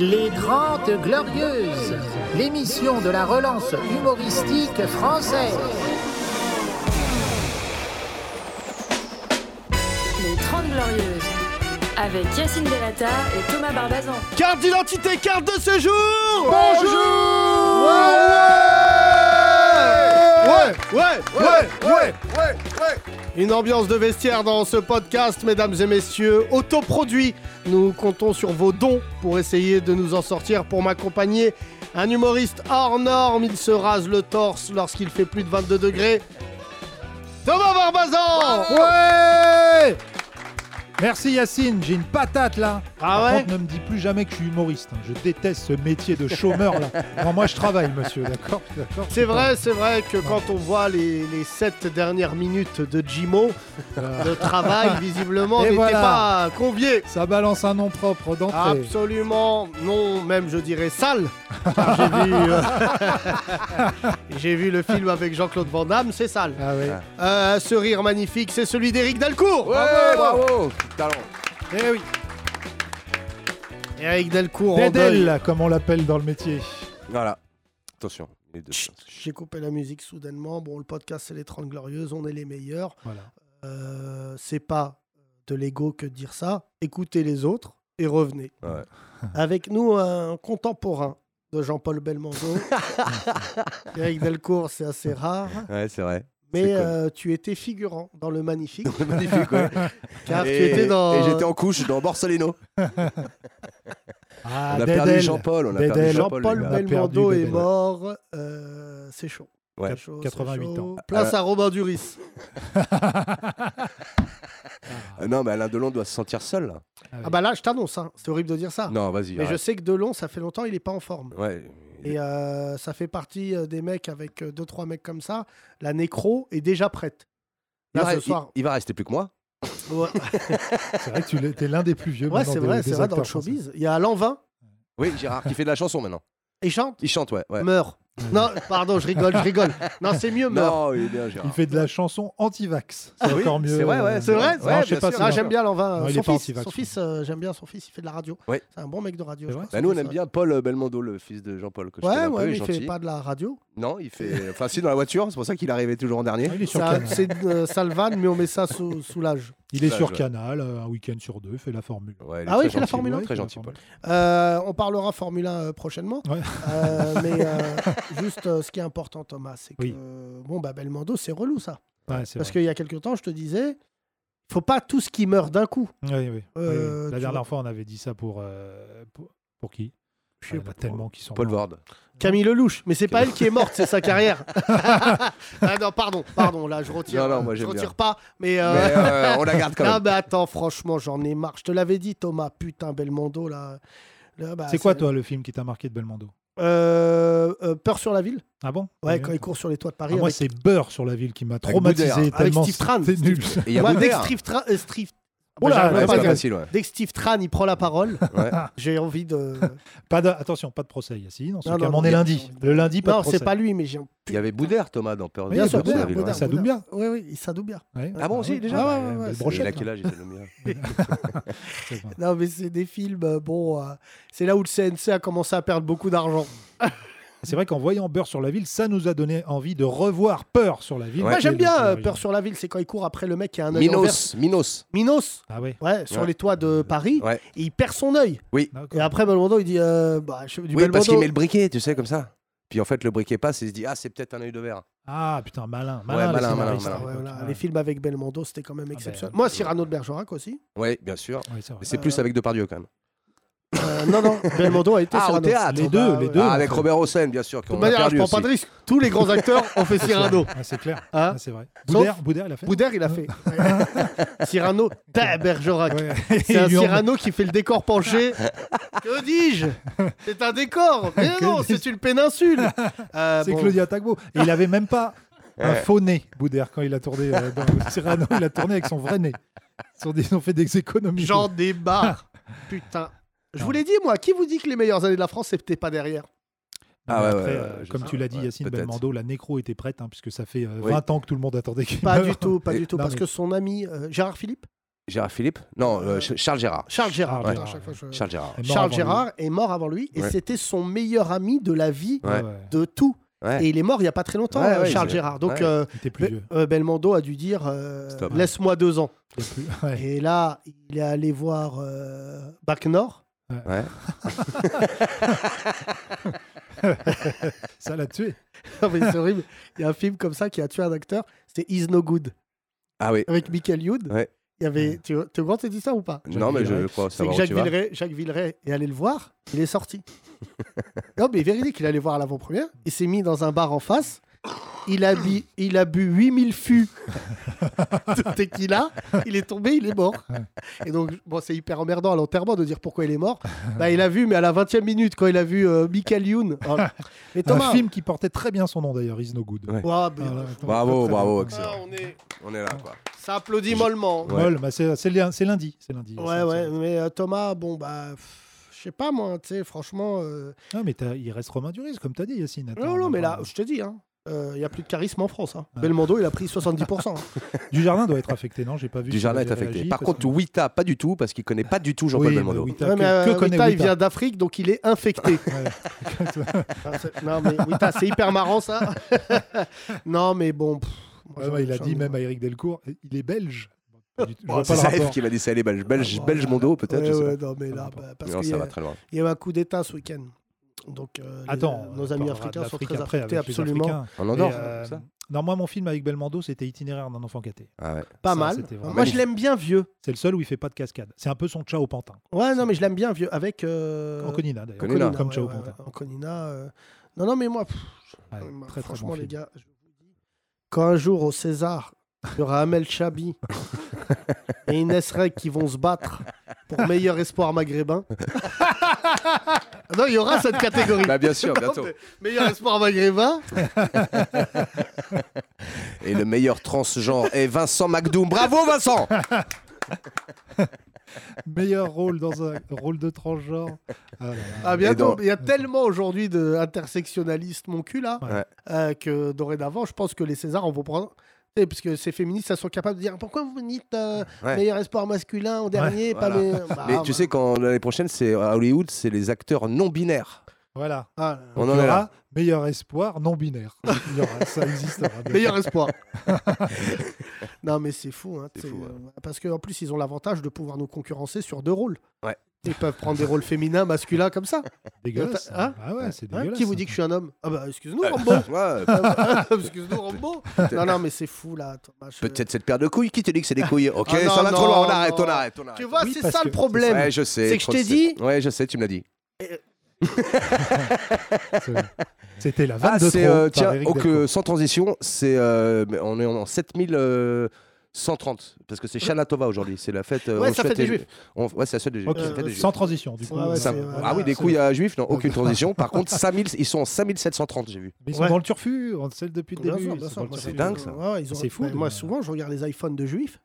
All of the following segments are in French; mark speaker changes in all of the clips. Speaker 1: Les Grandes Glorieuses, l'émission de la relance humoristique française.
Speaker 2: Les 30 Glorieuses, avec Yacine Delata et Thomas Barbazan.
Speaker 3: Carte d'identité, carte de séjour
Speaker 4: Bonjour
Speaker 3: Ouais Ouais Ouais Ouais
Speaker 4: Ouais, ouais
Speaker 3: Une ambiance de vestiaire dans ce podcast, mesdames et messieurs, autoproduit. Nous comptons sur vos dons pour essayer de nous en sortir pour m'accompagner. Un humoriste hors norme, il se rase le torse lorsqu'il fait plus de 22 degrés. Thomas Barbazan
Speaker 5: Ouais Merci Yacine, j'ai une patate là.
Speaker 3: Ah
Speaker 5: Par
Speaker 3: ouais
Speaker 5: contre, ne me dis plus jamais que je suis humoriste. hein. Je déteste ce métier de chômeur là. Non, moi je travaille, monsieur, d'accord D'accord
Speaker 3: C'est vrai, c'est vrai que quand on voit les, les sept dernières minutes de Jimo, de travail, visiblement, on
Speaker 5: Et
Speaker 3: n'était
Speaker 5: voilà.
Speaker 3: pas convié.
Speaker 5: Ça balance un nom propre d'entrée.
Speaker 3: Absolument, non, même je dirais sale. Car J'ai vu, euh, j'ai vu le film avec Jean-Claude Van Damme, c'est sale.
Speaker 5: Ah ouais.
Speaker 3: Euh, ce rire magnifique, c'est celui d'Éric Delcourt.
Speaker 4: Ouais,
Speaker 3: Oh,
Speaker 4: bravo Talent
Speaker 3: Eh oui. Éric Delcourt en
Speaker 5: Dédel,
Speaker 3: deuil.
Speaker 5: là, comme on l'appelle dans le métier.
Speaker 4: Voilà. Attention, il est deux.
Speaker 3: Chut, J'ai coupé la musique soudainement. Bon, le podcast, c'est les 30 Glorieuses, on est les meilleurs.
Speaker 5: Voilà.
Speaker 3: Euh, c'est pas de l'ego que de dire ça. Écoutez les autres et revenez.
Speaker 4: Ouais.
Speaker 3: Avec nous, un contemporain de Jean-Paul Belmondo. Eric Delcourt, c'est assez rare.
Speaker 4: Ouais, c'est vrai.
Speaker 3: Mais
Speaker 4: C'est cool.
Speaker 3: euh, tu étais figurant dans Le Magnifique.
Speaker 4: Magnifique, ouais.
Speaker 3: car tu
Speaker 4: et,
Speaker 3: étais dans.
Speaker 4: et j'étais en couche dans Borsalino.
Speaker 5: Ah,
Speaker 4: on a perdu
Speaker 5: Dédel.
Speaker 4: Jean-Paul, on a
Speaker 5: Dédel.
Speaker 4: perdu Jean-Paul.
Speaker 3: Ah, Jean-Paul
Speaker 4: les gars.
Speaker 5: Bel-
Speaker 3: Belmondo
Speaker 5: perdu,
Speaker 3: est
Speaker 5: Bébé.
Speaker 3: mort. euh, c'est chaud.
Speaker 4: Ouais.
Speaker 3: C'est chaud, c'est
Speaker 5: 88
Speaker 3: chaud.
Speaker 5: ans.
Speaker 3: Place à Robin Duris. Ah
Speaker 4: Euh, non, mais Alain Delon doit se sentir seul. là.
Speaker 3: Ah bah là, je t'annonce, hein, c'est horrible de dire ça.
Speaker 4: Non, vas-y.
Speaker 3: Mais je
Speaker 4: arrête.
Speaker 3: sais que Delon, ça fait longtemps, il est pas en forme.
Speaker 4: Ouais.
Speaker 3: Et euh, ça fait partie euh, des mecs avec 2 deux trois mecs comme ça. La nécro est déjà prête.
Speaker 4: Il,
Speaker 3: Là
Speaker 4: va,
Speaker 3: ce soir.
Speaker 4: il- il va rester plus que moi.
Speaker 3: Ouais,
Speaker 5: C'est vrai que tu l'es- t'es l'un des plus vieux.
Speaker 3: Ouais,
Speaker 5: maintenant
Speaker 3: c'est
Speaker 5: des-
Speaker 3: vrai,
Speaker 5: des
Speaker 3: c'est vrai dans le
Speaker 5: acteurs français.
Speaker 3: showbiz. Il y a Lanvin,
Speaker 4: Oui, Gérard qui fait de la chanson maintenant.
Speaker 3: il chante,
Speaker 4: Il chante, ouais. ouais.
Speaker 3: meurt. Non, pardon, je rigole, je rigole. Non, c'est mieux, meurt.
Speaker 4: Non, il est bien,
Speaker 5: Il
Speaker 4: Gérard.
Speaker 5: fait de la chanson anti-vax. C'est
Speaker 4: Oui,
Speaker 5: encore mieux.
Speaker 4: c'est vrai, ouais,
Speaker 5: Euh,
Speaker 3: Ah C'est vrai
Speaker 5: non,
Speaker 3: Ouais,
Speaker 5: je sais
Speaker 3: bien
Speaker 5: pas
Speaker 3: sûr.
Speaker 5: si-
Speaker 3: Ah, j'aime bien Lanvin.
Speaker 5: Non, il est
Speaker 3: son
Speaker 5: pas
Speaker 3: fils,
Speaker 5: anti-vax,
Speaker 3: son
Speaker 5: je
Speaker 3: fils euh, j'aime bien son fils, il fait de la radio.
Speaker 4: Ouais.
Speaker 3: C'est un bon mec de radio.
Speaker 5: C'est
Speaker 3: je
Speaker 5: vrai
Speaker 3: crois,
Speaker 4: Bah,
Speaker 3: son
Speaker 4: nous, on
Speaker 3: fils,
Speaker 4: aime
Speaker 3: ouais.
Speaker 4: bien Paul euh, Belmondo, le fils de Jean-Paul. que je connais
Speaker 3: Ouais,
Speaker 4: un peu,
Speaker 3: ouais,
Speaker 4: il est
Speaker 3: mais il fait
Speaker 4: gentil.
Speaker 3: pas de la radio.
Speaker 4: Non, il fait. Enfin, si, dans la voiture, c'est pour ça qu'il arrivait toujours en dernier.
Speaker 5: Ah, Il est sur
Speaker 3: Ça-
Speaker 5: Canal. Ah,
Speaker 3: C'est euh, Salvan, mais on met ça sous, sous l'âge.
Speaker 5: Il est
Speaker 4: Ouais,
Speaker 5: sur
Speaker 4: je-
Speaker 5: Canal, euh, un week-end sur deux, fait la formule.
Speaker 4: Ouais,
Speaker 3: Ah oui,
Speaker 4: très
Speaker 3: il fait la
Speaker 4: gentil,
Speaker 3: Formule
Speaker 4: Paul,
Speaker 5: 1.
Speaker 4: Très gentil, Paul.
Speaker 3: Euh, on parlera Formule 1 euh, prochainement.
Speaker 5: Ouais.
Speaker 3: Euh, mais euh, juste euh, ce qui est important, Thomas, c'est que
Speaker 5: Oui.
Speaker 3: euh, bon, bah, Belmondo, c'est relou ça.
Speaker 5: Ouais, c'est
Speaker 3: Parce
Speaker 5: vrai.
Speaker 3: qu'il y a quelques temps, je te disais, faut pas tout ce qui meurt d'un coup.
Speaker 5: Oui, oui.
Speaker 3: Euh,
Speaker 5: Oui, oui. La
Speaker 3: tu
Speaker 5: dernière
Speaker 3: vois.
Speaker 5: fois, on avait dit ça pour, euh, pour, pour qui Ah,
Speaker 3: Je
Speaker 5: Il
Speaker 3: sais
Speaker 5: y en a
Speaker 3: pas.
Speaker 5: tellement qui sont.
Speaker 4: Paul
Speaker 5: morts.
Speaker 4: Ward.
Speaker 3: Camille Lelouch, mais c'est pas elle qui est morte, c'est sa carrière. ah non, pardon, pardon, là je retire.
Speaker 4: Non, non, moi,
Speaker 3: je
Speaker 4: j'aime
Speaker 3: retire pas, mais. euh,
Speaker 4: Mais euh, on la garde quand
Speaker 3: non,
Speaker 4: même.
Speaker 3: mais attends, franchement, j'en ai marre. Je te l'avais dit, Thomas, putain, Belmondo, là. Là, bah,
Speaker 5: c'est quoi, toi, le film qui t'a marqué de Belmondo
Speaker 3: Euh, euh, Peur sur la ville
Speaker 5: Ah bon
Speaker 3: Ouais,
Speaker 5: Oui,
Speaker 3: quand
Speaker 5: oui.
Speaker 3: il court sur les toits de
Speaker 5: Ah,
Speaker 3: Paris.
Speaker 5: Moi,
Speaker 3: avec-
Speaker 5: c'est Beurre sur la ville qui m'a
Speaker 4: Boudère,
Speaker 5: traumatisé
Speaker 4: avec
Speaker 5: tellement.
Speaker 3: Steve Tran.
Speaker 5: C'est nul.
Speaker 4: Et il y a Ah,
Speaker 3: Moi, dès que
Speaker 4: Boudère.
Speaker 3: Steve Tran- euh, Steve-
Speaker 5: Oh là,
Speaker 3: j'arrive
Speaker 4: Ouais,
Speaker 5: ouais,
Speaker 4: c'est
Speaker 3: pas
Speaker 4: pas
Speaker 3: à-
Speaker 4: facile, ouais.
Speaker 3: Dès que Steve Tran il prend la parole,
Speaker 4: Ouais.
Speaker 3: j'ai envie de.
Speaker 5: Pas de- Attention, pas de procès, Yacine. On, se
Speaker 3: Non,
Speaker 5: calme.
Speaker 3: non,
Speaker 5: on est
Speaker 3: non.
Speaker 5: lundi. Le lundi, pas
Speaker 3: non,
Speaker 5: de procès.
Speaker 3: c'est pas lui, mais j'ai.
Speaker 4: Il y avait Boudère, Thomas, dans Peur
Speaker 5: Oui,
Speaker 3: Bien
Speaker 5: il y
Speaker 3: sûr,
Speaker 5: a
Speaker 3: Boudère,
Speaker 5: Boudère, Boudère,
Speaker 3: Boudère.
Speaker 5: ça double bien.
Speaker 3: Oui, oui, il s'adoube bien.
Speaker 5: Ouais.
Speaker 4: Ah bon, si,
Speaker 5: oui.
Speaker 4: déjà
Speaker 5: Ah
Speaker 3: Ouais,
Speaker 5: ouais, ouais,
Speaker 3: ouais,
Speaker 5: belle
Speaker 3: c'est-
Speaker 4: Il
Speaker 5: brochette,
Speaker 4: a quel
Speaker 5: hein.
Speaker 4: âge Il fait le mien.
Speaker 5: C'est vrai.
Speaker 3: Non, mais c'est des films, euh, bon, euh, c'est là où le CNC a commencé à perdre beaucoup d'argent.
Speaker 5: C'est vrai qu'en voyant Beurre sur la ville, ça nous a donné envie de revoir Peur sur la ville.
Speaker 4: Ouais.
Speaker 3: Moi, j'aime
Speaker 5: qui est
Speaker 3: bien
Speaker 5: donc,
Speaker 3: euh,
Speaker 5: euh,
Speaker 3: Peur sur la ville, c'est quand il court après le mec qui a un œil en verre.
Speaker 4: Minos, Minos.
Speaker 3: Minos,
Speaker 5: Ah ouais.
Speaker 3: ouais, sur
Speaker 4: Ouais.
Speaker 3: les toits de Paris,
Speaker 4: Ouais.
Speaker 3: et il perd son œil. Et
Speaker 5: D'accord.
Speaker 3: après, Belmondo, il dit euh, bah, je- du
Speaker 4: Oui, parce qu'il
Speaker 3: Belmondo-
Speaker 4: met le briquet, tu sais, comme ça. Puis en fait, le briquet passe et il se dit Ah, c'est peut-être un œil de verre.
Speaker 5: Ah putain, malin. Malin, les
Speaker 4: malin, malin,
Speaker 5: scénaristes,
Speaker 4: malin. Ah,
Speaker 5: à
Speaker 3: Ah, ouais,
Speaker 5: l'époque.
Speaker 3: voilà,
Speaker 5: Ouais.
Speaker 3: Les films avec Belmondo, c'était quand même
Speaker 5: ben,
Speaker 3: exceptionnel.
Speaker 5: ouais.
Speaker 3: Moi, Cyrano de Bergerac aussi.
Speaker 4: Oui, bien sûr.
Speaker 5: Ouais, c'est vrai.
Speaker 4: Mais c'est
Speaker 3: Euh,
Speaker 4: plus avec Depardieu quand même.
Speaker 3: Euh, non, non, Belmondo a été
Speaker 4: Ah, au
Speaker 3: Cyrano.
Speaker 4: théâtre.
Speaker 5: Les deux,
Speaker 3: bah,
Speaker 5: les
Speaker 3: ouais.
Speaker 5: deux.
Speaker 4: ah,
Speaker 5: en
Speaker 4: avec
Speaker 5: fait.
Speaker 4: Robert Hossein, bien sûr.
Speaker 3: De
Speaker 4: qu'on
Speaker 3: toute
Speaker 4: a
Speaker 3: manière, je
Speaker 4: perdu
Speaker 3: prends
Speaker 4: aussi.
Speaker 3: pas de risque. Tous les grands acteurs ont fait Cyrano.
Speaker 5: Ouais, c'est clair.
Speaker 3: Hein
Speaker 4: Ah,
Speaker 5: Ouais, c'est vrai.
Speaker 3: Sauf-
Speaker 5: Boudère, Boudère, il a fait.
Speaker 3: Boudère, il a fait. Cyrano, ta Bergerac.
Speaker 5: Ouais.
Speaker 3: C'est
Speaker 5: Ils
Speaker 3: un
Speaker 5: lui ont-
Speaker 3: Cyrano qui fait le décor penché. Que dis-je C'est un décor. Mais
Speaker 5: Que
Speaker 3: non,
Speaker 5: dis-je
Speaker 3: c'est une péninsule. Euh,
Speaker 4: Ah,
Speaker 5: C'est
Speaker 3: bon.
Speaker 5: Claudia Tagbo. Et il avait même pas un faux nez, Boudère, quand il a tourné euh, dans Cyrano. Il a tourné avec son vrai nez. Ils ont dit- ils ont fait des économies.
Speaker 3: J'en débarre. Putain. Je vous l'ai dit, moi, qui vous dit que les meilleures années de la France, c'était pas derrière
Speaker 4: Ah
Speaker 5: Mais
Speaker 4: ouais,
Speaker 5: après,
Speaker 4: ouais,
Speaker 5: euh,
Speaker 4: ouais, je
Speaker 5: comme
Speaker 4: sais.
Speaker 5: tu l'as dit,
Speaker 4: Ouais,
Speaker 5: Yacine
Speaker 4: peut-être.
Speaker 5: Belmondo, la nécro était prête, hein, puisque ça fait euh,
Speaker 4: Oui.
Speaker 5: 20 ans que tout le monde attendait qu'il
Speaker 3: Pas
Speaker 5: meure.
Speaker 3: du tout, pas du tout.
Speaker 5: Non,
Speaker 3: Parce
Speaker 5: mais-
Speaker 3: que son ami euh, Gérard Philippe,
Speaker 4: Gérard Philippe Non, euh, Ch- Charles Gérard.
Speaker 3: Charles Gérard.
Speaker 4: Ouais.
Speaker 3: bien.
Speaker 5: À chaque fois, je-
Speaker 4: Charles Gérard.
Speaker 5: est mort
Speaker 3: Charles
Speaker 5: avant
Speaker 3: Gérard est mort avant lui et
Speaker 4: Ouais.
Speaker 3: c'était son meilleur ami de la vie,
Speaker 5: lui.
Speaker 4: Ouais.
Speaker 5: Ouais, ouais.
Speaker 3: de tout.
Speaker 4: Ouais.
Speaker 3: Et il est mort il n'y a pas très longtemps,
Speaker 4: Ouais,
Speaker 3: euh,
Speaker 4: ouais,
Speaker 3: Charles
Speaker 4: il-
Speaker 3: Gérard. Donc
Speaker 4: ouais.
Speaker 3: euh,
Speaker 5: Il était plus
Speaker 3: Be-
Speaker 5: vieux.
Speaker 3: euh, Belmondo a dû dire euh,
Speaker 4: Stop.
Speaker 3: laisse-moi deux ans.
Speaker 5: il était plus- ouais.
Speaker 3: Et là, il est allé voir euh, Bac Nord.
Speaker 4: Ouais.
Speaker 5: Ça l'a tué.
Speaker 3: Non, mais c'est horrible. Il y a un film comme ça qui a tué un acteur, c'est Is No Good
Speaker 4: Ah oui.
Speaker 3: avec Michael Youn.
Speaker 4: Ouais.
Speaker 3: Il y avait tu tu comprends cette histoire ou pas
Speaker 4: Non, mais je crois
Speaker 3: C'est que
Speaker 4: savoir où
Speaker 3: Jacques
Speaker 4: tu vas.
Speaker 3: Villeray, Jacques Villeray est allé le voir, il est sorti. non, mais véridique, il est allé voir à l'avant-première, il s'est mis dans un bar en face, il a bu, il a bu 8000 fûts de tequila, il est tombé, il est mort. Et donc, bon, c'est hyper emmerdant à l'enterrement de dire pourquoi il est mort. Bah, il a vu, mais à la 20e minute, quand il a vu euh, Michael Youn. oh là. Mais Thomas,
Speaker 5: Un Ah, film qui portait très bien son nom d'ailleurs, Is No Good.
Speaker 4: Ouais.
Speaker 3: Ouah, mais-
Speaker 5: Voilà, attends,
Speaker 4: Bravo,
Speaker 5: très, très
Speaker 4: bravo,
Speaker 5: bien.
Speaker 4: excellent.
Speaker 3: Ah, on est-
Speaker 4: On est là, quoi.
Speaker 3: ça applaudit mollement.
Speaker 4: Ouais.
Speaker 5: Molle, bah, c'est c'est lin- c'est lundi. C'est lundi.
Speaker 3: Ouais,
Speaker 5: C'est-
Speaker 3: ouais,
Speaker 5: c'est-
Speaker 3: mais euh, Thomas, bon, bah, pff, je sais pas, moi, tu sais, franchement. euh,
Speaker 5: Non, Ah, mais t'as- il reste Romain Duris, comme t'as dit, Yacine. Attends,
Speaker 3: Non, non,
Speaker 5: on
Speaker 3: mais
Speaker 5: en
Speaker 3: là,
Speaker 5: parle.
Speaker 3: je te dis, hein, euh, il n'y a plus de charisme en France. Hein.
Speaker 5: Ouais.
Speaker 3: Belmondo, il a pris 70%.
Speaker 5: Dujardin doit être affecté, non J'ai pas vu.
Speaker 4: Du jardin est affecté. Par contre, Wita, pas du tout, parce qu'il connaît pas du tout Jean-Paul
Speaker 5: Jean-Paul
Speaker 4: Belmondo.
Speaker 3: Ouais, mais, euh,
Speaker 5: que connaît
Speaker 3: Wita, il
Speaker 5: Wita
Speaker 3: vient d'Afrique, donc il est infecté.
Speaker 5: Ouais.
Speaker 3: Enfin, c'est- non, mais Wita, c'est hyper marrant, ça. non, mais bon. pff, moi,
Speaker 5: Ouais,
Speaker 3: j'en-
Speaker 5: ouais, il a
Speaker 3: j'en-
Speaker 5: dit même à Eric Delcourt, il est belge.
Speaker 3: Bah,
Speaker 5: Pas du tout. Je
Speaker 4: Bon,
Speaker 5: vois
Speaker 4: c'est
Speaker 5: pas le
Speaker 4: Saïf
Speaker 5: rapport.
Speaker 4: qui m'a dit ça, les Belges. Belge,
Speaker 3: Ah, bon,
Speaker 4: Belge Mondo, peut-être,
Speaker 3: Ouais,
Speaker 4: je sais
Speaker 3: ouais, non, mais là, bah,
Speaker 4: pas.
Speaker 3: parce
Speaker 4: Non,
Speaker 3: qu'il y,
Speaker 4: ça va
Speaker 3: a-
Speaker 4: très loin.
Speaker 3: il y a eu un coup d'État ce week-end. Donc, euh, les-
Speaker 5: Attends, on
Speaker 3: nos amis
Speaker 5: parlera
Speaker 3: africains
Speaker 5: de
Speaker 3: sont
Speaker 5: l'Afrique
Speaker 3: très
Speaker 5: après
Speaker 3: affectés,
Speaker 5: avec les
Speaker 3: absolument.
Speaker 5: Africains.
Speaker 4: En
Speaker 5: Et,
Speaker 4: Andorre,
Speaker 5: euh,
Speaker 4: ça
Speaker 5: Non, moi, mon film avec Belmondo, c'était Itinéraire d'un enfant gâté.
Speaker 4: Ah ouais.
Speaker 3: Pas
Speaker 5: Ça,
Speaker 3: mal.
Speaker 5: c'était vraiment
Speaker 3: Moi, je
Speaker 5: magnifique.
Speaker 3: l'aime bien vieux.
Speaker 5: C'est le seul où il fait pas de cascade. C'est un peu son chat au pantin.
Speaker 3: Ouais, non, mais je l'aime bien vieux. Avec. euh,
Speaker 5: En Conina, d'ailleurs.
Speaker 4: Anconina. Anconina,
Speaker 5: Comme
Speaker 3: ouais,
Speaker 5: chat au
Speaker 3: ouais,
Speaker 5: pantin.
Speaker 3: ouais, Anconina, euh, Non, non, mais moi, pff,
Speaker 5: Ouais,
Speaker 3: Ouais, moi,
Speaker 5: très, très
Speaker 3: franchement,
Speaker 5: bon
Speaker 3: les
Speaker 5: film.
Speaker 3: gars, je vous dis, quand un jour au César, il y aura Amel Chabi et Inès Reg qui vont se battre pour meilleur espoir maghrébin. non, il y aura cette catégorie.
Speaker 4: Bah, bien sûr, bientôt.
Speaker 3: meilleur espoir maghrébin.
Speaker 4: Et le meilleur transgenre est Vincent McDoom. Bravo, Vincent
Speaker 3: Ah,
Speaker 5: Meilleur rôle dans un rôle de transgenre. Ah là là.
Speaker 3: Ah, bientôt.
Speaker 4: dans-
Speaker 3: Il y a tellement aujourd'hui d'intersectionnalistes, mon cul, là,
Speaker 4: Ouais.
Speaker 3: euh, que dorénavant, je pense que les Césars, on vont prendre. tu sais, Parce que ces féministes, elles sont capables de dire pourquoi vous dites euh,
Speaker 4: Ouais.
Speaker 3: meilleur espoir masculin en dernier, pas
Speaker 4: voilà.
Speaker 3: meilleur- Bah,
Speaker 4: Mais tu sais, quand l'année prochaine, c'est à Hollywood, c'est les acteurs non binaires.
Speaker 5: Voilà.
Speaker 3: ah,
Speaker 4: On
Speaker 5: Il y
Speaker 4: en est
Speaker 5: aura
Speaker 4: là.
Speaker 5: meilleur espoir non binaire. Il y aura, ça hein, existera. bien.
Speaker 3: Meilleur espoir. non, mais c'est fou. Hein,
Speaker 4: C'est
Speaker 3: t'sais,
Speaker 4: fou, ouais.
Speaker 3: euh, Parce qu'en plus, ils ont l'avantage de pouvoir nous concurrencer sur deux rôles.
Speaker 4: Ouais.
Speaker 3: Ils peuvent prendre des rôles féminins, masculins, comme ça.
Speaker 5: Dégueulasse.
Speaker 3: Hein
Speaker 5: ah ouais, c'est
Speaker 3: Hein,
Speaker 5: dégueulasse.
Speaker 3: qui vous dit que je suis un homme Ah bah, excuse-nous,
Speaker 4: Euh.
Speaker 3: Rambo.
Speaker 4: Ouais,
Speaker 3: Ah, excuse-nous, Rambo. non, non, mais c'est fou, là. Thomas, je-
Speaker 4: Peut-être cette paire de couilles qui te dit que c'est des couilles. Ok,
Speaker 3: Ah non,
Speaker 4: ça va
Speaker 3: non,
Speaker 4: trop loin, on
Speaker 3: non.
Speaker 4: arrête, on arrête, on arrête.
Speaker 3: Tu vois,
Speaker 5: Oui,
Speaker 3: c'est
Speaker 5: parce
Speaker 3: ça
Speaker 5: que-
Speaker 3: le problème.
Speaker 4: Ouais, je sais.
Speaker 3: C'est que je
Speaker 4: trop
Speaker 3: t'ai
Speaker 4: de-
Speaker 3: dit-
Speaker 4: Ouais, je sais, tu me l'as dit.
Speaker 5: C'était la vanne
Speaker 4: Ah,
Speaker 5: de
Speaker 4: c'est.
Speaker 5: trop
Speaker 4: euh,
Speaker 5: par
Speaker 4: tiens,
Speaker 5: Éric
Speaker 4: oh, que,
Speaker 5: Delcourt.
Speaker 4: sans transition, c'est. euh, mais on est en 7130. Parce que c'est Shanatova aujourd'hui. C'est la fête. euh,
Speaker 3: Euh. Ouais,
Speaker 4: on
Speaker 3: c'est la fête
Speaker 4: fête
Speaker 3: des Juifs. Euh,
Speaker 4: on- Ouais, c'est la fête des Juifs.
Speaker 5: Ok,
Speaker 4: C'est la fête des Juifs.
Speaker 5: sans transition du coup.
Speaker 3: Ouais, ouais,
Speaker 5: Ça-
Speaker 3: c'est-
Speaker 4: Ah oui, des
Speaker 3: c'est-
Speaker 4: couilles à juifs, non, aucune transition. Par contre, 5000, ils sont en 5730, j'ai vu.
Speaker 5: Mais ils sont
Speaker 3: Ouais.
Speaker 5: dans le turfu, on le sait depuis le
Speaker 3: Bien
Speaker 5: début.
Speaker 3: sûr,
Speaker 5: ils
Speaker 3: bien
Speaker 5: sont
Speaker 3: sûr,
Speaker 5: dans le
Speaker 3: moi,
Speaker 5: turfu.
Speaker 4: c'est dingue, ça.
Speaker 3: Ouais, ouais, ils ont-
Speaker 5: C'est fou,
Speaker 3: Mais
Speaker 5: de-
Speaker 3: Moi, souvent, je regarde les iPhones de juifs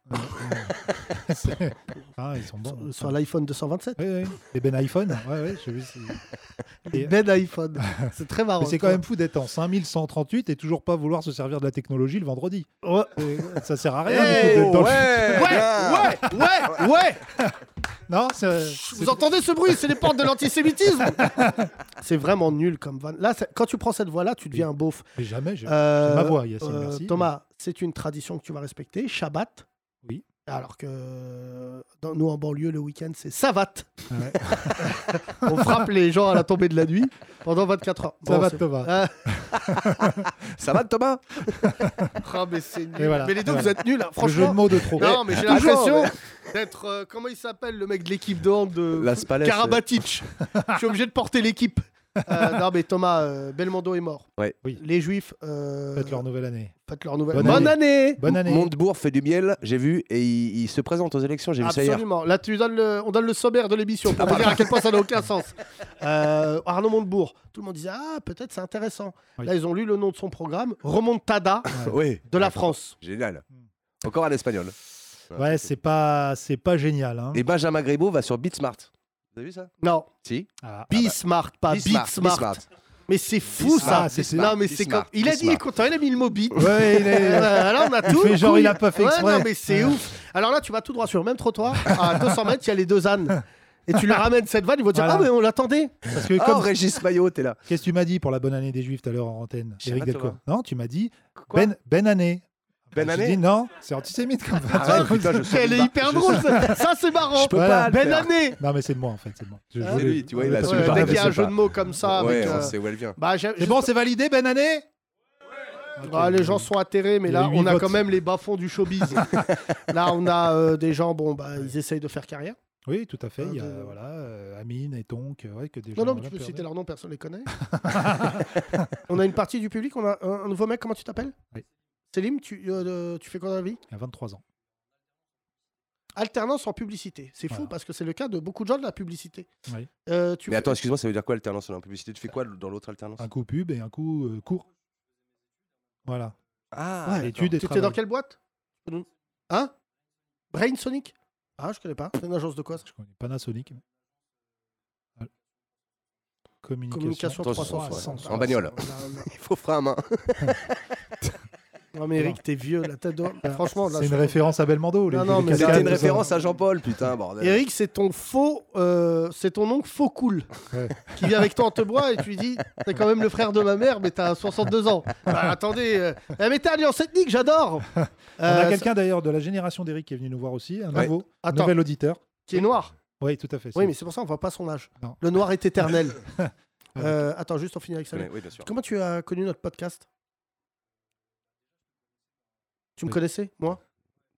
Speaker 5: C'est- ah, ils sont bons.
Speaker 3: sur- sur l'iPhone 227.
Speaker 5: Ouais, ouais. Les Ben iPhone, ouais, ouais, j'ai vu. c'est- Et-
Speaker 3: Ben iPhone. C'est très marrant.
Speaker 5: Mais c'est quand même fou d'être en 5138 et toujours pas vouloir se servir de la technologie le vendredi.
Speaker 3: Ouais.
Speaker 5: C'est- euh, Ça sert à rien. du
Speaker 3: Eh, Hey,
Speaker 5: coup, d'être dans le-
Speaker 4: ouais,
Speaker 3: Ouais, ouais, ouais, ouais.
Speaker 5: Non, c'est- euh,
Speaker 3: Vous entendez ce bruit C'est les portes de l'antisémitisme C'est vraiment nul comme van. Là, c'est- quand tu prends cette voie-là, tu deviens un beauf.
Speaker 5: Mais jamais. je-
Speaker 3: Euh,
Speaker 5: c'est ma voix, Yacine,
Speaker 3: euh,
Speaker 5: merci.
Speaker 3: Thomas, c'est une tradition que tu vas respecter. Shabbat.
Speaker 5: Oui.
Speaker 3: Alors que dans, nous, en banlieue, le week-end, c'est savate.
Speaker 5: Ah ouais.
Speaker 3: On frappe les gens à la tombée de la nuit pendant 24 heures.
Speaker 5: Ça
Speaker 3: Bon,
Speaker 5: va,
Speaker 3: c'est-
Speaker 5: Thomas.
Speaker 3: Ah,
Speaker 4: Ça va, Thomas
Speaker 3: ah, mais c'est nul.
Speaker 5: Et voilà.
Speaker 3: Mais les deux,
Speaker 5: Voilà.
Speaker 3: vous êtes nuls, là,
Speaker 5: Le jeu de
Speaker 3: franchement.
Speaker 5: mots de trop.
Speaker 3: Non, mais j'ai
Speaker 4: Toujours,
Speaker 3: l'impression d'être. euh, comment il s'appelle le mec de l'équipe de hand de
Speaker 4: La Spalès, euh,
Speaker 3: Karabatic. Je suis obligé de porter l'équipe. Euh, non, mais Thomas, euh, Belmondo est mort.
Speaker 4: Ouais.
Speaker 5: Oui.
Speaker 3: Les Juifs. euh,
Speaker 5: Faites leur nouvelle année.
Speaker 3: faites leur nouvelle.
Speaker 5: Bonne
Speaker 3: année,
Speaker 5: Bonne année.
Speaker 4: Montebourg fait du miel, j'ai vu, et il, il se présente aux élections, j'ai vu ça hier. Ah,
Speaker 3: Absolument. Là, tu donnes le- on donne le sommaire de l'émission pour vous dire à quel point ça n'a aucun sens. Euh, Arnaud Montebourg. Tout le monde disait Ah, peut-être c'est intéressant.
Speaker 5: Oui.
Speaker 3: Là, ils ont lu le nom de son programme Remontada
Speaker 4: Oui.
Speaker 3: de la France.
Speaker 4: Génial.
Speaker 3: Hmm.
Speaker 4: Encore un espagnol.
Speaker 5: Ouais, c'est pas, c'est pas génial. Hein.
Speaker 4: Et Benjamin Griveaux va sur Beatsmart. Vous avez vu ça
Speaker 3: Non,
Speaker 4: Si.
Speaker 5: Ah,
Speaker 3: Bismart, pas Bitsmart.
Speaker 4: Beatsmart.
Speaker 3: Mais c'est fou ça.
Speaker 5: Ah, c'est- c'est-
Speaker 3: Non, mais
Speaker 4: c'est
Speaker 3: c'est
Speaker 4: smart,
Speaker 3: comme- Il a
Speaker 4: c'est
Speaker 3: dit, il est
Speaker 4: smart.
Speaker 3: content, il a mis le mot bite.
Speaker 5: Ouais, il est-
Speaker 4: Ah,
Speaker 3: Euh, Là, on a
Speaker 5: Il
Speaker 3: tout.
Speaker 5: fait genre,
Speaker 3: Couille.
Speaker 5: il a pas fait
Speaker 3: Ouais,
Speaker 5: exprès.
Speaker 3: non, mais c'est ouf. Alors là, tu vas tout droit sur le même trottoir. À 200 mètres, il y a les deux ânes. Et tu lui ramènes cette vanne, ils vont dire
Speaker 5: Voilà.
Speaker 3: Ah, mais on l'attendait.
Speaker 5: Parce que
Speaker 4: Comme
Speaker 5: comme
Speaker 4: Oh, Régis Maillot, t'es là.
Speaker 5: Qu'est-ce que tu m'as dit pour la bonne année des Juifs tout à l'heure en antenne
Speaker 4: Je sais
Speaker 5: Éric
Speaker 4: pas,
Speaker 5: Delcourt.
Speaker 4: Thomas.
Speaker 5: Non, tu m'as dit
Speaker 4: Quoi
Speaker 5: Ben, ben année.
Speaker 3: Ah,
Speaker 4: Ben
Speaker 5: J'ai
Speaker 4: année
Speaker 5: dit non, c'est antisémite comme ça.
Speaker 4: Arrête, putain, je
Speaker 3: Elle est
Speaker 4: pas.
Speaker 3: hyper
Speaker 4: Je
Speaker 3: drôle.
Speaker 4: sais-
Speaker 3: Ça, Ça, c'est marrant.
Speaker 4: Je peux
Speaker 5: Voilà.
Speaker 4: pas. Ah, le
Speaker 3: Belle
Speaker 4: faire.
Speaker 3: année.
Speaker 5: Non, mais c'est de moi en fait, c'est de moi. Je- je
Speaker 3: C'est
Speaker 5: voulais-
Speaker 4: lui, tu vois,
Speaker 5: je
Speaker 4: il a
Speaker 5: voulais
Speaker 4: su
Speaker 5: pas-
Speaker 4: le
Speaker 3: Ouais,
Speaker 4: barrer,
Speaker 3: Dès qu'il y a
Speaker 4: je
Speaker 3: un
Speaker 4: sais
Speaker 3: jeu
Speaker 4: pas.
Speaker 3: de mots comme ça.
Speaker 4: Ouais,
Speaker 3: avec,
Speaker 4: on
Speaker 3: euh,
Speaker 4: sait où elle vient.
Speaker 3: bah, j'ai-
Speaker 5: C'est bon, c'est validé, ben année
Speaker 3: Ah, les gens sont atterrés, mais
Speaker 5: Il y a
Speaker 3: là,
Speaker 5: eu
Speaker 3: on
Speaker 5: huit
Speaker 3: a
Speaker 5: votes.
Speaker 3: quand même les bas-fonds du showbiz. là, on a euh, des gens, bon, bah, ils essayent de faire carrière.
Speaker 5: Oui, tout à fait. Il y
Speaker 3: Ah,
Speaker 5: a
Speaker 3: de-
Speaker 5: voilà, euh, Amine et Tonk. euh, ouais, que des
Speaker 3: Non,
Speaker 5: gens
Speaker 3: non, mais tu
Speaker 5: voilà,
Speaker 3: peux citer
Speaker 5: perdus.
Speaker 3: leur nom, personne ne les connaît. on a une partie du public, on a un, un nouveau mec, comment tu t'appelles
Speaker 5: Oui.
Speaker 3: Selim, tu, euh, tu fais quoi dans la vie
Speaker 5: Il y a 23 ans.
Speaker 3: Alternance en publicité. C'est fou
Speaker 5: Voilà.
Speaker 3: parce que c'est le cas de beaucoup de gens de la publicité.
Speaker 5: Oui.
Speaker 3: Euh, tu
Speaker 4: Mais
Speaker 3: fais-
Speaker 4: attends, excuse-moi, ça veut dire quoi alternance en publicité Tu fais quoi dans l'autre alternance
Speaker 3: Ah,
Speaker 5: Un coup pub et un coup euh, court. Voilà.
Speaker 4: Ah,
Speaker 5: Ouais, études et
Speaker 3: tu étais dans
Speaker 5: travail.
Speaker 3: quelle boîte Hein Brain Sonic Ah, je connais pas. C'est une agence de quoi ça
Speaker 5: Je connais Panasonic. Voilà. Communication.
Speaker 3: Communication
Speaker 4: Attention,
Speaker 3: 360.
Speaker 4: ouais. En bagnole. il faut frein à main.
Speaker 3: Non, mais Eric, t'es vieux, la tête de. Franchement, là,
Speaker 5: C'est une
Speaker 3: je-
Speaker 5: référence à Belmondo. les-
Speaker 3: Non, non,
Speaker 5: les
Speaker 3: mais
Speaker 5: cascades,
Speaker 4: C'était une
Speaker 5: tout ça.
Speaker 4: référence à Jean-Paul, putain, bordel.
Speaker 3: Eric, c'est ton faux, euh, c'est ton oncle faux cool
Speaker 5: Ouais.
Speaker 3: qui vient avec toi en te bois et tu lui dis T'es quand même le frère de ma mère, mais t'as 62 ans. Bah, attendez, euh, eh, mais t'es alliance ethnique, j'adore Euh,
Speaker 5: On a quelqu'un d'ailleurs de la génération d'Eric qui est venu nous voir aussi, un
Speaker 4: Ouais.
Speaker 5: nouveau, un
Speaker 3: Attends.
Speaker 5: nouvel auditeur.
Speaker 3: qui est noir.
Speaker 5: Oui, tout à fait.
Speaker 3: Oui, mais c'est pour ça on voit pas son âge.
Speaker 5: Non.
Speaker 3: Le noir est éternel. Euh, attends, juste on finit avec ça.
Speaker 4: Oui, bien sûr.
Speaker 3: Comment tu as connu notre podcast Tu me
Speaker 5: Oui.
Speaker 3: connaissais, moi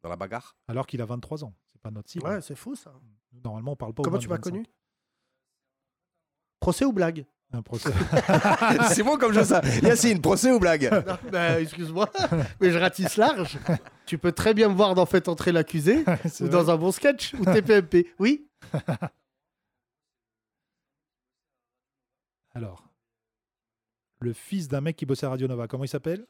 Speaker 4: Dans la bagarre
Speaker 5: Alors qu'il a 23 ans, c'est pas notre cible.
Speaker 3: Ouais, c'est fou ça.
Speaker 5: Nous, Normalement, on parle pas. aux
Speaker 3: Comment
Speaker 5: moins
Speaker 3: tu
Speaker 5: de
Speaker 3: m'as
Speaker 5: 25.
Speaker 3: connu Procès ou blague
Speaker 5: Un procès.
Speaker 3: Ah,
Speaker 4: C'est bon comme jeu ça. Yacine, procès ou blague
Speaker 3: Non, bah, excuse-moi, mais je ratisse large. Tu peux très bien me voir dans Fait entrer l'accusé,
Speaker 5: C'est
Speaker 3: ou
Speaker 5: vrai.
Speaker 3: dans un bon sketch, ou TPMP. Oui
Speaker 5: Alors, le fils d'un mec qui bossait à Radio Nova, comment il s'appelle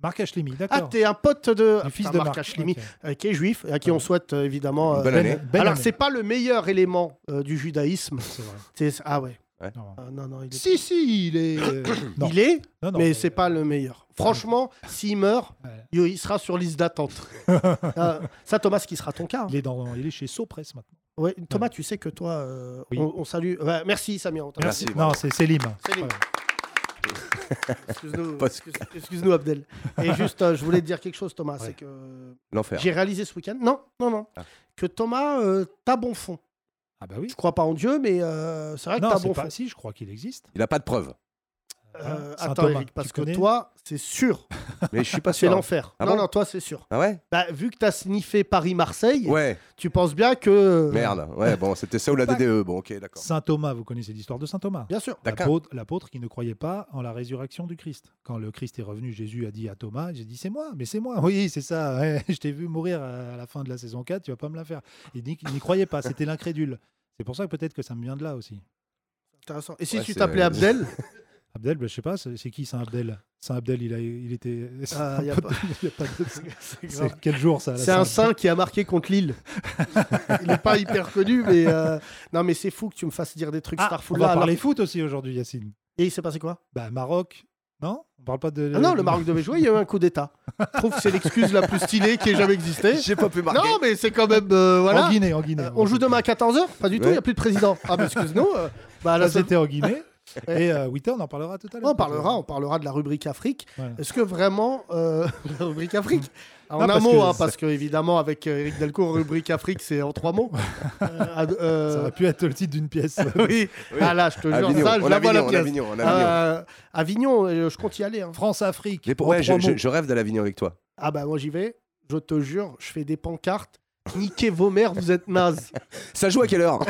Speaker 5: Marc Hachlemy,
Speaker 3: Ah,
Speaker 5: d'accord.
Speaker 3: t'es un pote de.
Speaker 5: Le fils
Speaker 3: Putain,
Speaker 5: de
Speaker 3: Marc
Speaker 5: Marc
Speaker 3: Hachlemy,
Speaker 5: Ok.
Speaker 3: euh, qui est juif, à qui on souhaite euh, évidemment. euh,
Speaker 4: Bonne année.
Speaker 5: Ben
Speaker 3: Alors,
Speaker 5: Hammel,
Speaker 3: c'est pas le meilleur élément euh, du judaïsme.
Speaker 5: c'est vrai.
Speaker 3: C'est- Ah ouais.
Speaker 5: Non,
Speaker 3: Ah, non, non, il est.
Speaker 5: Si, si, il est. non.
Speaker 3: Il est,
Speaker 5: Non, euh, non,
Speaker 3: mais c'est pas le meilleur. Franchement, s'il meurt,
Speaker 5: Ouais.
Speaker 3: yo, il sera sur liste d'attente. Euh, ça, Thomas, ce qui sera ton cas. hein.
Speaker 5: Il est, dans, il est chez Sopress maintenant.
Speaker 3: Ouais, Thomas, tu sais que toi, euh,
Speaker 5: Oui.
Speaker 3: on, on salue. Ouais, merci, Samir. on t'a-
Speaker 4: Merci.
Speaker 5: Non, c'est Selim.
Speaker 3: Selim.
Speaker 5: Ouais.
Speaker 3: Excuse-nous,
Speaker 4: Parce
Speaker 3: excuse- excuse-nous, Abdel. Et juste, euh, je voulais te dire quelque chose, Thomas.
Speaker 5: Ouais.
Speaker 3: C'est que
Speaker 4: L'enfer.
Speaker 3: j'ai réalisé ce week-end. Non, non, non.
Speaker 4: Ah.
Speaker 3: Que Thomas, euh, t'as bon fond.
Speaker 5: Ah bah oui.
Speaker 3: Je crois pas en Dieu, mais euh, c'est vrai que
Speaker 5: Non,
Speaker 3: t'as
Speaker 5: c'est
Speaker 3: bon
Speaker 5: pas.
Speaker 3: fond.
Speaker 5: Si, je crois qu'il existe.
Speaker 4: Il a pas de preuves.
Speaker 3: Euh,
Speaker 5: Hein, Saint
Speaker 3: attends,
Speaker 5: Thomas,
Speaker 3: Eric,
Speaker 5: tu
Speaker 3: parce que
Speaker 5: connais
Speaker 3: toi, c'est sûr.
Speaker 4: Mais je suis pas
Speaker 3: C'est
Speaker 4: sûr.
Speaker 3: l'enfer.
Speaker 4: Ah
Speaker 3: non,
Speaker 4: bon
Speaker 3: non, toi, c'est sûr.
Speaker 4: Ah ouais
Speaker 3: Bah, vu que t'as sniffé Paris-Marseille,
Speaker 4: Ouais,
Speaker 3: tu penses bien que. euh,
Speaker 4: merde. Ouais, bon, c'était ça ou la
Speaker 5: Pas-
Speaker 4: DDE. Bon, ok, d'accord.
Speaker 5: Saint Thomas, vous connaissez l'histoire de Saint Thomas
Speaker 3: Bien sûr.
Speaker 4: D'accord.
Speaker 5: L'apôtre, l'apôtre qui ne croyait pas en la résurrection du Christ. Quand le Christ est revenu, Jésus a dit à Thomas, j'ai dit c'est moi, mais c'est moi. Oui, c'est ça, ouais, je t'ai vu mourir à la fin de la saison 4, tu vas pas me la faire. Il dit qu'il n'y croyait pas, c'était l'incrédule. C'est pour ça que peut-être que ça me vient de là aussi.
Speaker 3: Intéressant. Et si
Speaker 4: Ouais,
Speaker 3: tu
Speaker 4: c'est-
Speaker 3: t'appelais Abdel,
Speaker 5: Abdel, ben, je sais pas, c'est c'est qui Saint Abdel Saint Abdel, il, a, il était...
Speaker 3: Ah, y a pas-
Speaker 5: Il y a pas de-
Speaker 3: c'est grave.
Speaker 5: c'est quel jour ça la
Speaker 3: C'est un
Speaker 5: Saint-
Speaker 3: saint qui a marqué contre Lille. Il n'est pas hyper connu, mais euh, non, mais c'est fou que tu me fasses dire des trucs
Speaker 5: Ah,
Speaker 3: Starful.
Speaker 5: on
Speaker 3: là,
Speaker 5: va
Speaker 3: alors-
Speaker 5: parler foot aussi aujourd'hui, Yacine.
Speaker 3: Et il s'est passé quoi
Speaker 5: Bah, Maroc, non On parle pas de...
Speaker 3: Ah non, le Maroc devait jouer, il y a eu un coup d'État. Je trouve que c'est l'excuse la plus stylée qui ait jamais existé.
Speaker 4: J'ai pas pu marquer.
Speaker 3: Non, mais c'est quand même. euh, voilà.
Speaker 5: En Guinée, en Guinée.
Speaker 3: Euh, on joue demain à 14h Pas du tout, il
Speaker 4: Ouais.
Speaker 3: n'y a plus de président. Ah, bah, excuse-nous. euh, bah,
Speaker 5: Là,
Speaker 3: la semaine-
Speaker 5: c'était en Guinée. Et euh, Witter, on en parlera tout à l'heure.
Speaker 3: on parlera, on parlera de la rubrique Afrique.
Speaker 5: Voilà.
Speaker 3: Est-ce que vraiment euh, la rubrique Afrique En
Speaker 5: Non,
Speaker 3: un
Speaker 5: parce
Speaker 3: mot,
Speaker 5: que-
Speaker 3: hein, parce que évidemment avec euh, Eric Delcourt, rubrique Afrique, c'est en trois mots. Euh, ad- euh,
Speaker 5: Ça aurait pu être le titre d'une pièce.
Speaker 3: oui.
Speaker 4: Oui.
Speaker 3: Ah là, je te jure,
Speaker 4: Avignon,
Speaker 3: ça, je
Speaker 4: on
Speaker 3: la vois la
Speaker 4: Avignon, on
Speaker 3: pièce.
Speaker 4: Avignon, on Avignon.
Speaker 3: Euh, Avignon, euh, je compte y aller. hein.
Speaker 5: France-Afrique.
Speaker 4: Mais pour-
Speaker 5: en
Speaker 4: ouais, je,
Speaker 5: trois
Speaker 4: je-
Speaker 5: mots.
Speaker 4: je rêve d'aller à l'Avignon avec toi.
Speaker 3: Ah bah moi j'y vais, je te jure, je fais des pancartes. Niquez vos mères, vous êtes nazes.
Speaker 4: Ça joue à quelle heure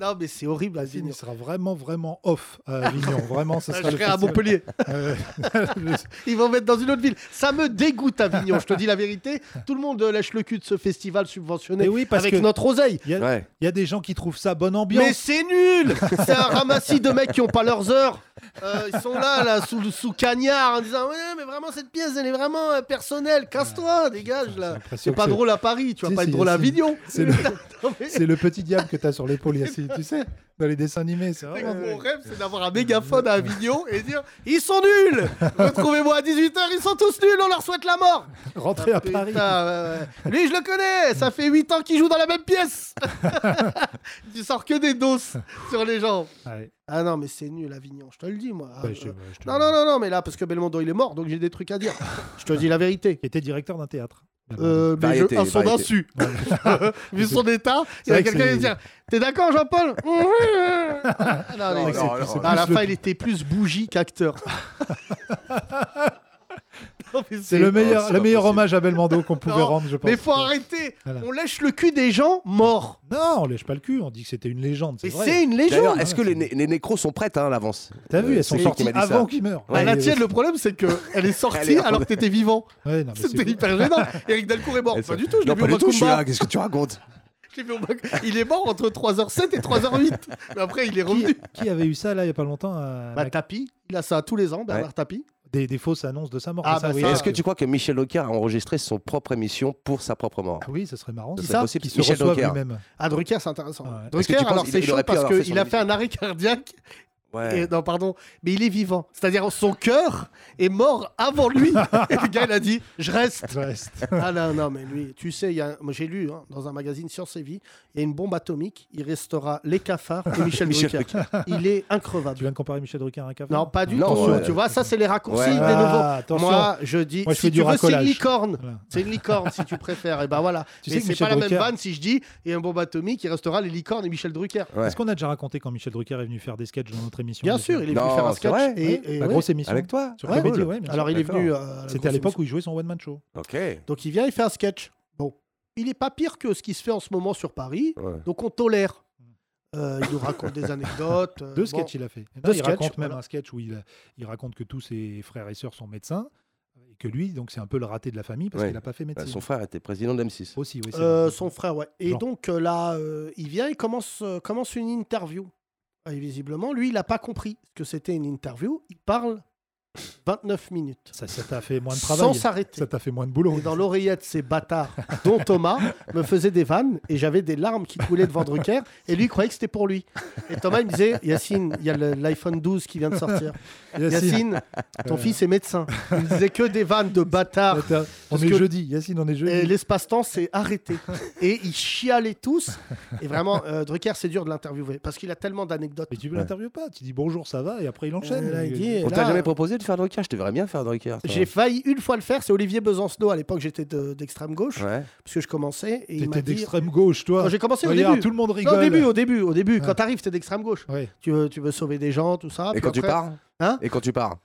Speaker 3: Non mais c'est horrible
Speaker 5: Yacine,
Speaker 3: Avignon.
Speaker 5: il sera vraiment, vraiment off à Avignon. Vraiment, ça
Speaker 3: Je
Speaker 5: sera le
Speaker 3: serai à
Speaker 5: festival.
Speaker 3: Montpellier.
Speaker 5: Euh,
Speaker 3: Ils vont mettre dans une autre ville. Ça me dégoûte Avignon, je te dis la vérité. Tout le monde euh, lèche le cul de ce festival subventionné
Speaker 5: Mais oui, parce
Speaker 3: avec
Speaker 5: que-
Speaker 3: notre oseille.
Speaker 5: Il y, a-
Speaker 4: Ouais.
Speaker 5: il y a des gens qui trouvent ça bonne
Speaker 3: Mais
Speaker 5: ambiance.
Speaker 3: c'est nul C'est un ramassis de mecs qui n'ont pas leurs heures. Euh, ils sont là, là, sous, sous cagnard, en disant Ouais, mais vraiment, cette pièce, elle est vraiment euh, personnelle. Casse-toi, dégage,
Speaker 5: J'ai
Speaker 3: là.
Speaker 5: l'impression
Speaker 3: C'est
Speaker 5: que
Speaker 3: pas
Speaker 5: c'est-
Speaker 3: drôle à Paris, tu vas
Speaker 5: Si,
Speaker 3: pas
Speaker 5: si,
Speaker 3: être drôle à
Speaker 5: si.
Speaker 3: Avignon.
Speaker 5: C'est le-
Speaker 3: Non, mais-
Speaker 5: C'est le petit diable que tu as sur l'épaule, Yacine. tu sais, dans les dessins animés, c'est vraiment.
Speaker 3: Mon rêve, c'est d'avoir un mégaphone à Avignon et dire Ils sont nuls Retrouvez-moi à 18h, ils sont tous nuls, on leur souhaite la mort
Speaker 5: Rentrer à Paris.
Speaker 3: Putain, ouais, ouais. Lui, je le connais Ça fait 8 ans qu'il joue dans la même pièce Tu sors que des doses sur les gens.
Speaker 5: Ouais.
Speaker 3: Ah non, mais c'est nul, Avignon, je te le dis, moi.
Speaker 5: Ouais, je-
Speaker 3: Euh,
Speaker 5: je te-
Speaker 3: Non, non, non, non, mais là, parce que Belmondo, il est mort, donc j'ai des trucs à dire. je te dis la vérité.
Speaker 5: Qui était directeur d'un théâtre.
Speaker 3: Euh, mais
Speaker 4: Variété,
Speaker 3: je- à son
Speaker 4: variété.
Speaker 3: insu. Vu son état, il
Speaker 5: C'est
Speaker 3: y a
Speaker 5: vrai
Speaker 3: quelqu'un
Speaker 5: que
Speaker 3: qui
Speaker 5: c'est-
Speaker 3: va dire T'es d'accord, Jean-Paul Ah, non,
Speaker 5: C'est
Speaker 3: mais-
Speaker 5: vrai que c'est-
Speaker 4: non,
Speaker 5: c'est
Speaker 4: non,
Speaker 5: plus
Speaker 3: À la
Speaker 5: le-
Speaker 3: fin, il était plus bougie qu'acteur. Non, mais
Speaker 5: C'est le
Speaker 4: Oh,
Speaker 5: meilleur,
Speaker 4: c'est
Speaker 5: le
Speaker 4: pas
Speaker 5: meilleur
Speaker 4: possible.
Speaker 5: hommage à Belmondo qu'on pouvait
Speaker 3: Non,
Speaker 5: rendre, je pense.
Speaker 3: Mais faut arrêter
Speaker 5: Voilà.
Speaker 3: On lèche le cul des gens morts
Speaker 5: Non, on lèche pas le cul, on dit que c'était une légende. C'est
Speaker 3: Et
Speaker 5: vrai.
Speaker 3: c'est une légende
Speaker 4: D'ailleurs, est-ce que les, né- les nécros sont prêtes hein, à l'avance
Speaker 5: T'as vu,
Speaker 4: Euh,
Speaker 5: elles sont
Speaker 4: c'est qui
Speaker 5: sorties
Speaker 4: m'a dit ça
Speaker 5: avant qu'il meure.
Speaker 3: Ah, la
Speaker 5: Ouais,
Speaker 3: tienne, le problème, c'est qu'elle est
Speaker 4: Elle
Speaker 3: sortie
Speaker 4: est-
Speaker 3: alors que t'étais vivant.
Speaker 5: ouais, non, mais c'est-
Speaker 3: C'était hyper gênant. Eric Delcourt est mort.
Speaker 4: Elles
Speaker 3: Pas
Speaker 4: sont-
Speaker 3: du tout, je l'ai
Speaker 4: Non,
Speaker 3: vu
Speaker 4: pas
Speaker 3: au
Speaker 4: du tout, je suis
Speaker 3: Macumba.
Speaker 4: là, qu'est-ce que tu racontes
Speaker 3: Je l'ai vu au Mac- Il est mort entre 3h07 et 3h08. Mais après, il est revenu.
Speaker 5: qui, qui avait eu ça là il y a pas longtemps à-
Speaker 3: Bah, Tapi, il a ça tous les ans, Bernard
Speaker 4: Ouais.
Speaker 3: Tapi.
Speaker 5: des, des fausses annonces de sa mort.
Speaker 3: Ah,
Speaker 5: c'est ça,
Speaker 3: bah,
Speaker 5: oui,
Speaker 3: ça,
Speaker 4: Est-ce que tu crois que Michel Aucard a enregistré son propre émission pour sa propre mort
Speaker 5: Ah oui, ce serait marrant.
Speaker 4: Ce
Speaker 5: c'est
Speaker 4: serait
Speaker 5: ça
Speaker 4: possible.
Speaker 5: Qui se
Speaker 4: Michel
Speaker 5: reçoit
Speaker 4: Drucker.
Speaker 5: lui-même.
Speaker 3: Ah, Drucker, c'est intéressant.
Speaker 5: Ouais.
Speaker 3: Drucker,
Speaker 4: Est-ce que tu penses
Speaker 3: alors
Speaker 4: qu'il-
Speaker 3: c'est
Speaker 4: il
Speaker 3: chaud
Speaker 4: aurait pu
Speaker 3: parce
Speaker 4: avoir fait son
Speaker 3: qu'il a fait
Speaker 4: émission
Speaker 3: un arrêt cardiaque.
Speaker 4: Ouais.
Speaker 3: Et- non, pardon, mais il est vivant. C'est-à-dire, son cœur est mort avant lui. et le gars, il a dit Je reste.
Speaker 5: Je reste.
Speaker 3: Ah non, non, mais lui, tu sais, il y a un- moi, j'ai lu hein, dans un magazine Science et Vie, il y a une bombe atomique, il restera les cafards et Michel,
Speaker 4: Michel
Speaker 3: Drucker. Il est increvable.
Speaker 5: Tu viens de comparer Michel Drucker à un café
Speaker 3: Non, pas du tout.
Speaker 4: Non, ouais.
Speaker 3: Tu vois, ça, c'est les raccourcis
Speaker 4: Ouais.
Speaker 3: des nouveaux.
Speaker 5: ah, Attention.
Speaker 3: Moi, je dis,
Speaker 5: Moi, je
Speaker 3: si
Speaker 5: fais
Speaker 3: tu
Speaker 5: du
Speaker 3: veux, c'est
Speaker 5: racolage.
Speaker 3: une licorne.
Speaker 5: Voilà.
Speaker 3: C'est une licorne, si tu préfères. Et ben voilà.
Speaker 5: Tu
Speaker 3: mais
Speaker 5: sais que
Speaker 3: c'est pas
Speaker 5: Michel
Speaker 3: la
Speaker 5: Drucker-
Speaker 3: même vanne si je dis, et un bombe atomique, il restera les licornes et Michel Drucker.
Speaker 4: Ouais.
Speaker 5: Est-ce qu'on a déjà raconté quand Michel Drucker est venu faire des sketchs dans notre émission
Speaker 3: Bien
Speaker 5: on a
Speaker 3: sûr,
Speaker 5: fait-
Speaker 3: il est venu
Speaker 4: Non,
Speaker 3: faire un
Speaker 4: c'est
Speaker 3: sketch.
Speaker 4: vrai.
Speaker 3: et- et-
Speaker 5: la
Speaker 3: ouais.
Speaker 5: grosse émission.
Speaker 4: Avec toi
Speaker 5: Sur
Speaker 4: Ouais.
Speaker 5: Comédie,
Speaker 4: Cool.
Speaker 5: ouais, bien sûr.
Speaker 3: Alors, il est
Speaker 4: D'accord.
Speaker 3: venu. euh, à la
Speaker 5: C'était à
Speaker 3: grosse
Speaker 5: l'époque où il jouait son one-man show.
Speaker 4: Ok. Ouais.
Speaker 3: Donc il vient, il fait un sketch. Bon, il n'est pas pire que ce qui se fait en ce moment sur Paris, donc on tolère. Euh, il nous raconte des anecdotes. euh,
Speaker 5: Deux
Speaker 3: bon.
Speaker 5: sketchs il a fait. Non,
Speaker 3: Deux
Speaker 5: Eh il
Speaker 3: sketchs,
Speaker 5: raconte même
Speaker 3: voilà.
Speaker 5: un sketch où il, il raconte que tous ses frères et sœurs sont médecins et que lui, donc c'est un peu le raté de la famille parce
Speaker 4: Ouais.
Speaker 5: qu'il n'a pas fait
Speaker 4: Bah,
Speaker 5: médecine.
Speaker 4: son frère était président de M6.
Speaker 5: Aussi, oui, c'est
Speaker 3: Euh,
Speaker 5: vrai.
Speaker 3: son frère, ouais. Et
Speaker 5: Jean.
Speaker 3: donc euh, là, euh, il vient, il commence, euh, commence une interview. Et visiblement, lui, il n'a pas compris ce que c'était une interview. Il parle 29 minutes.
Speaker 5: Ça ça t'a fait moins de
Speaker 3: Sans
Speaker 5: travail.
Speaker 3: s'arrêter.
Speaker 5: Ça t'a fait moins de boulot.
Speaker 3: Et dans l'oreillette, ces bâtards, dont Thomas, me faisaient des vannes et j'avais des larmes qui coulaient devant Drucker et lui il croyait que c'était pour lui. Et Thomas, il me disait Yacine, il y a le- l'iPhone 12 qui vient de sortir.
Speaker 5: Yacine,
Speaker 3: Yacine, ton
Speaker 5: Euh.
Speaker 3: fils est médecin. Il disait que des vannes de bâtard.
Speaker 5: attends, on
Speaker 3: parce
Speaker 5: est
Speaker 3: que-
Speaker 5: jeudi. Yacine, on est
Speaker 3: Et
Speaker 5: jeudi.
Speaker 3: Euh, l'espace-temps s'est arrêté. Et ils chialaient tous. Et vraiment, euh, Drucker, c'est dur de l'interviewer parce qu'il a tellement d'anecdotes.
Speaker 5: Mais tu ne l'interviews pas. Tu dis bonjour, ça va, et après il enchaîne.
Speaker 3: Euh, là, il dit,
Speaker 5: Et
Speaker 3: et
Speaker 4: On
Speaker 3: là,
Speaker 4: t'a jamais proposé de faire Drucker Je te verrais bien faire Drucker. toi.
Speaker 3: J'ai failli une fois le faire. C'est Olivier Besancenot à l'époque, j'étais de- d'extrême gauche
Speaker 4: Ouais.
Speaker 3: parce que je commençais. Et il m'a
Speaker 5: T'étais
Speaker 3: dit.
Speaker 5: d'extrême gauche, toi.
Speaker 3: Quand j'ai commencé au
Speaker 5: Regarde,
Speaker 3: début.
Speaker 5: tout le monde
Speaker 3: Non,
Speaker 5: rigole.
Speaker 3: au début, au début, au début,
Speaker 5: Ouais.
Speaker 3: quand t'arrives, t'es d'extrême gauche.
Speaker 5: Ouais.
Speaker 3: Tu veux, tu veux sauver des gens, tout ça.
Speaker 4: Et
Speaker 3: puis
Speaker 4: quand tu
Speaker 3: après-
Speaker 4: pars
Speaker 3: Hein
Speaker 4: Et quand tu pars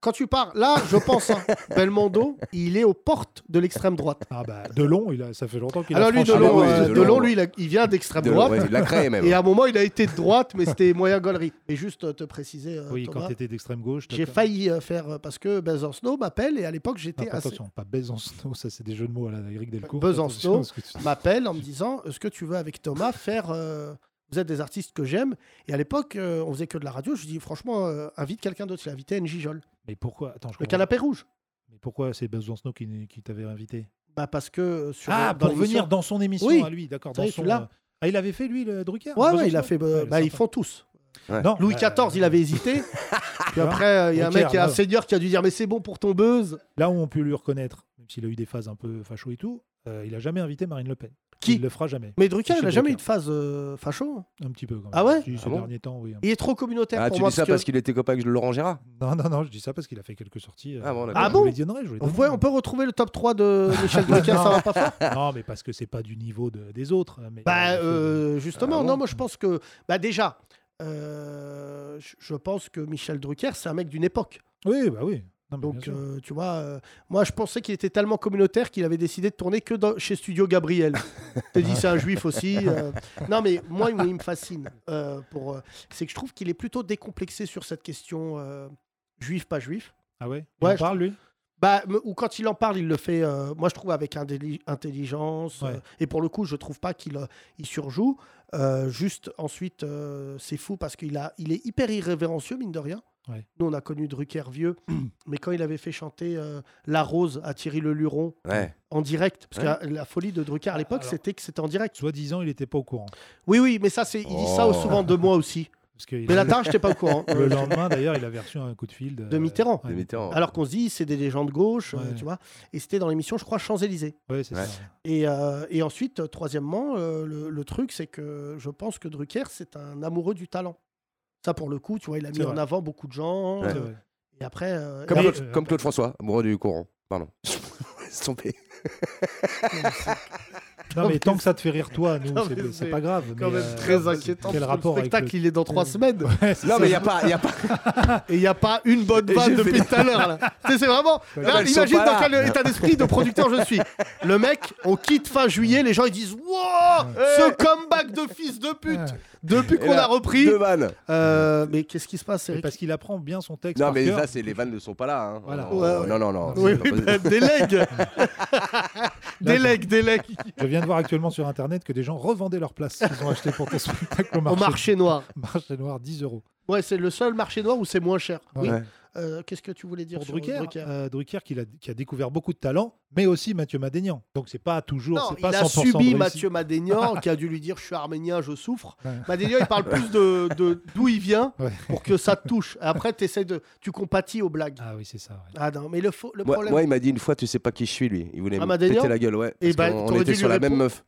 Speaker 3: Quand tu pars, là, je pense, hein, Belmondo, il est aux portes de l'extrême droite.
Speaker 5: Ah bah, Delon, il a, ça fait longtemps qu'il a
Speaker 3: Alors lui,
Speaker 5: franchi
Speaker 4: ah
Speaker 3: Delon,
Speaker 4: bah oui,
Speaker 3: euh,
Speaker 4: Delon,
Speaker 3: Delon,
Speaker 4: ouais.
Speaker 3: lui, il, a- il vient d'extrême
Speaker 4: De-
Speaker 3: droite.
Speaker 4: ouais, Il l'a créé même.
Speaker 3: Ah, Et à un moment, il a été de droite, mais c'était moyen gaulerie. Et juste euh, te préciser, euh,
Speaker 5: Oui,
Speaker 3: Thomas,
Speaker 5: quand t'étais d'extrême gauche.
Speaker 3: j'ai
Speaker 5: t'as-
Speaker 3: failli euh, faire euh, parce que Besancenot m'appelle et à l'époque,
Speaker 5: Ah,
Speaker 3: j'étais assez...
Speaker 5: attention, pas Besancenot, ça c'est des jeux de mots à la Eric Delcourt.
Speaker 3: Besancenot.
Speaker 5: Attention, parce que tu-
Speaker 3: m'appelle en me disant, est-ce que tu veux avec Thomas faire... euh, Vous êtes des artistes que j'aime. Et à l'époque, euh, on faisait que de la radio. Je dis, franchement, euh, invite quelqu'un d'autre. Il a invité NJ Jol.
Speaker 5: Mais pourquoi Attends, je
Speaker 3: Le
Speaker 5: comprends
Speaker 3: canapé rouge.
Speaker 5: pas. Mais pourquoi c'est Besancenot qui, n'est- qui t'avait invité
Speaker 3: Bah parce que euh, sur
Speaker 5: Ah,
Speaker 3: dans
Speaker 5: pour
Speaker 3: l'émission-
Speaker 5: venir dans son émission
Speaker 3: Oui.
Speaker 5: à lui, d'accord.
Speaker 3: Ça
Speaker 5: Dans
Speaker 3: y est, tu
Speaker 5: son.
Speaker 3: l'as.
Speaker 5: euh, Ah, il avait fait lui le Drucker.
Speaker 3: Ouais,
Speaker 5: Besancenot
Speaker 3: ouais, il a fait. bah,
Speaker 5: Ouais, il euh, est
Speaker 3: bah, ils
Speaker 5: sympa.
Speaker 3: font tous.
Speaker 5: Non, Ah,
Speaker 3: Louis
Speaker 5: bah, Hein
Speaker 3: XIV, il avait hésité. Puis après, euh, il y a un
Speaker 5: Drucker, bah,
Speaker 3: mec, il y a un
Speaker 5: ouais.
Speaker 3: seigneur qui a dû dire, mais c'est bon pour ton buzz.
Speaker 5: Là où on peut lui reconnaître, même s'il a eu des phases un peu facho et tout, euh, il a jamais invité Marine Le Pen.
Speaker 3: Qui
Speaker 5: Il le fera jamais.
Speaker 3: Mais Drucker, il
Speaker 5: Michel
Speaker 3: a jamais
Speaker 5: Drucker.
Speaker 3: eu de phase euh, facho. hein.
Speaker 5: Un petit peu quand même.
Speaker 3: Ah ouais
Speaker 5: Si, ces
Speaker 4: Ah bon
Speaker 5: derniers temps, oui. un
Speaker 3: Il est trop communautaire
Speaker 4: Ah,
Speaker 3: pour
Speaker 4: tu
Speaker 3: moi.
Speaker 4: dis ça
Speaker 3: parce que-
Speaker 4: parce qu'il était copain avec Laurent Gérard
Speaker 5: Non, non, non, je dis ça parce qu'il a fait quelques sorties. euh,
Speaker 4: Ah bon,
Speaker 5: je
Speaker 4: d'accord.
Speaker 3: Ah bon
Speaker 5: vous les donnerai, je vous les
Speaker 3: On,
Speaker 5: donnerai.
Speaker 3: voit- on peut retrouver le top 3 de Michel Drucker, ça va pas faire
Speaker 5: Non, mais parce que c'est pas du niveau de- des autres. Mais
Speaker 3: Bah,
Speaker 5: il fait-
Speaker 3: euh, justement,
Speaker 4: Ah bon
Speaker 3: non, moi je pense que. Bah, déjà, euh, je- je pense que Michel Drucker, c'est un mec d'une époque.
Speaker 5: Oui, bah oui. Non, mais bien
Speaker 3: Donc,
Speaker 5: sûr.
Speaker 3: euh, tu vois, euh, moi je pensais qu'il était tellement communautaire qu'il avait décidé de tourner que dans- chez Studio Gabriel. T'as dit, c'est un juif aussi. euh. Non, mais moi, il, il me fascine. euh, pour, euh, c'est que je trouve qu'il est plutôt décomplexé sur cette question euh, juif, pas juif.
Speaker 5: Ah ouais Il
Speaker 3: Ouais,
Speaker 5: en
Speaker 3: je-
Speaker 5: parle, lui
Speaker 3: Bah, me- ou quand il en parle, il le fait, euh, moi je trouve, avec indéli- intelligence. euh,
Speaker 5: Ouais.
Speaker 3: et pour le coup, je trouve pas qu'il euh, il surjoue. Euh, juste ensuite, euh, c'est fou parce qu'il a, il est hyper irrévérencieux, mine de rien.
Speaker 5: Ouais.
Speaker 3: Nous, on a connu Drucker vieux, mais quand il avait fait chanter euh, La Rose à Thierry Le Luron
Speaker 4: Ouais.
Speaker 3: en direct, parce que
Speaker 4: Ouais.
Speaker 3: la, la folie de Drucker à l'époque,
Speaker 5: Ah, Alors-
Speaker 3: c'était que c'était en direct.
Speaker 5: Soi-disant, il n'était pas au courant.
Speaker 3: Oui, oui, mais ça, c'est, il dit ça
Speaker 4: Oh.
Speaker 3: souvent de moi aussi.
Speaker 5: Parce que il
Speaker 3: Mais
Speaker 5: avait-
Speaker 3: Latin, j'étais pas au courant.
Speaker 5: le lendemain, d'ailleurs, il avait reçu un coup de fil de,
Speaker 3: De Mitterrand.
Speaker 5: Ouais,
Speaker 4: De Mitterrand.
Speaker 3: Alors qu'on se dit, c'est des légendes gauche, euh,
Speaker 5: Ouais.
Speaker 3: tu vois. Et c'était dans l'émission, je crois, Champs-Élysées.
Speaker 5: Ouais, c'est
Speaker 4: Ouais.
Speaker 5: ça.
Speaker 3: Et, euh, et ensuite, euh, troisièmement, euh, le, le truc, c'est que je pense que Drucker, c'est un amoureux du talent. Ça, pour le coup, tu vois, il a
Speaker 5: C'est
Speaker 3: mis en
Speaker 5: vrai.
Speaker 3: avant beaucoup de gens.
Speaker 5: C'est
Speaker 3: euh,
Speaker 5: vrai.
Speaker 3: Et après, euh,
Speaker 4: Comme,
Speaker 5: Mais-
Speaker 4: Claude, comme Claude François, amoureux du courant. Pardon. Laisse tomber.
Speaker 5: Non, mais tant que ça te fait rire, toi, nous,
Speaker 3: Non, mais
Speaker 5: c'est-
Speaker 3: c'est
Speaker 5: c'est pas grave.
Speaker 3: quand
Speaker 5: mais,
Speaker 3: même
Speaker 5: euh,
Speaker 3: très inquiétant.
Speaker 5: Quel rapport
Speaker 3: le
Speaker 5: avec
Speaker 3: spectacle, il est dans trois semaines.
Speaker 5: le- Ouais, c'est
Speaker 4: Non,
Speaker 5: ça.
Speaker 4: mais il n'y a pas. y a pas-
Speaker 3: Et il n'y a pas une bonne
Speaker 4: Et
Speaker 3: vanne
Speaker 4: j'ai fait-
Speaker 3: depuis tout à l'heure. là. Tu sais, C'est vraiment.
Speaker 5: Ouais,
Speaker 3: Là,
Speaker 4: elles sont
Speaker 3: imagine
Speaker 4: pas
Speaker 3: dans
Speaker 4: là.
Speaker 3: quel état d'esprit de producteur je suis. Le mec, on quitte fin juillet, les gens ils disent Wow, ce comeback de fils de pute
Speaker 5: Ouais.
Speaker 3: Depuis
Speaker 4: Et
Speaker 3: qu'on
Speaker 4: là,
Speaker 3: a repris.
Speaker 4: Deux vannes.
Speaker 3: Euh, mais qu'est-ce qui se passe,
Speaker 5: Mais
Speaker 3: Eric
Speaker 5: Parce qu'il apprend bien son texte.
Speaker 4: Non,
Speaker 5: par
Speaker 4: mais
Speaker 5: cœur.
Speaker 4: là, c'est les vannes ne sont pas là. hein.
Speaker 5: Voilà.
Speaker 4: Oh,
Speaker 3: Ouais, ouais.
Speaker 4: Non, non, non.
Speaker 3: Oui,
Speaker 4: c'est
Speaker 3: oui,
Speaker 4: pas
Speaker 3: bah,
Speaker 4: possible.
Speaker 3: délègue Délègue, délègue
Speaker 5: Je viens de voir actuellement sur Internet que des gens revendaient leurs places qu'ils ont achetées pour ton spectacle au
Speaker 3: Au
Speaker 5: marché,
Speaker 3: marché noir.
Speaker 5: marché noir, 10 euros.
Speaker 3: Ouais, c'est le seul marché noir où c'est moins cher. Oui.
Speaker 4: Ouais.
Speaker 3: Euh, qu'est-ce que tu voulais dire
Speaker 5: Pour
Speaker 3: sur
Speaker 5: Drucker, euh, Drucker qui, a, qui a découvert beaucoup de talents, mais aussi Mathieu Madénian. Donc c'est pas toujours,
Speaker 3: Non,
Speaker 5: c'est
Speaker 3: il
Speaker 5: pas
Speaker 3: a
Speaker 5: 100% de
Speaker 3: subi
Speaker 5: réussite.
Speaker 3: Mathieu Madénian qui a dû lui dire je suis arménien, je souffre.
Speaker 5: Ouais.
Speaker 3: Madénian, il parle plus de de- d'où il vient
Speaker 5: Ouais.
Speaker 3: pour que ça te touche. Après, t'essayes de, tu compatis aux blagues.
Speaker 5: Ah oui, c'est ça. ouais.
Speaker 3: Ah non, mais le, faux- le
Speaker 4: Moi,
Speaker 3: problème.
Speaker 4: moi, il m'a dit une fois, tu sais pas qui je suis, lui. Il voulait
Speaker 3: Ah,
Speaker 4: me
Speaker 3: Madénian
Speaker 4: péter la gueule, ouais.
Speaker 3: Eh
Speaker 4: parce
Speaker 5: bah,
Speaker 3: ben,
Speaker 4: qu'on- on
Speaker 3: t'aurais
Speaker 4: était
Speaker 3: dû
Speaker 4: sur
Speaker 3: lui
Speaker 4: la même
Speaker 3: répondre.
Speaker 4: meuf.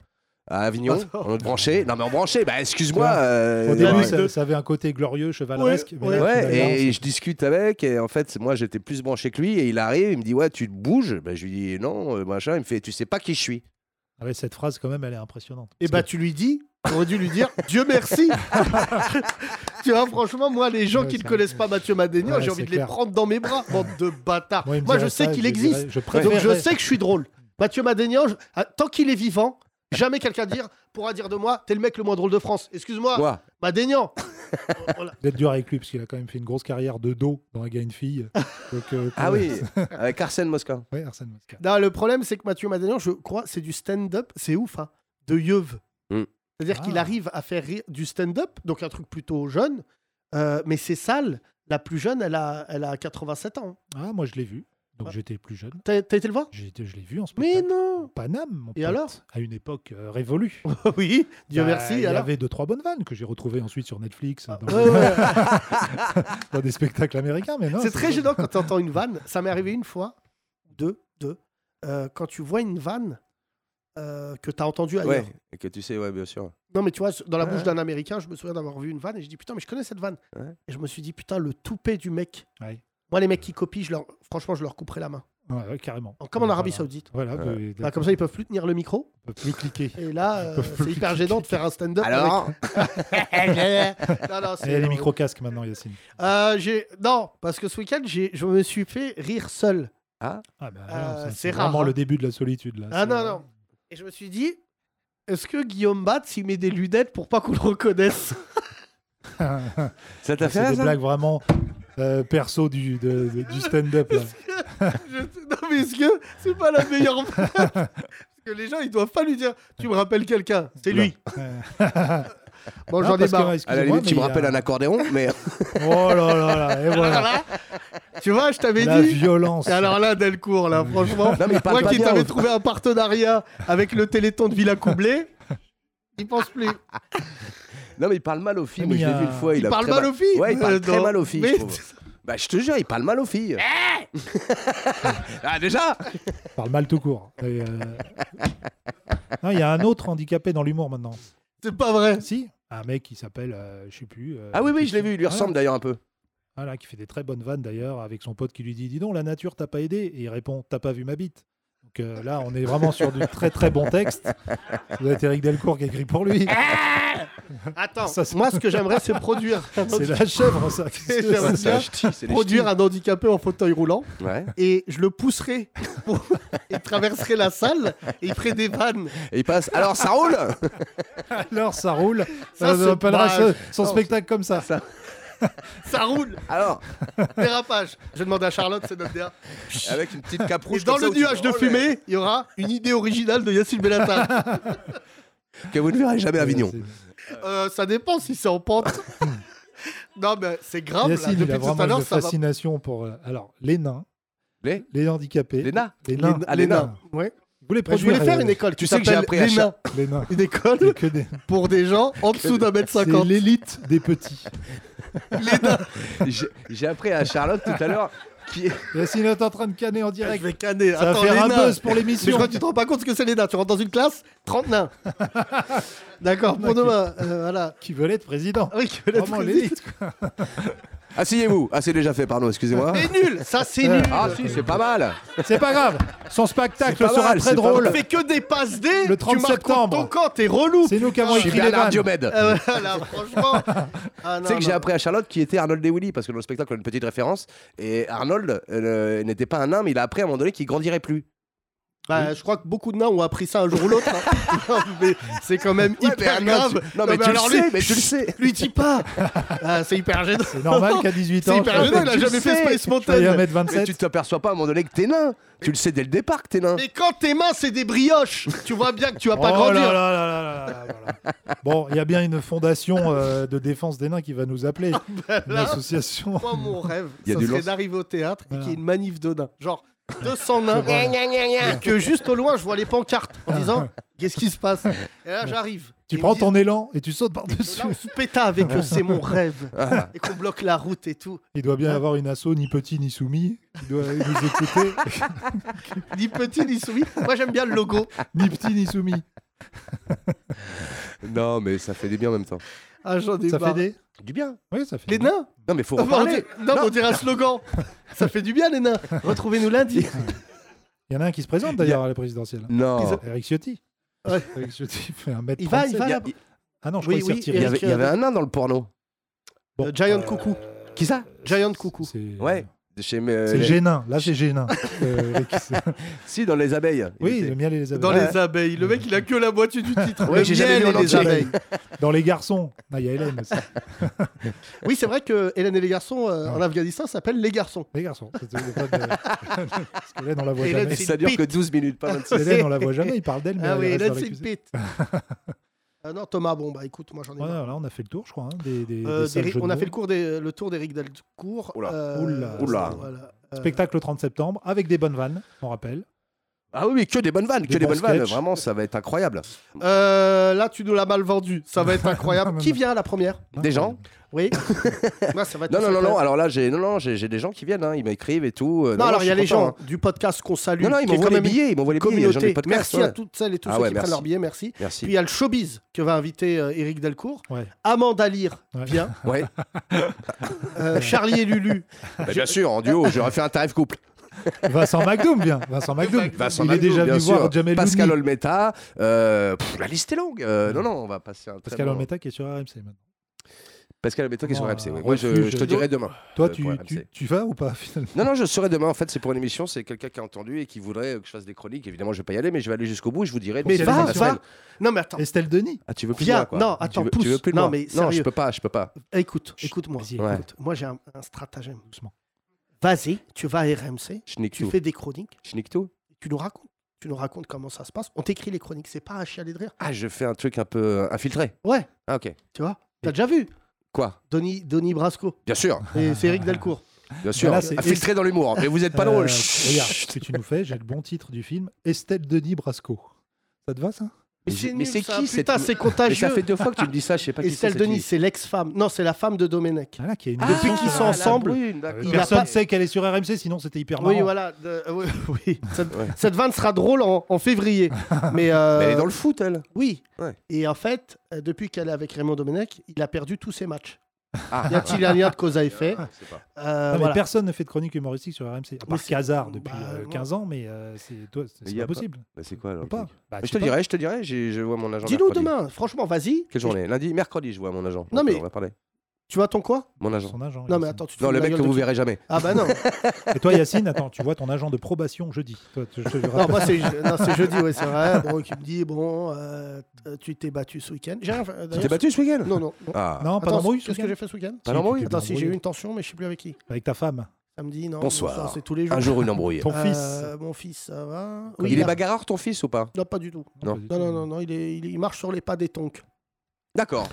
Speaker 4: À Avignon,
Speaker 3: Ah, non.
Speaker 4: on est branché. Non, mais on branchait. Bah, excuse-moi.
Speaker 5: Ouais.
Speaker 4: euh,
Speaker 5: Au début,
Speaker 4: ouais.
Speaker 5: ça, ça avait un côté glorieux, chevaleresque.
Speaker 3: Ouais,
Speaker 5: mais
Speaker 3: ouais.
Speaker 5: là,
Speaker 4: Ouais,
Speaker 5: finalement,
Speaker 4: et je discute avec, et en fait, c'est- moi j'étais plus branché que lui, et il arrive, il me dit Ouais, tu te bouges Ben, Je lui dis Non, euh, machin, il me fait Tu sais pas qui je suis.
Speaker 5: Ah ouais, cette phrase, quand même, elle est impressionnante.
Speaker 3: Et bah,
Speaker 5: Parce que-
Speaker 3: tu lui dis, t'aurais dû lui dire Dieu merci. tu vois, franchement, moi, les gens
Speaker 5: Ouais,
Speaker 3: qui ne
Speaker 5: c'est-
Speaker 3: connaissent pas Mathieu Madénian,
Speaker 5: Ouais,
Speaker 3: j'ai
Speaker 5: c'est
Speaker 3: envie de
Speaker 5: clair.
Speaker 3: les prendre dans mes bras, bande de bâtards.
Speaker 5: il me
Speaker 3: moi, je
Speaker 5: dirait
Speaker 3: sais
Speaker 5: ça,
Speaker 3: qu'il
Speaker 5: je dirais-
Speaker 3: existe.
Speaker 5: Je
Speaker 3: Donc je
Speaker 5: préférerais-
Speaker 3: sais que je suis drôle. Mathieu Madénian, je- ah, tant qu'il est vivant, jamais quelqu'un dire, pourra dire de moi, t'es le mec le moins drôle de France.
Speaker 5: Ah.
Speaker 3: Excuse-moi,
Speaker 4: Moi,
Speaker 3: Madénian. Voilà.
Speaker 5: d'être dur avec lui, parce qu'il a quand même fait une grosse carrière de dos dans La une fille. Donc, euh,
Speaker 4: Ah
Speaker 5: pour-
Speaker 4: oui, avec Arsène Mosca.
Speaker 5: Ouais, Arsène Mosca.
Speaker 3: Non, le problème, c'est que Mathieu Madénian, je crois, c'est du stand-up, c'est ouf, hein, de Yeuve.
Speaker 4: Mm.
Speaker 3: C'est-à-dire
Speaker 5: Ah.
Speaker 3: qu'il arrive à faire rire du stand-up, donc un truc plutôt jeune, euh, mais c'est sale. La plus jeune, elle a, elle a 87 ans.
Speaker 5: Ah, moi, je l'ai vu. Donc
Speaker 3: Ouais.
Speaker 5: j'étais plus jeune.
Speaker 3: T'as t'as été le voir
Speaker 5: J'ai été- je l'ai vu en
Speaker 3: Mais
Speaker 5: spectacle.
Speaker 3: non
Speaker 5: Paname, mon
Speaker 3: Et
Speaker 5: pote,
Speaker 3: alors
Speaker 5: À une époque euh, révolue.
Speaker 3: Oui, Dieu
Speaker 5: Bah,
Speaker 3: merci.
Speaker 5: Il y
Speaker 3: alors. Ah.
Speaker 5: avait deux, trois bonnes vannes que j'ai retrouvées ensuite sur Netflix, dans,
Speaker 3: Ouais, ouais, ouais.
Speaker 5: dans des spectacles américains. Mais non,
Speaker 3: C'est très
Speaker 5: pas-
Speaker 3: gênant quand t'entends une vanne. Ça m'est arrivé une fois, deux, deux. Euh, quand tu vois une vanne euh, que t'as entendue ailleurs.
Speaker 4: Ouais, et que tu sais, ouais, bien sûr.
Speaker 3: Non, mais tu vois, dans la bouche
Speaker 4: Ouais.
Speaker 3: d'un Américain, je me souviens d'avoir vu une vanne et je dis putain, mais je connais cette vanne.
Speaker 4: Ouais.
Speaker 3: Et je me suis dit putain, le toupet du mec.
Speaker 5: Ouais.
Speaker 3: Moi, les mecs qui copient, je leur... franchement, je leur couperai la main. Hein,
Speaker 5: Ouais, ouais, carrément.
Speaker 3: Comme en
Speaker 5: Voilà.
Speaker 3: Arabie Saoudite.
Speaker 5: Voilà,
Speaker 4: Ouais.
Speaker 5: de- de-
Speaker 3: Bah, comme ça, ils peuvent plus tenir le micro.
Speaker 5: on peut plus cliquer.
Speaker 3: Et là,
Speaker 5: Ils
Speaker 3: euh,
Speaker 5: peuvent
Speaker 3: c'est
Speaker 5: plus Eh,
Speaker 3: hyper gênant de faire un stand-up.
Speaker 4: Alors
Speaker 3: avec- non, non,
Speaker 5: Il
Speaker 3: c'est-
Speaker 5: y a les micro-casques maintenant, Yacine.
Speaker 3: Euh, j'ai- non, parce que ce week-end, j'ai- je me suis fait rire seul.
Speaker 5: Ah,
Speaker 3: Euh,
Speaker 5: bah, non, ça,
Speaker 3: c'est
Speaker 5: c'est
Speaker 3: rare,
Speaker 5: vraiment
Speaker 3: hein.
Speaker 5: le début de la solitude. Là.
Speaker 3: Ah
Speaker 5: C'est-
Speaker 3: non, non. Et je me suis dit, est-ce que Guillaume Batz, il met des lunettes pour pas qu'on le reconnaisse
Speaker 4: Ça t'a
Speaker 5: Ah, C'est
Speaker 4: fait
Speaker 5: des
Speaker 4: rire, ça
Speaker 5: blagues vraiment euh, perso du, de- de- du stand-up. là.
Speaker 3: Je- Non, mais est-ce que c'est pas la meilleure blague Parce que les gens, ils doivent pas lui dire, tu me rappelles quelqu'un, c'est lui.
Speaker 5: Ouais.
Speaker 3: Bon,
Speaker 5: Ah,
Speaker 3: j'en ai
Speaker 5: parce que,
Speaker 3: marre.
Speaker 4: À la
Speaker 5: excusez-moi,
Speaker 4: limite,
Speaker 5: mais
Speaker 4: tu
Speaker 5: il
Speaker 4: me
Speaker 5: y a-
Speaker 4: rappelles un accordéon, mais
Speaker 5: Oh là là là, et voilà.
Speaker 3: Tu vois, je t'avais
Speaker 5: La
Speaker 3: dit.
Speaker 5: violence.
Speaker 3: Et alors là, Delcourt, là, franchement,
Speaker 4: Non, mais il parle
Speaker 3: moi
Speaker 4: pas
Speaker 3: qui
Speaker 4: bien,
Speaker 3: t'avais
Speaker 4: au-
Speaker 3: trouvé un partenariat avec le Téléthon de Villa Coublé, il pense plus.
Speaker 4: non, mais il parle mal aux filles. Moi,
Speaker 5: Mais
Speaker 4: je l'ai
Speaker 5: il y a-
Speaker 4: vu une fois. Ah, Il,
Speaker 3: Il
Speaker 4: a
Speaker 3: parle
Speaker 4: très
Speaker 3: mal aux filles
Speaker 4: Ouais, il parle
Speaker 3: Euh,
Speaker 4: très
Speaker 3: non.
Speaker 4: mal aux filles.
Speaker 3: Mais-
Speaker 4: je trouve. Bah, je te jure, il parle mal aux filles.
Speaker 3: Eh
Speaker 4: ah, déjà
Speaker 5: Parle mal tout court. Et, euh, non, il y a un autre handicapé dans l'humour maintenant.
Speaker 3: C'est pas vrai.
Speaker 5: Si, un mec qui s'appelle, euh, je sais plus. euh,
Speaker 4: Ah oui, oui,
Speaker 5: qui-
Speaker 4: je l'ai vu. Il lui
Speaker 5: Voilà.
Speaker 4: ressemble d'ailleurs un peu.
Speaker 5: Voilà, Ah qui fait des très bonnes vannes d'ailleurs, avec son pote qui lui dit Dis donc, la nature t'a pas aidé Et il répond T'as pas vu ma bite Donc euh, là, on est vraiment sur du très très bon texte. Ça doit être Eric Delcourt qui a écrit pour lui.
Speaker 3: Ah, Attends,
Speaker 5: Ça, c'est-
Speaker 3: moi, ce que j'aimerais, c'est produire.
Speaker 5: C'est la chèvre, ça. Qu'est-ce que
Speaker 3: J'aimerais
Speaker 5: c'est
Speaker 3: bien
Speaker 4: C'est les
Speaker 3: produire un handicapé en fauteuil roulant
Speaker 4: ch'tis. Ouais.
Speaker 3: et je le pousserai. pour- il traverserait la salle et il ferait des vannes.
Speaker 4: Et il passe. Alors, ça roule
Speaker 5: Alors, ça roule.
Speaker 3: Ça,
Speaker 5: Ça,
Speaker 3: c'est
Speaker 5: ça appellera
Speaker 3: pas-
Speaker 5: son- son
Speaker 3: non,
Speaker 5: spectacle comme ça.
Speaker 3: Ça roule,
Speaker 4: Alors,
Speaker 3: dérapage. Je demande à Charlotte, c'est notre DA.
Speaker 4: avec une petite cape
Speaker 3: Et
Speaker 4: rouge.
Speaker 3: dans
Speaker 4: comme ça
Speaker 3: le
Speaker 4: où tu
Speaker 3: nuage de
Speaker 4: roules,
Speaker 3: fumée, il y aura une idée originale de Yacine Bellatar.
Speaker 4: euh, Que vous ne verrez jamais à Avignon.
Speaker 5: C'est-
Speaker 3: Euh, ça dépend si c'est en pente. Non, mais c'est grave. là,
Speaker 5: Yacine, il
Speaker 3: depuis
Speaker 5: a
Speaker 3: tout
Speaker 5: vraiment
Speaker 3: à l'heure,
Speaker 5: une
Speaker 3: ça va.
Speaker 5: fascination pour. euh, Alors, les nains,
Speaker 4: Les
Speaker 5: les handicapés,
Speaker 4: Les nains
Speaker 5: les nains.
Speaker 4: Ah, les nains.
Speaker 3: Ouais.
Speaker 5: Vous voulez
Speaker 3: Moi, je voulais
Speaker 5: produire,
Speaker 3: faire
Speaker 5: euh,
Speaker 3: une école.
Speaker 4: Tu
Speaker 3: qui
Speaker 4: sais que j'ai
Speaker 3: s'appelle
Speaker 4: appris à
Speaker 3: les
Speaker 4: cha-
Speaker 3: nains.
Speaker 5: Les nains.
Speaker 3: Une école
Speaker 5: C'est que des-
Speaker 3: pour des gens en dessous d'un mètre
Speaker 5: c'est
Speaker 3: cinquante.
Speaker 5: l'élite des petits.
Speaker 4: J'ai- J'ai appris à Charlotte tout à l'heure qui
Speaker 5: Yacine est en train de canner en
Speaker 3: Je
Speaker 5: direct.
Speaker 3: vais canner.
Speaker 5: Ça va
Speaker 3: Attends,
Speaker 5: faire
Speaker 3: les
Speaker 5: un
Speaker 3: nains.
Speaker 5: buzz pour
Speaker 3: Mais je
Speaker 5: l'émission.
Speaker 3: crois que tu te rends pas compte ce que c'est les nains. Tu rentres dans une classe, 30 nains. D'accord, pour
Speaker 5: Ok.
Speaker 3: demain. euh, voilà.
Speaker 5: Qui veulent être président.
Speaker 3: Oui, que la
Speaker 5: Vraiment
Speaker 3: tristesse.
Speaker 5: l'élite. quoi.
Speaker 4: Asseyez-vous. Ah, c'est déjà fait, pardon, excusez-moi.
Speaker 3: C'est nul, ça c'est nul.
Speaker 4: Ah, si, c'est pas mal.
Speaker 5: C'est pas grave. Son spectacle
Speaker 4: C'est pas
Speaker 5: sera
Speaker 4: mal,
Speaker 5: très
Speaker 4: c'est pas
Speaker 5: drôle.
Speaker 3: On fait que des passes dés.
Speaker 5: Le 30
Speaker 3: tu marques
Speaker 5: septembre.
Speaker 3: Ton camp, t'es relou.
Speaker 5: C'est nous qui avons
Speaker 4: Je suis
Speaker 5: écrit les
Speaker 4: Bernard
Speaker 5: vannes.
Speaker 4: Diomède.
Speaker 3: Euh, voilà, franchement. Ah,
Speaker 4: Tu
Speaker 3: non,
Speaker 4: sais que j'ai
Speaker 3: non.
Speaker 4: appris à Charlotte qui était Arnold et Willy parce que dans le spectacle on a une petite référence et Arnold euh, n'était pas un nain mais il a appris à un moment donné qu'il grandirait plus.
Speaker 3: Bah, Je crois que beaucoup de nains ont appris ça un jour ou l'autre. hein. Non, mais c'est quand même hyper grave.
Speaker 4: Non mais, tu
Speaker 3: alors
Speaker 4: le
Speaker 3: lui-
Speaker 4: sais, mais tu le sais.
Speaker 3: Lui dis pas. Ah, c'est hyper gênant.
Speaker 5: C'est normal qu'à 18 ans.
Speaker 3: C'est hyper
Speaker 5: tu
Speaker 3: gênant. Il
Speaker 5: sois-
Speaker 3: a jamais fait
Speaker 4: sais.
Speaker 3: Space
Speaker 5: tu sois
Speaker 3: Mountain.
Speaker 5: 1m27.
Speaker 4: Mais tu t'aperçois pas à un moment donné que t'es nain. Tu le sais dès le départ que t'es nain.
Speaker 3: Mais quand tes mains c'est des brioches, tu vois bien que tu vas pas
Speaker 5: Oh
Speaker 3: grandir.
Speaker 5: là là là là là là là là. Bon, il y a bien une fondation euh, de défense des nains qui va nous appeler. Une
Speaker 3: là.
Speaker 5: association.
Speaker 3: Moi, mon rêve,
Speaker 4: Il y a
Speaker 3: ça
Speaker 4: du
Speaker 3: serait
Speaker 4: lance.
Speaker 3: d'arriver au théâtre et
Speaker 5: Voilà.
Speaker 3: qu'il y ait une manif de nains. Genre 200 nains.
Speaker 5: C'est
Speaker 3: Et que juste au loin, je vois les pancartes en disant Qu'est-ce qui se passe Et là, j'arrive.
Speaker 5: Ah. Tu
Speaker 3: Ils
Speaker 5: prends
Speaker 3: me
Speaker 5: ton élan et tu sautes
Speaker 3: disent,
Speaker 5: par-dessus.
Speaker 3: Là, on se péta avec eux, c'est mon rêve.
Speaker 4: Ah.
Speaker 3: Et qu'on bloque la route et tout.
Speaker 5: Il doit bien y avoir une asso ni petit ni soumis qui doit nous écouter.
Speaker 3: Ni petit, ni soumis. Moi, j'aime bien le logo.
Speaker 5: ni petit ni soumis.
Speaker 4: Non mais ça fait du bien en même temps.
Speaker 3: Ah, j'en ai
Speaker 5: Ça fait
Speaker 3: marre.
Speaker 5: des
Speaker 4: Du bien.
Speaker 5: Oui, ça fait
Speaker 3: Les
Speaker 5: des.
Speaker 3: nains
Speaker 4: Non mais faut
Speaker 3: non,
Speaker 4: en
Speaker 3: mais on
Speaker 4: parler.
Speaker 3: dirait- non, mais on dirait un slogan. Ça fait du bien, les nains. Retrouvez-nous lundi.
Speaker 5: Il y en a un qui se présente d'ailleurs à la présidentielle. Oh,
Speaker 4: Non.
Speaker 5: Eric Ciotti.
Speaker 3: Ouais.
Speaker 5: Eric Ciotti fait un mètre.
Speaker 3: Il va, il va.
Speaker 4: Il y, a-
Speaker 3: là-bas.
Speaker 5: Ah non, je
Speaker 3: Oui,
Speaker 5: crois qu'il s'est
Speaker 3: oui,
Speaker 5: retiré.
Speaker 4: il y avait,
Speaker 3: Eric,
Speaker 4: il y avait
Speaker 3: euh,
Speaker 4: un nain dans le porno.
Speaker 5: Bon,
Speaker 3: Giant Coucou.
Speaker 4: Qui ça
Speaker 3: Giant Coucou.
Speaker 5: C'est-
Speaker 4: Ouais. Chez mes- euh,
Speaker 5: C'est
Speaker 4: les-
Speaker 5: Génin. Là, c'est Génin. Euh, Eric, c'est-
Speaker 4: Si dans les abeilles. Il
Speaker 5: oui,
Speaker 4: était-
Speaker 5: le miel et les abeilles.
Speaker 3: Dans
Speaker 5: Ouais.
Speaker 3: les abeilles. Le mec, il a que la moitié du titre.
Speaker 4: Ouais,
Speaker 3: Le
Speaker 4: j'ai jamais
Speaker 3: miel
Speaker 4: lu en
Speaker 3: et les
Speaker 4: entier.
Speaker 3: abeilles.
Speaker 5: Dans les garçons. Ah, il y a Hélène aussi.
Speaker 3: Oui, c'est vrai que Hélène et les garçons euh, en Afghanistan s'appellent les garçons.
Speaker 5: Les garçons. C'était le pote de- Parce que Hélène, on la voit
Speaker 3: Hélène,
Speaker 5: jamais.
Speaker 4: Et ça dure que 12 minutes, pas 26.
Speaker 5: Hélène, on la voit jamais. Il parle d'elle, mais
Speaker 3: Ah
Speaker 5: elle
Speaker 3: oui,
Speaker 5: reste
Speaker 3: Hélène,
Speaker 5: dans la
Speaker 3: c'est une
Speaker 5: cuisine.
Speaker 3: pite. Ah non, Thomas, bon, bah écoute, moi j'en ai
Speaker 5: Ouais,
Speaker 3: marre.
Speaker 5: là, on a fait le tour, je crois. hein, des, des-
Speaker 3: Euh,
Speaker 5: des salles
Speaker 3: d'Éric-
Speaker 5: jeux de
Speaker 3: on a
Speaker 5: mots.
Speaker 3: fait le, cours des- le tour d'Éric Delcourt.
Speaker 4: Oula.
Speaker 3: Euh,
Speaker 5: Oula.
Speaker 4: Oula.
Speaker 3: voilà. Euh,
Speaker 5: Spectacle le 30 septembre avec des bonnes vannes, on rappelle.
Speaker 4: Ah oui, oui, que des bonnes vannes,
Speaker 5: Des
Speaker 4: que des
Speaker 5: bons
Speaker 4: bonnes vannes.
Speaker 5: sketchs.
Speaker 4: Vraiment, ça va être incroyable.
Speaker 3: euh, là, tu nous l'as mal vendu. Ça va être incroyable.
Speaker 5: Non,
Speaker 3: Qui
Speaker 5: non.
Speaker 3: vient à la première
Speaker 4: Des gens
Speaker 3: Oui. Moi, ça va être
Speaker 4: Non, non, non,
Speaker 3: surprise.
Speaker 4: non. Alors là, j'ai non, non, j'ai j'ai des gens qui viennent. hein, Ils m'écrivent et tout. Euh,
Speaker 3: Non, alors
Speaker 4: je
Speaker 3: il y a
Speaker 4: suis
Speaker 3: les
Speaker 4: content,
Speaker 3: gens
Speaker 4: hein.
Speaker 3: du podcast qu'on salue.
Speaker 4: Non, non, ils
Speaker 3: qui est
Speaker 4: m'envoient
Speaker 3: quand
Speaker 4: les
Speaker 3: même une
Speaker 4: billets. Ils m'envoient les billets. les gens
Speaker 3: communauté.
Speaker 4: du podcast,
Speaker 3: merci
Speaker 4: ouais.
Speaker 3: à toutes celles et tous
Speaker 4: Ah
Speaker 3: ceux
Speaker 4: ouais,
Speaker 3: qui
Speaker 4: merci.
Speaker 3: prennent leur billet, merci. Puis il
Speaker 4: Merci.
Speaker 3: y a le showbiz que va inviter euh, Éric Delcourt.
Speaker 5: Ouais.
Speaker 3: Amanda Lear
Speaker 5: Ouais.
Speaker 3: vient.
Speaker 4: Ouais.
Speaker 3: Euh, Charlie et Lulu.
Speaker 4: Bah, bien sûr, en duo, j'aurais fait un tarif couple.
Speaker 5: Vincent McDoom, bien. Vincent McDoom.
Speaker 4: Vincent
Speaker 5: il
Speaker 4: Malou,
Speaker 5: est déjà
Speaker 4: bien
Speaker 5: venu
Speaker 4: sûr.
Speaker 5: voir Jamel
Speaker 4: Pascal
Speaker 5: Loudny.
Speaker 4: Olmeta. euh, pff, la liste est longue. Euh, non, non, on va passer un. très
Speaker 5: Pascal
Speaker 4: bon-
Speaker 5: Olmeta qui est sur RMC maintenant.
Speaker 4: Pascal Olmeta qui est sur
Speaker 5: Bon,
Speaker 4: RMC. oui.
Speaker 5: euh,
Speaker 4: Moi, je,
Speaker 5: refuge.
Speaker 4: je te dirai demain.
Speaker 5: Toi,
Speaker 4: Euh,
Speaker 5: tu,
Speaker 4: pour RMC.
Speaker 5: tu, tu vas ou pas finalement
Speaker 4: Non, non, je serai demain. En fait, c'est pour une émission. C'est quelqu'un qui a entendu et qui voudrait euh, que je fasse des chroniques. Évidemment, je vais pas y aller, mais je vais aller jusqu'au bout. et Je vous dirai.
Speaker 3: Mais
Speaker 4: Donc,
Speaker 3: va,
Speaker 4: la
Speaker 5: c'est
Speaker 3: va.
Speaker 4: semaine-
Speaker 3: Non, mais attends.
Speaker 5: Estelle Denis
Speaker 4: Ah, tu veux plus de
Speaker 3: Viens.
Speaker 4: moi, quoi.
Speaker 3: Non, attends,
Speaker 4: tu veux,
Speaker 3: pousse.
Speaker 4: Tu veux plus de
Speaker 3: Non,
Speaker 4: moi.
Speaker 3: mais
Speaker 4: non, je
Speaker 3: sérieux.
Speaker 4: peux pas. Je peux pas.
Speaker 3: Écoute, écoute-moi.
Speaker 5: vas-y,
Speaker 4: Ouais.
Speaker 3: Écoute, moi, j'ai un, un stratagème.
Speaker 5: doucement.
Speaker 3: Vas-y, tu vas à RMC,
Speaker 4: Je nique
Speaker 3: tu
Speaker 4: tout.
Speaker 3: fais des chroniques,
Speaker 4: Je nique tout.
Speaker 3: tu nous racontes. Tu nous racontes comment ça se passe. On t'écrit les chroniques, c'est pas à chialer de rire.
Speaker 4: Ah, je fais un truc un peu euh, infiltré.
Speaker 3: Ouais,
Speaker 4: Ah, ok.
Speaker 3: tu vois. T'as déjà vu
Speaker 4: Quoi
Speaker 3: Donny, Donny Brasco
Speaker 4: Bien sûr,
Speaker 3: et c'est Eric Delcourt.
Speaker 4: bien sûr.
Speaker 5: là, c'est-
Speaker 4: infiltré dans l'humour. Mais vous êtes pas
Speaker 5: Euh,
Speaker 4: drôle. Chut.
Speaker 5: Regarde ce que tu nous fais, j'ai le bon titre du film Estelle Denis Brasco. Ça te va ça
Speaker 3: Mais
Speaker 4: Mais
Speaker 3: c'est
Speaker 4: mais
Speaker 3: nul,
Speaker 4: c'est
Speaker 3: ça.
Speaker 4: qui cette-
Speaker 3: Putain, c'est
Speaker 4: Mais
Speaker 3: contagieux.
Speaker 4: ça fait deux fois que tu me dis ça. Je sais pas qui c'est.
Speaker 3: Estelle
Speaker 4: cette
Speaker 3: Denis,
Speaker 4: fille.
Speaker 3: c'est l'ex-femme. Non, c'est la femme de Domenech.
Speaker 5: Voilà, qui est une
Speaker 4: Ah,
Speaker 5: version
Speaker 3: Depuis qu'ils
Speaker 5: qui-
Speaker 3: sont
Speaker 4: la
Speaker 3: ensemble,
Speaker 4: brune, d'accord.
Speaker 3: il a
Speaker 5: Personne
Speaker 3: pas-
Speaker 5: ne sait qu'elle est sur RMC, sinon c'était hyper marrant.
Speaker 3: Oui, voilà. de- euh, oui, oui. Cette,
Speaker 4: Ouais.
Speaker 3: cette vanne sera drôle en, en février. Mais, euh,
Speaker 4: Mais elle est dans le foot, elle.
Speaker 3: Oui.
Speaker 4: Ouais.
Speaker 3: Et en fait, euh, depuis qu'elle est avec Raymond Domenech, il a perdu tous ses matchs.
Speaker 4: Ah,
Speaker 3: Y a-t-il un lien de cause à effet
Speaker 4: Je sais pas.
Speaker 3: Euh,
Speaker 5: Non, mais
Speaker 3: voilà.
Speaker 5: Personne ne fait de chronique humoristique sur RMC, à
Speaker 3: Mais
Speaker 5: part
Speaker 3: c'est-
Speaker 5: Kazar depuis
Speaker 3: bah,
Speaker 5: euh,
Speaker 3: non.
Speaker 5: 15 ans, mais euh, c'est toi, c'est-
Speaker 4: Mais
Speaker 5: c'est
Speaker 4: y a
Speaker 5: pas
Speaker 4: pas-
Speaker 5: possible.
Speaker 4: Bah, c'est quoi alors
Speaker 5: Ou
Speaker 4: le
Speaker 5: pas
Speaker 4: truc
Speaker 5: Bah,
Speaker 4: Mais
Speaker 5: sais
Speaker 4: Je te
Speaker 5: pas.
Speaker 4: dirai, je te dirai. j'ai- Je vois mon agent.
Speaker 3: Dis-nous
Speaker 4: mercredi.
Speaker 3: demain, franchement, vas-y.
Speaker 4: Quelle journée Lundi, mercredi, je vois mon agent.
Speaker 3: Non,
Speaker 4: Donc,
Speaker 3: mais-
Speaker 4: On va parler.
Speaker 3: Tu vois ton quoi
Speaker 4: Mon agent.
Speaker 5: Son agent.
Speaker 3: Non, mais
Speaker 5: Yacine.
Speaker 3: attends, tu te
Speaker 4: Non,
Speaker 3: fous
Speaker 4: le
Speaker 3: de la
Speaker 4: mec que
Speaker 3: gueule de
Speaker 4: vous
Speaker 3: qui
Speaker 4: verrez jamais.
Speaker 3: Ah bah non.
Speaker 5: Et toi, Yacine, attends, tu vois ton agent de probation jeudi. Toi, tu- je te le
Speaker 3: non,
Speaker 5: rappelle.
Speaker 3: moi c'est non, c'est jeudi, ouais, c'est vrai. Bon, qui me dit, bon, euh, t- tu t'es battu ce week-end. J'ai rien fait. euh,
Speaker 4: Tu
Speaker 3: d'ailleurs,
Speaker 4: t'es battu ce week-end
Speaker 3: Non, non. non.
Speaker 4: Ah.
Speaker 5: Non, pas
Speaker 3: Attends,
Speaker 5: d'embrouille ce
Speaker 3: Qu'est-ce que
Speaker 5: week-end
Speaker 3: j'ai fait ce week-end
Speaker 4: Pas
Speaker 5: Si,
Speaker 4: d'embrouille
Speaker 5: tu t'es
Speaker 3: Attends, si j'ai eu
Speaker 5: embrouillé
Speaker 3: une tension, mais je sais plus avec qui.
Speaker 5: Avec ta femme,
Speaker 3: Ça me dit, non.
Speaker 4: Bonsoir.
Speaker 3: C'est tous les jours.
Speaker 4: Un jour, une embrouille.
Speaker 5: ton
Speaker 3: Euh,
Speaker 5: fils.
Speaker 3: Mon fils, ça va.
Speaker 5: Comme
Speaker 3: Oui,
Speaker 4: Il est
Speaker 3: là-
Speaker 4: bagarreur, ton fils, ou pas
Speaker 3: Non, pas du tout.
Speaker 4: non.
Speaker 5: pas
Speaker 3: Non,
Speaker 5: du tout.
Speaker 3: non, non, non, il, est, il, il marche sur les pas des tonks.
Speaker 4: D'accord.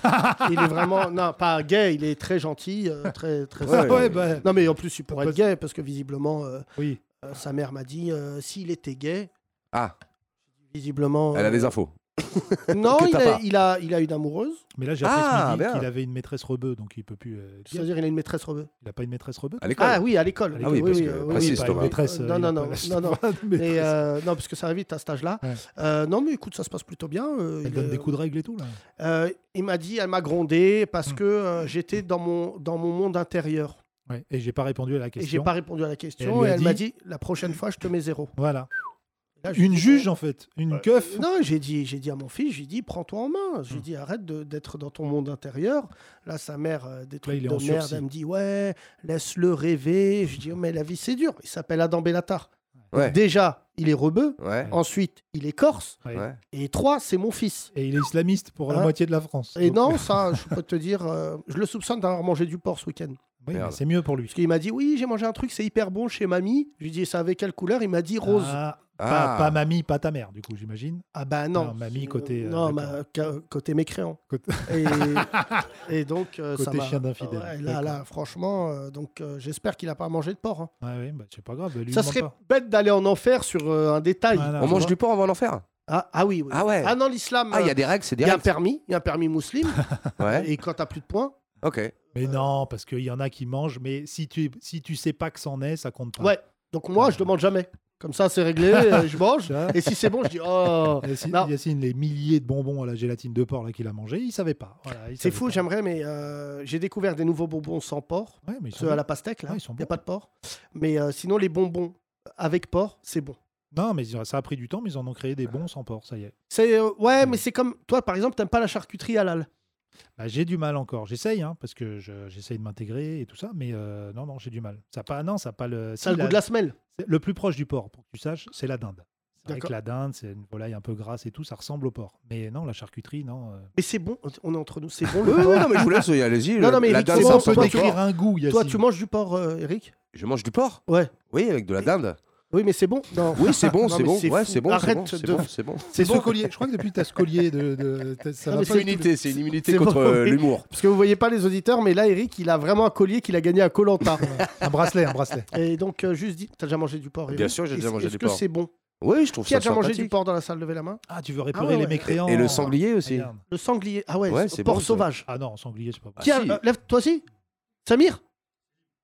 Speaker 3: Il est vraiment. Non, pas gay, il est très gentil, euh, très. très
Speaker 4: Ouais,
Speaker 5: ouais, bah,
Speaker 3: Non, mais en plus, il pourrait être gay parce que visiblement, euh,
Speaker 5: oui.
Speaker 3: euh, sa mère m'a dit euh, s'il était gay,
Speaker 4: Ah,
Speaker 3: visiblement.
Speaker 4: elle a
Speaker 3: euh,
Speaker 4: des infos.
Speaker 3: Non,
Speaker 4: que
Speaker 3: il
Speaker 4: t'as
Speaker 3: a,
Speaker 4: pas.
Speaker 3: il, a, il a une amoureuse,
Speaker 5: Mais là, j'ai appris
Speaker 4: Ah,
Speaker 5: ce midi
Speaker 4: bien.
Speaker 5: qu'il avait une maîtresse rebeu, donc il peut plus. euh, dire.
Speaker 3: c'est-à-dire il a une maîtresse rebeu.
Speaker 5: Il n'a pas une maîtresse rebeu.
Speaker 4: À l'école.
Speaker 3: Ah oui, à l'école.
Speaker 5: Ah oui,
Speaker 4: parce que-
Speaker 3: euh,
Speaker 5: Oui,
Speaker 4: précise,
Speaker 5: pas une
Speaker 4: Thomas.
Speaker 5: maîtresse.
Speaker 3: Euh,
Speaker 5: euh,
Speaker 3: non,
Speaker 5: il a
Speaker 3: non,
Speaker 5: pas
Speaker 3: non,
Speaker 5: la-
Speaker 3: non, non.
Speaker 5: pas de
Speaker 3: Et,
Speaker 5: maîtresse.
Speaker 3: euh, non, parce que ça va vite à cet âge-là.
Speaker 5: Ouais.
Speaker 3: Euh, non, mais écoute, ça se passe plutôt bien. euh,
Speaker 5: Elle
Speaker 3: il
Speaker 5: donne
Speaker 3: est-
Speaker 5: des coups de règle et tout, là.
Speaker 3: Euh, il m'a dit, elle m'a grondé parce
Speaker 5: Mm.
Speaker 3: que euh, j'étais dans mon, dans mon monde intérieur.
Speaker 5: Ouais. Et j'ai pas répondu à la
Speaker 3: Et j'ai
Speaker 5: question.
Speaker 3: pas répondu à la
Speaker 5: Et elle
Speaker 3: question.
Speaker 5: lui
Speaker 3: Et
Speaker 5: a
Speaker 3: elle m'a
Speaker 5: dit-
Speaker 3: dit, la prochaine fois, je te mets zéro.
Speaker 5: Voilà.
Speaker 3: Là, j'ai
Speaker 5: Une
Speaker 3: dit,
Speaker 5: juge, en fait. Une keuf.
Speaker 3: Non, j'ai dit, j'ai dit à mon fils, j'ai dit, prends-toi en main. J'ai
Speaker 5: Mm.
Speaker 3: dit, arrête de- d'être dans ton monde intérieur. Là, sa mère, euh, des trucs
Speaker 5: il est
Speaker 3: de
Speaker 5: en
Speaker 3: merde,
Speaker 5: sursis.
Speaker 3: elle me dit, ouais, laisse-le rêver. Je dis, oh, mais la vie, c'est dur. Il s'appelle Adam Bellatar.
Speaker 4: Ouais.
Speaker 3: Déjà, il est rebeu.
Speaker 4: Ouais.
Speaker 3: Ensuite, il est corse.
Speaker 5: Ouais.
Speaker 4: Ouais.
Speaker 3: Et trois, c'est mon fils.
Speaker 5: Et il est islamiste pour la
Speaker 3: Hein
Speaker 5: moitié de la France.
Speaker 3: Et
Speaker 5: Donc,
Speaker 3: non, ça, je peux te dire, euh, je le soupçonne d'avoir mangé du porc ce week-end.
Speaker 5: oui, mais
Speaker 4: Merde.
Speaker 5: c'est mieux pour lui.
Speaker 3: Parce qu'il m'a dit, oui, j'ai mangé un truc, c'est hyper bon chez mamie. Je lui dis, ça avait quelle couleur Il m'a dit rose. Ah,
Speaker 5: Ah,
Speaker 4: Ah.
Speaker 5: Pas, pas mamie, pas ta mère, du coup, j'imagine.
Speaker 3: bah non.
Speaker 5: non, mamie, côté, euh,
Speaker 3: non,
Speaker 5: d'accord.
Speaker 3: ma- ca- côté mécréant.
Speaker 5: Côté-
Speaker 3: Et, et donc, euh, ça
Speaker 5: Côté
Speaker 3: m'a-
Speaker 5: chien d'infidèle.
Speaker 3: Ouais, là, là, franchement, euh, donc euh, j'espère qu'il n'a pas mangé de porc. hein.
Speaker 5: Ouais, ouais, bah, c'est pas grave. Lui,
Speaker 3: Ça
Speaker 5: il ment
Speaker 3: serait
Speaker 5: pas.
Speaker 3: bête d'aller en enfer sur euh, un détail.
Speaker 5: Voilà.
Speaker 4: On
Speaker 5: tu
Speaker 4: mange
Speaker 5: vois.
Speaker 4: du porc avant l'enfer
Speaker 3: Ah, ah oui, oui.
Speaker 4: Ah ouais.
Speaker 3: Ah non, l'islam,
Speaker 4: Ah, il y
Speaker 3: euh,
Speaker 4: a des règles, c'est
Speaker 3: il y a un
Speaker 4: direct.
Speaker 3: permis, il y a un permis musulman.
Speaker 4: Ouais.
Speaker 3: et quand t'as plus de points,
Speaker 4: Ok.
Speaker 5: Mais non, parce qu'il y en a qui mangent, mais si tu, si tu sais pas que c'en est, ça compte pas.
Speaker 3: ouais. Donc moi, je demande jamais. Comme ça, c'est réglé, euh, je mange.
Speaker 5: Tu vois
Speaker 3: Et si c'est bon, je dis oh.
Speaker 5: Yacine,
Speaker 3: Non.
Speaker 5: Yacine, les milliers de bonbons à la gélatine de porc là, qu'il a mangé, il savait pas. Voilà, il
Speaker 3: C'est
Speaker 5: savait
Speaker 3: fou,
Speaker 5: pas.
Speaker 3: j'aimerais, mais euh, j'ai découvert des nouveaux bonbons sans porc,
Speaker 5: Ouais, mais ils sont
Speaker 3: ceux à
Speaker 5: bons.
Speaker 3: la pastèque là.
Speaker 5: Ouais,
Speaker 3: Il
Speaker 5: ils sont
Speaker 3: y a
Speaker 5: bons.
Speaker 3: pas de porc. Mais euh, sinon, les bonbons avec porc, c'est bon.
Speaker 5: Non, mais ils- ça a pris du temps, mais ils en ont créé des bons sans porc, ça y est.
Speaker 3: C'est euh, ouais,
Speaker 5: Ouais.
Speaker 3: mais c'est comme toi, par exemple, t'aimes pas la charcuterie halal.
Speaker 5: Bah, j'ai du mal encore. J'essaye, hein, parce que je- j'essaye de m'intégrer et tout ça, mais euh, non, non, j'ai du mal. Ça a pas, non, ça a pas le.
Speaker 3: Ça
Speaker 5: si,
Speaker 3: a le
Speaker 5: la-
Speaker 3: goût de la semelle.
Speaker 5: c'est- Le plus proche du porc, pour que tu saches, c'est la dinde. C'est vrai
Speaker 3: D'accord.
Speaker 5: que la dinde, c'est une volaille un peu grasse et tout, ça ressemble au porc. Mais non, la charcuterie, non. euh.
Speaker 3: Mais c'est bon, on est entre nous, c'est bon
Speaker 4: Oui,
Speaker 3: le
Speaker 4: oui,
Speaker 3: porc.
Speaker 4: non, mais je vous laisse, allez-y.
Speaker 3: Non, non, mais
Speaker 4: La
Speaker 3: Eric,
Speaker 4: dinde,
Speaker 3: comment
Speaker 4: ça
Speaker 5: Comment on
Speaker 4: ressemble
Speaker 5: peut
Speaker 4: au
Speaker 5: décrire
Speaker 4: porc.
Speaker 5: un goût, Yacine
Speaker 3: Toi, tu manges du porc, euh, Eric
Speaker 4: Je mange du porc
Speaker 3: Ouais.
Speaker 4: Oui, avec de la dinde.
Speaker 3: Oui, mais c'est bon. Non.
Speaker 4: Oui, c'est bon,
Speaker 3: Non,
Speaker 4: c'est
Speaker 3: mais
Speaker 4: bon.
Speaker 3: c'est
Speaker 4: Ouais,
Speaker 3: fou.
Speaker 4: c'est bon. c'est
Speaker 3: Arrête
Speaker 4: bon, c'est
Speaker 3: de-
Speaker 4: bon, C'est bon.
Speaker 5: C'est ce collier. Je crois que depuis, tu as ce collier de. de- t'as- ça
Speaker 3: Non,
Speaker 5: va
Speaker 3: mais
Speaker 5: pas
Speaker 4: C'est
Speaker 5: du
Speaker 4: une
Speaker 5: tout.
Speaker 4: unité, c'est une immunité
Speaker 3: C'est bon,
Speaker 4: contre euh,
Speaker 3: oui.
Speaker 4: l'humour.
Speaker 3: Parce que vous voyez pas les auditeurs, mais là, Eric, il a vraiment un collier qu'il a gagné à Colanta.
Speaker 5: Un bracelet, un bracelet.
Speaker 3: Et donc, euh, juste dit, t'as déjà mangé du porc Eric
Speaker 4: Bien sûr, j'ai
Speaker 3: Est-ce-
Speaker 4: déjà mangé du
Speaker 3: Est-ce que
Speaker 4: porc.
Speaker 3: c'est bon
Speaker 4: Oui, je trouve
Speaker 3: Qui a
Speaker 4: ça
Speaker 3: déjà mangé
Speaker 4: sympathique.
Speaker 3: du Ah, porc dans la salle Levez la main
Speaker 5: Ah, tu veux réparer
Speaker 3: ouais,
Speaker 5: les
Speaker 3: ouais.
Speaker 5: mécréants.
Speaker 4: Et le sanglier aussi.
Speaker 5: Regarde.
Speaker 3: Le sanglier. Ah ouais,
Speaker 4: Ouais,
Speaker 3: c'est
Speaker 4: c'est
Speaker 3: porc
Speaker 4: bon, ça.
Speaker 3: sauvage.
Speaker 5: Ah non, sanglier, c'est pas
Speaker 4: Ah,
Speaker 3: Qui a-
Speaker 4: si.
Speaker 3: euh, Lève toi aussi Samir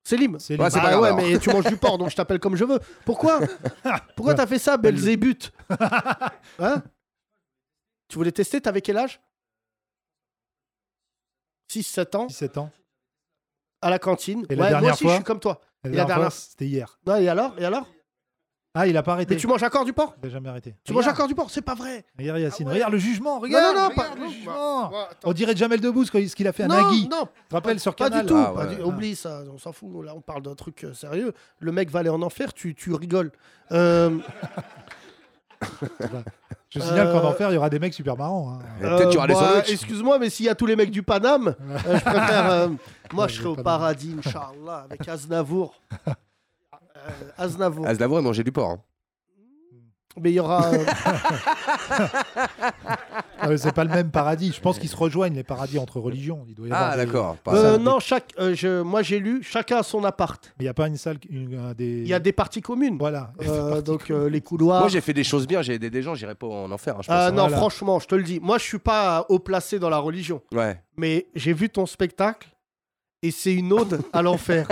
Speaker 3: Selim
Speaker 5: C'est
Speaker 4: Ouais,
Speaker 5: les-
Speaker 4: c'est
Speaker 5: Ah,
Speaker 4: pas
Speaker 3: Bah
Speaker 4: grave,
Speaker 3: ouais,
Speaker 4: alors.
Speaker 3: mais tu manges du porc, donc je t'appelle comme je veux. Pourquoi Pourquoi
Speaker 5: Ouais.
Speaker 3: t'as fait ça, Belzébuth Hein Tu voulais tester T'avais quel âge 6-7 ans
Speaker 5: 17 ans.
Speaker 3: à la cantine.
Speaker 5: Et la
Speaker 3: ouais, moi
Speaker 5: dernière
Speaker 3: aussi,
Speaker 5: fois
Speaker 3: je suis comme toi.
Speaker 5: La
Speaker 3: Et la
Speaker 5: dernière fois,
Speaker 3: dernière-
Speaker 5: c'était hier.
Speaker 3: Non, et alors Et alors
Speaker 5: Ah, il a pas arrêté.
Speaker 3: Mais tu manges encore du porc
Speaker 5: Il a jamais arrêté.
Speaker 3: Tu manges
Speaker 5: regarde,
Speaker 3: encore du porc C'est pas vrai.
Speaker 5: regarde Yacine,
Speaker 3: Ah ouais.
Speaker 5: regarde le jugement, regarde.
Speaker 3: non, non, pas-
Speaker 5: regarde le jugement.
Speaker 3: Non,
Speaker 5: On dirait Jamel Debbouze quand il- ce qu'il a fait à Nagui. Tu
Speaker 3: non,
Speaker 5: te rappelles sur
Speaker 3: pas
Speaker 5: Canal
Speaker 3: du tout.
Speaker 4: Ah
Speaker 3: pas
Speaker 4: ouais.
Speaker 3: du- Oublie ça, on s'en fout. Là, on parle d'un truc euh, sérieux. Le mec va aller en enfer, tu, tu rigoles. Euh,
Speaker 5: Je signale
Speaker 3: Euh,
Speaker 5: qu'en enfer, il y aura des mecs super marrants. hein.
Speaker 4: Et Peut-être
Speaker 3: Euh,
Speaker 4: qu'il y aura des
Speaker 3: bah,
Speaker 4: sandwichs.
Speaker 3: Excuse-moi, mais s'il y a tous les mecs du Paname, euh, je préfère. euh, moi,
Speaker 5: Ouais,
Speaker 3: je
Speaker 5: le
Speaker 3: serai au
Speaker 5: Paname.
Speaker 3: paradis, Inch'Allah, avec Aznavour. Euh, Aznavour.
Speaker 4: Aznavour a mangé du porc. hein.
Speaker 3: Mais il y aura. euh,
Speaker 5: Ah, mais c'est pas le même paradis. Je pense qu'ils se rejoignent les paradis entre religions. Il doit y avoir
Speaker 4: Ah,
Speaker 5: des-
Speaker 4: d'accord. pas
Speaker 3: euh,
Speaker 4: ça.
Speaker 3: non, chaque, euh, je, moi, j'ai lu chacun a son appart.
Speaker 5: Mais il y a pas une salle, une- un des.
Speaker 3: Il y a des parties communes.
Speaker 5: Voilà.
Speaker 3: Euh, donc, euh, les
Speaker 4: Moi,
Speaker 3: couloirs.
Speaker 4: j'ai fait des choses bien, j'ai aidé des gens, j'irai pas en enfer, hein, je pense.
Speaker 3: Ah
Speaker 4: hein.
Speaker 3: non,
Speaker 5: Voilà.
Speaker 3: franchement, je te le dis. Moi, je suis pas haut placé dans la religion.
Speaker 4: Ouais.
Speaker 3: mais j'ai vu ton spectacle et c'est une ode à l'enfer.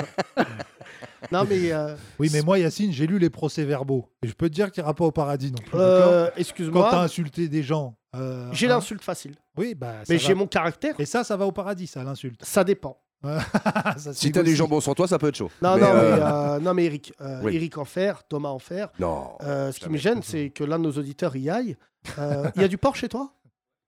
Speaker 3: non, mais euh,
Speaker 5: Oui, mais moi, Yacine, j'ai lu les procès-verbaux. Et je peux te dire qu'il n'y pas au paradis non plus. d'accord
Speaker 3: euh,
Speaker 5: Quand t'as
Speaker 3: excuse-moi,
Speaker 5: insulté des gens. euh,
Speaker 3: j'ai
Speaker 5: hein,
Speaker 3: l'insulte facile,
Speaker 5: Oui, bah. ça
Speaker 3: mais
Speaker 5: va.
Speaker 3: j'ai mon caractère.
Speaker 5: Et ça, ça va au paradis, ça, l'insulte.
Speaker 3: Ça dépend.
Speaker 5: Ça, c'est
Speaker 4: Si t'as du
Speaker 5: négocié.
Speaker 4: jambon sur toi, ça peut être chaud.
Speaker 3: Non, non,
Speaker 4: euh,
Speaker 3: mais, euh, non, mais Eric, euh,
Speaker 4: Oui.
Speaker 3: Eric Enfer, Thomas Enfer.
Speaker 4: Non.
Speaker 3: euh, ce qui
Speaker 4: Jamais.
Speaker 3: me gêne, c'est que l'un de nos auditeurs y aille. Euh, Il y a du porc chez toi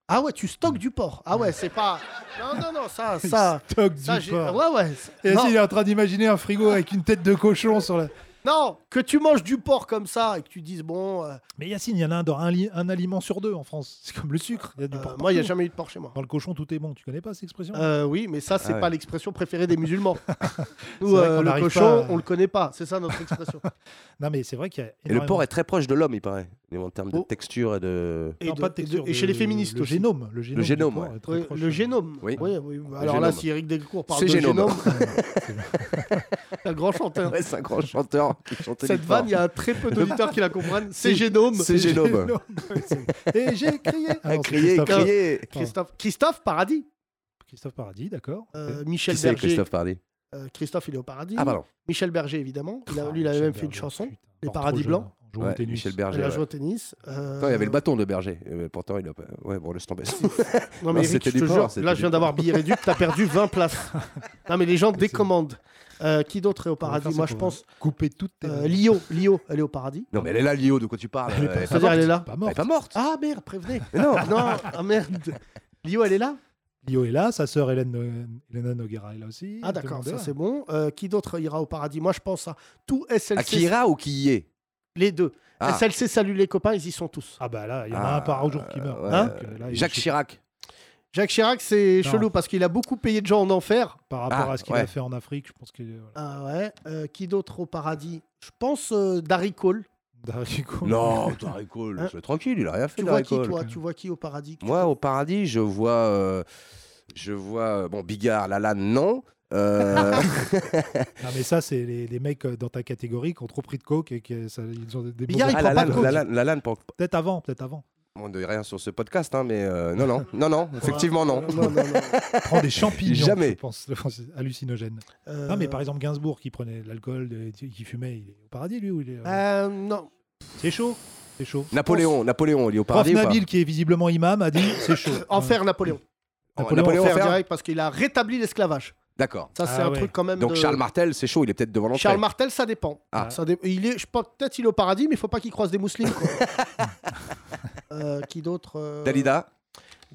Speaker 3: Ah ouais, tu stockes du porc. Ah ouais, c'est pas. Non, non, non, ça, ça.
Speaker 5: Stock
Speaker 3: ça
Speaker 5: du
Speaker 3: j'ai-
Speaker 5: porc.
Speaker 3: ouais, ouais.
Speaker 5: Et
Speaker 3: non.
Speaker 5: Yacine, il est en train d'imaginer un frigo avec une tête de cochon sur la.
Speaker 3: Non, que tu manges du porc comme ça et que tu dises, bon, euh,
Speaker 5: Mais Yacine, il y en a un dans un, li- un aliment sur deux en France. C'est comme le sucre. Il y a du
Speaker 3: euh,
Speaker 5: porc
Speaker 3: moi, il n'y a
Speaker 5: partout.
Speaker 3: jamais eu de porc chez moi.
Speaker 5: Dans le cochon, tout est bon. Tu connais pas cette expression
Speaker 3: Euh, oui, mais ça, c'est
Speaker 4: Ah ouais.
Speaker 3: pas l'expression préférée des musulmans. Nous,
Speaker 5: C'est vrai
Speaker 3: euh,
Speaker 5: qu'on
Speaker 3: le
Speaker 5: n'arrive
Speaker 3: cochon,
Speaker 5: pas à-
Speaker 3: on le connaît pas. C'est ça notre expression.
Speaker 5: Non, mais c'est vrai qu'il y a.
Speaker 4: Et le
Speaker 5: énormément-
Speaker 4: porc est très proche de l'homme, il paraît, en termes de
Speaker 3: Oh.
Speaker 4: texture et de.
Speaker 3: et,
Speaker 5: Non,
Speaker 3: de-
Speaker 5: pas de
Speaker 3: et de-
Speaker 5: texture,
Speaker 3: et chez
Speaker 5: le-
Speaker 3: les féministes
Speaker 5: Le
Speaker 3: aussi.
Speaker 5: génome. Le génome, du
Speaker 4: génome,
Speaker 5: porc
Speaker 4: ouais.
Speaker 5: est très
Speaker 3: Oui,
Speaker 5: proche,
Speaker 3: le
Speaker 5: euh,
Speaker 3: génome.
Speaker 4: Oui.
Speaker 3: oui. Alors là,
Speaker 4: génome.
Speaker 3: si Eric Delcourt parle
Speaker 4: C'est
Speaker 3: de
Speaker 4: génome.
Speaker 3: génome, un grand chanteur.
Speaker 4: Ouais, c'est un grand chanteur qui chantait
Speaker 3: hein. Cette
Speaker 4: du
Speaker 3: vanne,
Speaker 4: porc.
Speaker 3: il y a très peu d'auditeurs qui la comprennent. C'est génome.
Speaker 4: C'est génome.
Speaker 5: Et j'ai crié. Ah
Speaker 4: Ah,
Speaker 5: non, c'est
Speaker 4: crier,
Speaker 5: Christophe-
Speaker 4: crier.
Speaker 3: Christophe, Christophe Paradis.
Speaker 5: Christophe Paradis, d'accord.
Speaker 3: Euh,
Speaker 5: Ok.
Speaker 3: Michel
Speaker 4: Qui c'est
Speaker 3: Berger.
Speaker 4: Christophe Pardy
Speaker 3: Euh, Christophe, il est au paradis.
Speaker 4: Ah, pardon.
Speaker 3: Michel Berger, évidemment. Il a- lui, il
Speaker 5: Ah,
Speaker 3: avait
Speaker 5: Michel
Speaker 3: même fait une
Speaker 5: Berger,
Speaker 3: chanson.
Speaker 5: putain,
Speaker 3: Les
Speaker 5: encore trop
Speaker 3: Paradis
Speaker 5: jeune,
Speaker 3: Blancs.
Speaker 5: hein, en jouant au
Speaker 4: Ouais,
Speaker 5: tennis.
Speaker 4: Michel Berger.
Speaker 3: Il a
Speaker 4: ouais.
Speaker 3: joué au tennis. Euh,
Speaker 4: Attends, il y avait le bâton de Berger. euh, pourtant, il a pas. Ouais, bon, laisse tomber.
Speaker 3: Non, mais
Speaker 4: Non,
Speaker 3: Eric,
Speaker 4: c'était
Speaker 3: je te
Speaker 4: du porc,
Speaker 3: jure,
Speaker 4: c'était
Speaker 3: là, je
Speaker 4: du
Speaker 3: viens d'avoir billet réduit, t'as perdu 20 places. Non, mais les gens décommandent. Euh, qui d'autre est au
Speaker 5: Comment
Speaker 3: paradis
Speaker 5: faire,
Speaker 3: Moi,
Speaker 5: c'est
Speaker 3: je
Speaker 5: pour
Speaker 3: pense.
Speaker 5: Couper toutes tes.
Speaker 3: Euh, Lio, Lio, elle est au paradis.
Speaker 4: Non, mais elle est là, Lio, de quoi tu parles euh,
Speaker 5: Elle est pas-
Speaker 4: Elle est pas
Speaker 3: C'est-à-dire,
Speaker 4: morte.
Speaker 3: elle est là.
Speaker 5: Pas
Speaker 4: Elle est
Speaker 5: mort.
Speaker 4: pas morte.
Speaker 3: Ah, merde, prévenez.
Speaker 4: Mais non.
Speaker 3: Non, ah merde. Lio, elle est là
Speaker 5: Lio est là, sa sœur Hélène, euh, Helena Noguera est là aussi.
Speaker 3: Ah, d'accord,
Speaker 5: Demandez
Speaker 3: ça
Speaker 5: à-
Speaker 3: c'est bon. Euh, qui d'autre ira au paradis Moi, je pense à tout SLC.
Speaker 4: Akira ou qui y est
Speaker 3: Les deux.
Speaker 4: Ah.
Speaker 3: SLC, salut les copains, ils y sont tous.
Speaker 5: Ah bah là, il y en a
Speaker 4: Ah,
Speaker 5: un par jour qui meurt. Donc,
Speaker 4: ouais.
Speaker 5: euh, là, il est
Speaker 4: Jacques
Speaker 5: chaud.
Speaker 4: Chirac.
Speaker 3: Jacques Chirac, c'est
Speaker 5: Non.
Speaker 3: chelou parce qu'il a beaucoup payé de gens en enfer.
Speaker 5: Par rapport
Speaker 4: Ah,
Speaker 5: à ce qu'il
Speaker 4: ouais.
Speaker 5: a fait en Afrique, je pense que. euh, voilà.
Speaker 3: Ah ouais. Euh, qui d'autre au paradis Je pense euh, Darry Cole.
Speaker 5: Darry Cole.
Speaker 4: Non, Darry Cole,
Speaker 3: Hein
Speaker 4: sois tranquille, il a rien fait.
Speaker 3: Tu vois
Speaker 4: Darry
Speaker 3: qui,
Speaker 4: Cole.
Speaker 3: toi Tu vois qui au paradis
Speaker 4: Moi, au paradis, je vois. euh, Je vois. euh, Bon, Bigard, Lalanne, non. Euh,
Speaker 5: Non, mais ça, c'est les, les mecs euh, dans ta catégorie qui ont trop pris de coke et qui euh, ça- ils ont des- des
Speaker 3: Mais Gary,
Speaker 5: mauvais-
Speaker 3: prend pas de
Speaker 4: ah, Lalanne,
Speaker 3: coke.
Speaker 4: Lalanne, Lalanne, pour-
Speaker 5: Peut-être avant, peut-être avant.
Speaker 4: on ne dit rien sur ce podcast, hein, mais euh, non, non, non, non, effectivement, non.
Speaker 3: non, non, non.
Speaker 5: Prends des champignons,
Speaker 4: Jamais.
Speaker 5: je pense, le français, hallucinogène.
Speaker 3: Euh,
Speaker 5: Non, mais par exemple, Gainsbourg qui prenait de l'alcool, de- qui fumait, il est au paradis, lui ou il est, euh,
Speaker 3: euh, non.
Speaker 5: C'est chaud, c'est chaud.
Speaker 4: Napoléon, Napoléon, il est au
Speaker 5: Prof
Speaker 4: paradis ou pas
Speaker 5: Nabil, qui est visiblement imam, a dit c'est chaud.
Speaker 3: Enfer Napoléon.
Speaker 4: Oh,
Speaker 5: Napoléon,
Speaker 4: Napoléon,
Speaker 3: enfer
Speaker 4: enfer.
Speaker 3: direct parce qu'il a rétabli l'esclavage.
Speaker 4: D'accord.
Speaker 3: Ça, c'est
Speaker 5: Ah
Speaker 3: un
Speaker 5: ouais.
Speaker 3: truc quand même.
Speaker 4: Donc
Speaker 3: de-
Speaker 4: Charles Martel, c'est chaud, il est peut-être devant l'enfer.
Speaker 3: Charles Martel, ça dépend.
Speaker 4: Ah.
Speaker 3: Ça dé- il est, je pense, peut-être il est au paradis, mais il faut pas qu'il croise des musulmans. quoi. Euh, qui d'autre euh,
Speaker 4: Dalida,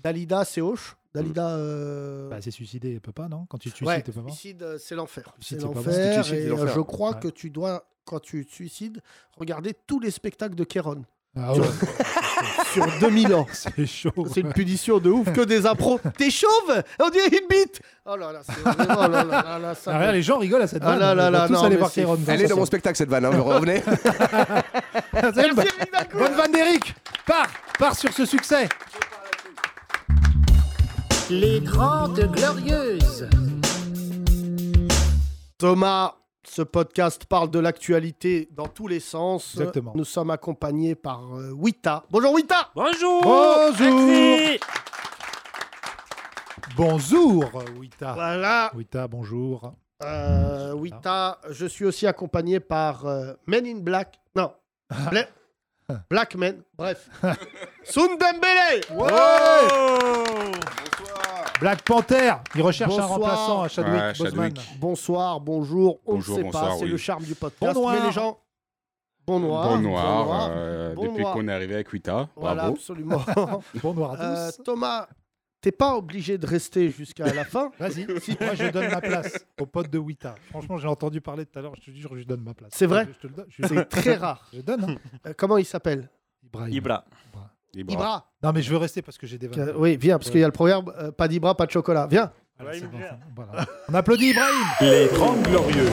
Speaker 3: Dalida, c'est Hoche. Dalida. euh,
Speaker 5: Bah, c'est suicidé, il peut pas, non Quand tu te
Speaker 3: ouais,
Speaker 5: suicides, tu peux pas.
Speaker 3: suicide, euh, c'est l'enfer. C'est
Speaker 5: Suicide, c'est pas bon.
Speaker 4: Si tu
Speaker 3: l'enfer.
Speaker 4: suicides, c'est
Speaker 3: et, euh,
Speaker 4: l'enfer.
Speaker 3: Je crois
Speaker 5: Ouais.
Speaker 3: que tu dois, quand tu te suicides, regarder tous les spectacles de Kéron
Speaker 5: Ah ouais,
Speaker 3: sur 2000 ans.
Speaker 5: c'est chaud.
Speaker 3: C'est une punition de ouf que des appros. T'es chauve On dirait une bite Oh là là, c'est vraiment. Oh là là là là, ça
Speaker 5: Ah, regarde, les gens rigolent à cette
Speaker 3: Ah
Speaker 5: vanne.
Speaker 3: là
Speaker 5: On
Speaker 3: là
Speaker 5: va
Speaker 3: là,
Speaker 5: tous
Speaker 3: non,
Speaker 5: aller
Speaker 3: mais
Speaker 5: voir
Speaker 3: c'est-
Speaker 5: Kéron.
Speaker 4: elle est dans mon spectacle cette vanne, hein, vous revenez.
Speaker 3: Merci, Eric Dacour.
Speaker 5: Bonne vanne d'Eric Pars Pars sur ce succès
Speaker 1: Les Grandes Glorieuses.
Speaker 3: Thomas, ce podcast parle de l'actualité dans tous les sens.
Speaker 5: Exactement.
Speaker 3: Nous sommes accompagnés par euh, Wita. Bonjour Wita
Speaker 6: Bonjour
Speaker 5: Bonjour
Speaker 6: Merci.
Speaker 5: Bonjour, Wita
Speaker 3: Voilà.
Speaker 5: Wita, bonjour.
Speaker 3: Euh, Wita, je suis aussi accompagné par euh, Men in Black. Non.
Speaker 5: Ah.
Speaker 3: Bla- Black Men. Bref. Sundembele
Speaker 5: Black Panther Il recherche
Speaker 3: Bonsoir.
Speaker 5: un remplaçant à Chadwick
Speaker 7: Ouais,
Speaker 5: Boseman.
Speaker 7: Chadwick.
Speaker 3: Bonsoir, bonjour. On ne
Speaker 7: Bonjour,
Speaker 3: sait pas,
Speaker 7: bonsoir,
Speaker 3: c'est
Speaker 7: oui.
Speaker 3: le charme du podcast.
Speaker 5: Bon noir.
Speaker 3: Mais les gens. Bon noir.
Speaker 7: bon noir,
Speaker 3: bon noir.
Speaker 7: euh,
Speaker 3: bon
Speaker 7: depuis
Speaker 3: noir.
Speaker 7: qu'on est arrivé avec Wita,
Speaker 3: Voilà,
Speaker 7: bravo.
Speaker 3: absolument.
Speaker 5: Bon noir à
Speaker 3: Euh,
Speaker 5: tous.
Speaker 3: Thomas, t'es pas obligé de rester jusqu'à la fin.
Speaker 5: Vas-y, si moi je donne ma place au pote de Wita. Franchement, j'ai entendu parler tout à l'heure, je te jure, je lui donne ma place.
Speaker 3: C'est vrai
Speaker 5: Je, je te le donne. Je,
Speaker 3: C'est très rare.
Speaker 5: je donne, hein.
Speaker 3: Euh, comment il s'appelle
Speaker 5: Ibrahim.
Speaker 6: Ibra.
Speaker 7: Ibra.
Speaker 3: Ibra.
Speaker 5: Non, mais je veux rester parce que j'ai des vannes.
Speaker 3: Euh, Oui, viens, parce qu'il y a le proverbe euh, pas d'Ibra, pas de chocolat. Viens.
Speaker 5: Voilà,
Speaker 6: Ibrahim
Speaker 5: c'est bon,
Speaker 6: vient.
Speaker 5: c'est bon, voilà. On applaudit Ibrahim
Speaker 6: Les Grandes Glorieuses.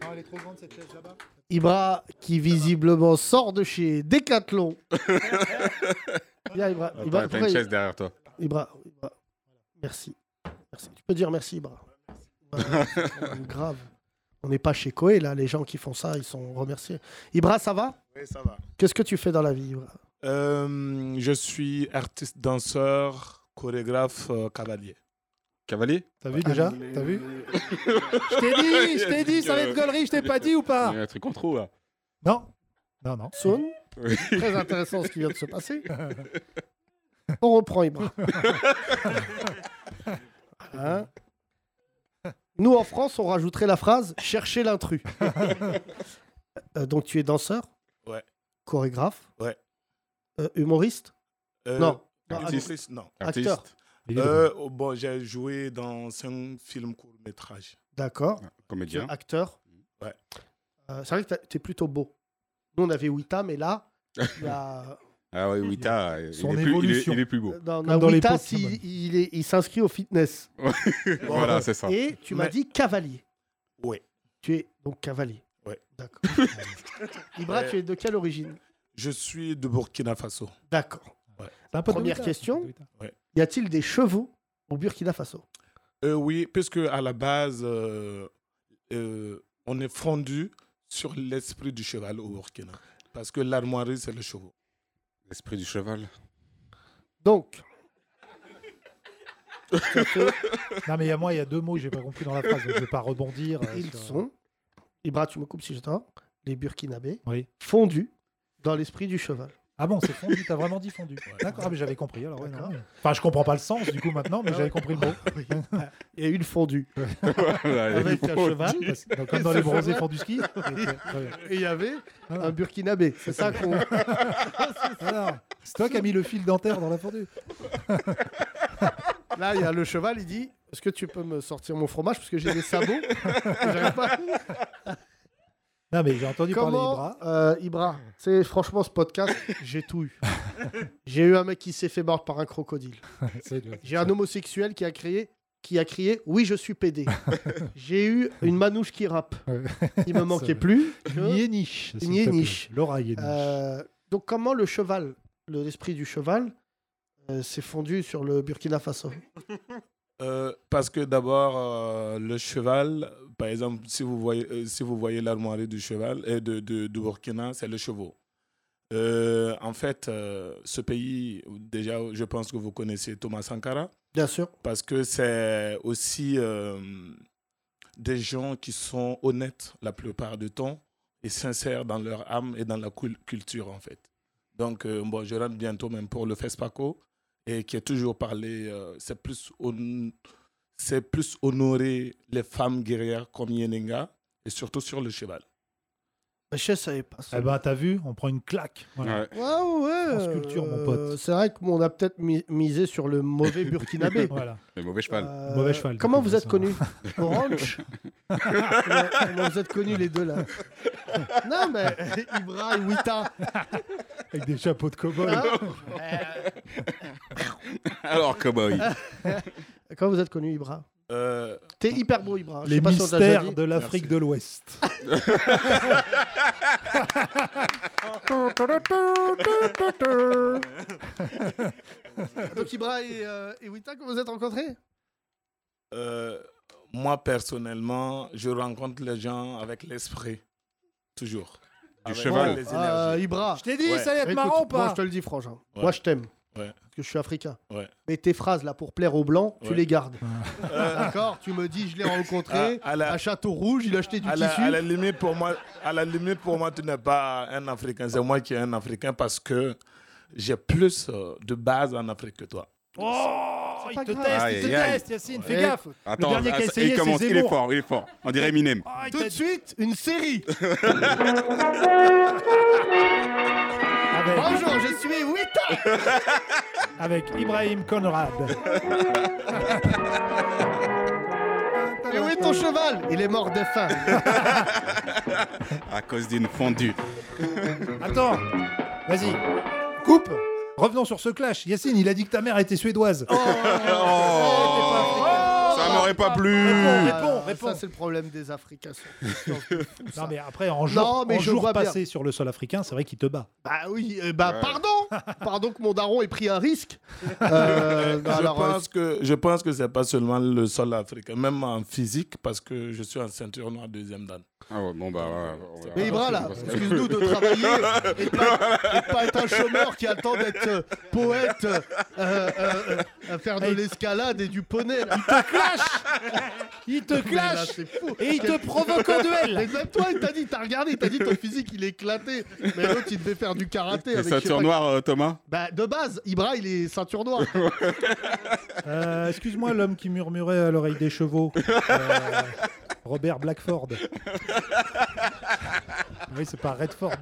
Speaker 5: Non, elle est trop grande cette chaise là-bas.
Speaker 3: Ibra qui visiblement sort de chez Decathlon. viens, Ibra.
Speaker 7: Attends,
Speaker 3: Ibra,
Speaker 7: Ah, T'as
Speaker 3: pourquoi
Speaker 7: une
Speaker 3: il-
Speaker 7: chaise derrière toi.
Speaker 3: Ibra, Ibra. Merci. merci. Tu peux dire merci, Ibra. Voilà, c'est quand même grave. On n'est pas chez Koé, là. Les gens qui font ça, ils sont remerciés. Ibra, ça va
Speaker 8: Oui, ça va.
Speaker 3: Qu'est-ce que tu fais dans la vie, Ibra
Speaker 8: Euh, je suis artiste, danseur, chorégraphe, euh, cavalier.
Speaker 7: Cavalier
Speaker 5: T'as vu déjà T'as vu Je t'ai dit, je t'ai dit, ça va être gaulerie, je t'ai pas dit ou
Speaker 7: Il
Speaker 3: Ah.
Speaker 5: pas
Speaker 7: y a un truc en trop là.
Speaker 5: Non, non, non.
Speaker 3: Soun
Speaker 7: Oui.
Speaker 3: Très intéressant ce qui vient de se passer. On reprend Ibra. Hein Nous, en France, on rajouterait la phrase « Cherchez l'intrus Euh, Donc, tu es danseur
Speaker 8: Ouais.
Speaker 3: Chorégraphe
Speaker 8: Ouais.
Speaker 3: Euh, humoriste
Speaker 8: Euh,
Speaker 3: Non.
Speaker 7: artiste.
Speaker 8: actrice, non.
Speaker 7: Artiste.
Speaker 3: Acteur.
Speaker 8: Euh, oh, bon, j'ai joué dans cinq films court-métrage.
Speaker 3: D'accord.
Speaker 7: Comédien.
Speaker 3: Acteur
Speaker 7: Ouais.
Speaker 3: Euh, c'est vrai que t'es plutôt beau. Nous, on avait Wita, mais là, il y a-
Speaker 7: Ah oui, Wita, il,
Speaker 5: Son
Speaker 7: est plus- il est-
Speaker 5: évolution.
Speaker 7: il est plus beau.
Speaker 3: dans,
Speaker 5: Comme dans les
Speaker 3: Wita,
Speaker 5: Pokémon.
Speaker 3: s'il- il est- il s'inscrit au fitness.
Speaker 7: voilà, c'est ça.
Speaker 3: Et tu m'as
Speaker 8: Mais-
Speaker 3: dit cavalier.
Speaker 8: Oui.
Speaker 3: Tu es donc cavalier.
Speaker 8: Ouais.
Speaker 3: D'accord. Ibra,
Speaker 8: Ouais.
Speaker 3: tu es de quelle origine
Speaker 8: Je suis de Burkina Faso.
Speaker 3: D'accord.
Speaker 5: C'est un peu de
Speaker 3: Première
Speaker 5: Wita,
Speaker 3: question.
Speaker 5: c'est un peu de Wita.
Speaker 3: Y a-t-il des chevaux au Burkina Faso
Speaker 8: Euh, oui, puisque à la base, euh, euh, on est fondu sur l'esprit du cheval au Burkina. Parce que l'armoirie, c'est le cheval.
Speaker 7: L'esprit du cheval.
Speaker 3: Donc,
Speaker 5: Non, mais il y a moi, il y a deux mots que j'ai pas compris dans la phrase. donc Je vais pas rebondir. euh,
Speaker 3: ils
Speaker 5: sur-
Speaker 3: sont, Ibra, tu me coupes si je t'en les Burkinabés
Speaker 5: Oui.
Speaker 3: fondus dans l'esprit du cheval.
Speaker 5: Ah bon, c'est fondu. T'as vraiment dit fondu. D'accord. Ah, mais j'avais compris. Alors, ouais, non,
Speaker 3: D'accord. Ah
Speaker 5: ouais. Enfin, je comprends pas le sens du coup maintenant, mais j'avais compris le mot.
Speaker 3: Il y a une fondue.
Speaker 7: Voilà, il est
Speaker 3: Avec
Speaker 7: plus
Speaker 3: un
Speaker 7: beau.
Speaker 3: cheval.
Speaker 5: Parce que- comme dans les bronzés font du ski. euh,
Speaker 3: Et il y avait
Speaker 5: Ah.
Speaker 3: un Burkinabé. C'est ça qu'on.
Speaker 5: Alors, c'est toi qui as mis le fil dentaire dans la fondue.
Speaker 3: Là, il y a le cheval, il dit Est-ce que tu peux me sortir mon fromage Parce que j'ai des sabots. J'arrive pas.
Speaker 5: Non, mais j'ai entendu
Speaker 3: Comment
Speaker 5: parler des bras.
Speaker 3: euh, Ibra, c'est franchement ce podcast, j'ai tout eu. J'ai eu un mec qui s'est fait mordre par un crocodile.
Speaker 5: C'est le-
Speaker 3: J'ai un homosexuel qui a crié qui a crié oui je suis pédé. J'ai eu une manouche qui rappe.
Speaker 5: Ouais.
Speaker 3: Il me
Speaker 5: C'est
Speaker 3: manquait
Speaker 5: vrai.
Speaker 3: plus. que-
Speaker 5: Une yéniche. s'il te
Speaker 3: yéniche.
Speaker 5: plaît. Laura Yéniche.
Speaker 3: Euh, donc comment le cheval, le- l'esprit du cheval euh, s'est fondu sur le Burkina Faso.
Speaker 8: Euh, parce que d'abord, euh, le cheval, par exemple, si vous voyez, euh, si vous voyez l'armoirie du cheval et de, de, du Burkina, c'est le chevaux. Euh, en fait, euh, ce pays, déjà, je pense que vous connaissez Thomas Sankara,
Speaker 3: Bien sûr.
Speaker 8: parce que c'est aussi euh, des gens qui sont honnêtes la plupart du temps et sincères dans leur âme et dans la cul- culture, en fait. Donc, euh, bon, je rentre bientôt même pour le FESPACO et qui est toujours parlé, euh, c'est plus, hon- c'est plus honorer les femmes guerrières comme Yenenga et surtout sur le cheval.
Speaker 3: Mais Je savais pas. ça.
Speaker 5: Eh ben, t'as vu, on prend une claque. Voilà.
Speaker 7: Ouais.
Speaker 3: Ouais, ouais, ouais. euh,
Speaker 5: France Culture, mon pote.
Speaker 3: C'est vrai qu'on a peut-être mi- misé sur le mauvais Burkinabé.
Speaker 5: Voilà.
Speaker 7: Le mauvais cheval.
Speaker 3: Euh,
Speaker 5: Mauvais cheval, du
Speaker 3: Comment
Speaker 5: coup,
Speaker 3: vous êtes
Speaker 5: ça.
Speaker 3: connus Au ranch Comment- Comment vous êtes connus les deux là Non mais euh, Ibra et Wita.
Speaker 5: Avec des chapeaux de cow-boy.
Speaker 3: hein
Speaker 7: Alors, cowboy.
Speaker 3: Comment vous êtes connus Ibra
Speaker 8: Euh,
Speaker 3: T'es hyper beau Ibra. Ah, Je
Speaker 5: Les
Speaker 3: sais pas si on t'a déjà
Speaker 5: mystères
Speaker 3: dit.
Speaker 5: de l'Afrique de l'Ouest.
Speaker 3: Ah, Donc Ibra et, euh, et Wita, comment vous êtes rencontrés
Speaker 8: euh, moi, personnellement, je rencontre les gens avec l'esprit, toujours.
Speaker 7: Du
Speaker 8: Avec
Speaker 7: cheval.
Speaker 8: les énergies.
Speaker 3: Euh, Ibra.
Speaker 5: t'ai dit,
Speaker 8: Ouais. ça
Speaker 5: allait
Speaker 3: Écoute, Moi je te le dis franche. hein.
Speaker 8: Ouais.
Speaker 3: Moi je t'aime.
Speaker 8: Ouais.
Speaker 3: Parce que je suis africain.
Speaker 8: Ouais.
Speaker 3: Mais tes phrases là pour plaire aux blancs, tu
Speaker 8: Ouais. Ah,
Speaker 3: les gardes. D'accord Tu me dis je l'ai rencontré
Speaker 8: À- à la-
Speaker 3: à Château Rouge, il a acheté du
Speaker 8: à
Speaker 3: tissu.
Speaker 8: la, à la limite pour moi, à la limite pour moi, tu n'es pas un Africain, c'est moi qui est un Africain parce que j'ai plus euh, de base en Afrique que toi.
Speaker 5: Oh, il
Speaker 3: pas
Speaker 5: te
Speaker 3: grave.
Speaker 5: teste,
Speaker 7: Aïe,
Speaker 5: il te
Speaker 7: aïe, aïe.
Speaker 5: teste, Yacine, fais
Speaker 3: Ouais. Oh,
Speaker 5: gaffe.
Speaker 7: Attends,
Speaker 5: dernier qui a
Speaker 7: ah, ça-
Speaker 5: essayé,
Speaker 7: il
Speaker 5: c'est
Speaker 7: commence, il est
Speaker 5: Zemmour.
Speaker 7: fort, il est fort. On dirait Eminem.
Speaker 5: Oh, il
Speaker 3: Tout de
Speaker 5: t'a-
Speaker 3: suite, une série.
Speaker 5: Ah ben,
Speaker 3: Bonjour, je suis Wita.
Speaker 5: avec Ibrahim Conrad.
Speaker 3: Et où est ton cheval Il est mort de faim.
Speaker 7: À cause d'une fondue.
Speaker 5: Attends, vas-y, coupe. Revenons sur ce clash. Yacine, il a dit que ta mère était suédoise.
Speaker 3: Oh.
Speaker 7: Oh. ça m'aurait pas plu.
Speaker 5: Réponds, réponds.
Speaker 3: Ça, c'est le problème des Africains.
Speaker 5: non, mais après, en jour,
Speaker 3: mais
Speaker 5: en
Speaker 3: je
Speaker 5: jour
Speaker 3: vois bien.
Speaker 5: passé sur le sol africain, c'est vrai qu'il te bat.
Speaker 3: Bah oui, euh, bah
Speaker 7: Ouais.
Speaker 3: pardon Pardon que mon daron ait pris un risque. Euh,
Speaker 8: je,
Speaker 3: non, alors, euh,
Speaker 8: pense que, je pense que c'est pas seulement le sol africain, même en physique, parce que je suis en ceinture noire deuxième dan.
Speaker 7: Ah ouais, bon, bah, ouais, on verra.
Speaker 3: mais Ibra, là, excuse-nous de travailler et de pas, et de pas être un chômeur qui attend d'être euh, poète, euh, euh, euh, à faire de
Speaker 5: Hey.
Speaker 3: l'escalade et du poney. Là.
Speaker 5: Il te
Speaker 3: Mais là,
Speaker 5: clash
Speaker 3: c'est fou.
Speaker 5: et il te provoque au
Speaker 3: Mais
Speaker 5: duel.
Speaker 3: même toi, il t'a dit, t'as regardé, il t'a dit ton physique il est éclaté. Mais l'autre, il devait faire du karaté
Speaker 7: T'es
Speaker 3: avec. je sais
Speaker 7: ceinture
Speaker 3: pas-
Speaker 7: noire, euh, Thomas
Speaker 3: Bah, de base, Ibra, il est ceinture noire.
Speaker 5: Euh, Excuse-moi, l'homme qui murmurait à l'oreille des chevaux. Euh, Robert Blackford. oui, c'est pas Redford.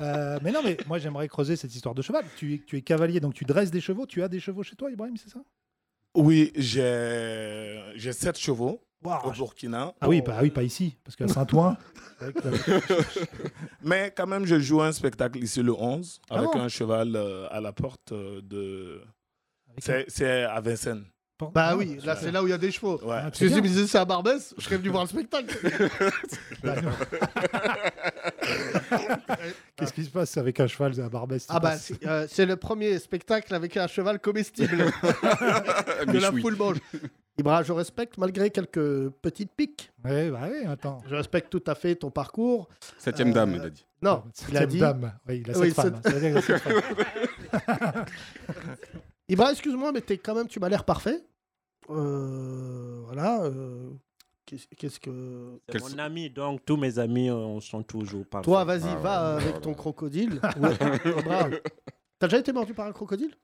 Speaker 5: Euh, mais non, mais moi j'aimerais creuser cette histoire de cheval. Tu es, tu es cavalier, donc tu dresses des chevaux. Tu as des chevaux chez toi, Ibrahim, c'est ça
Speaker 8: Oui, j'ai j'ai sept chevaux.
Speaker 5: Waouh,
Speaker 8: au Burkina.
Speaker 5: Ah oui, pas, ah oui, pas ici, parce qu'à Saint-Ouen. c'est vrai que-
Speaker 8: Mais quand même, je joue un spectacle ici le 11
Speaker 5: Ah
Speaker 8: avec
Speaker 5: bon
Speaker 8: un cheval euh, à la porte euh, de.
Speaker 5: avec un
Speaker 8: C'est c'est à Vincennes.
Speaker 5: port-
Speaker 3: Bah
Speaker 5: Ah,
Speaker 3: oui, là
Speaker 8: ouais.
Speaker 3: c'est là où il y a des chevaux.
Speaker 8: Ouais.
Speaker 5: Ah,
Speaker 3: Parce
Speaker 5: c'est
Speaker 3: que si je
Speaker 5: bien.
Speaker 3: me disais c'est à Barbès, je serais venu voir le spectacle.
Speaker 5: Bah, non. Qu'est-ce qui se passe avec un cheval à Barbès
Speaker 3: Ah bah c'est euh, c'est le premier spectacle avec un cheval comestible que la
Speaker 7: Michoui.
Speaker 3: foule mange. Ibra, je respecte malgré quelques petites piques.
Speaker 5: Ouais, bah oui, attends.
Speaker 3: Je respecte tout à fait ton parcours.
Speaker 7: Septième dame, il a dit.
Speaker 3: Non, il a
Speaker 5: Septième
Speaker 3: dit.
Speaker 5: dame. Oui, il a
Speaker 3: Oui,
Speaker 5: sept femmes.
Speaker 3: sept-
Speaker 5: Ça veut dire qu'il a sept femmes.
Speaker 3: Ibra, excuse-moi, mais t'es quand même, tu m'as l'air parfait. Euh, voilà. euh, qu'est-ce- Qu'est-ce que.
Speaker 6: C'est
Speaker 7: Quels
Speaker 6: mon
Speaker 7: sont-
Speaker 6: ami, donc tous mes amis euh, on sont toujours parfaits.
Speaker 3: Toi, vas-y,
Speaker 7: Ah,
Speaker 3: va
Speaker 7: ouais,
Speaker 3: avec
Speaker 7: voilà.
Speaker 3: ton crocodile. Ouais, Ibra. T'as déjà été mordu par un crocodile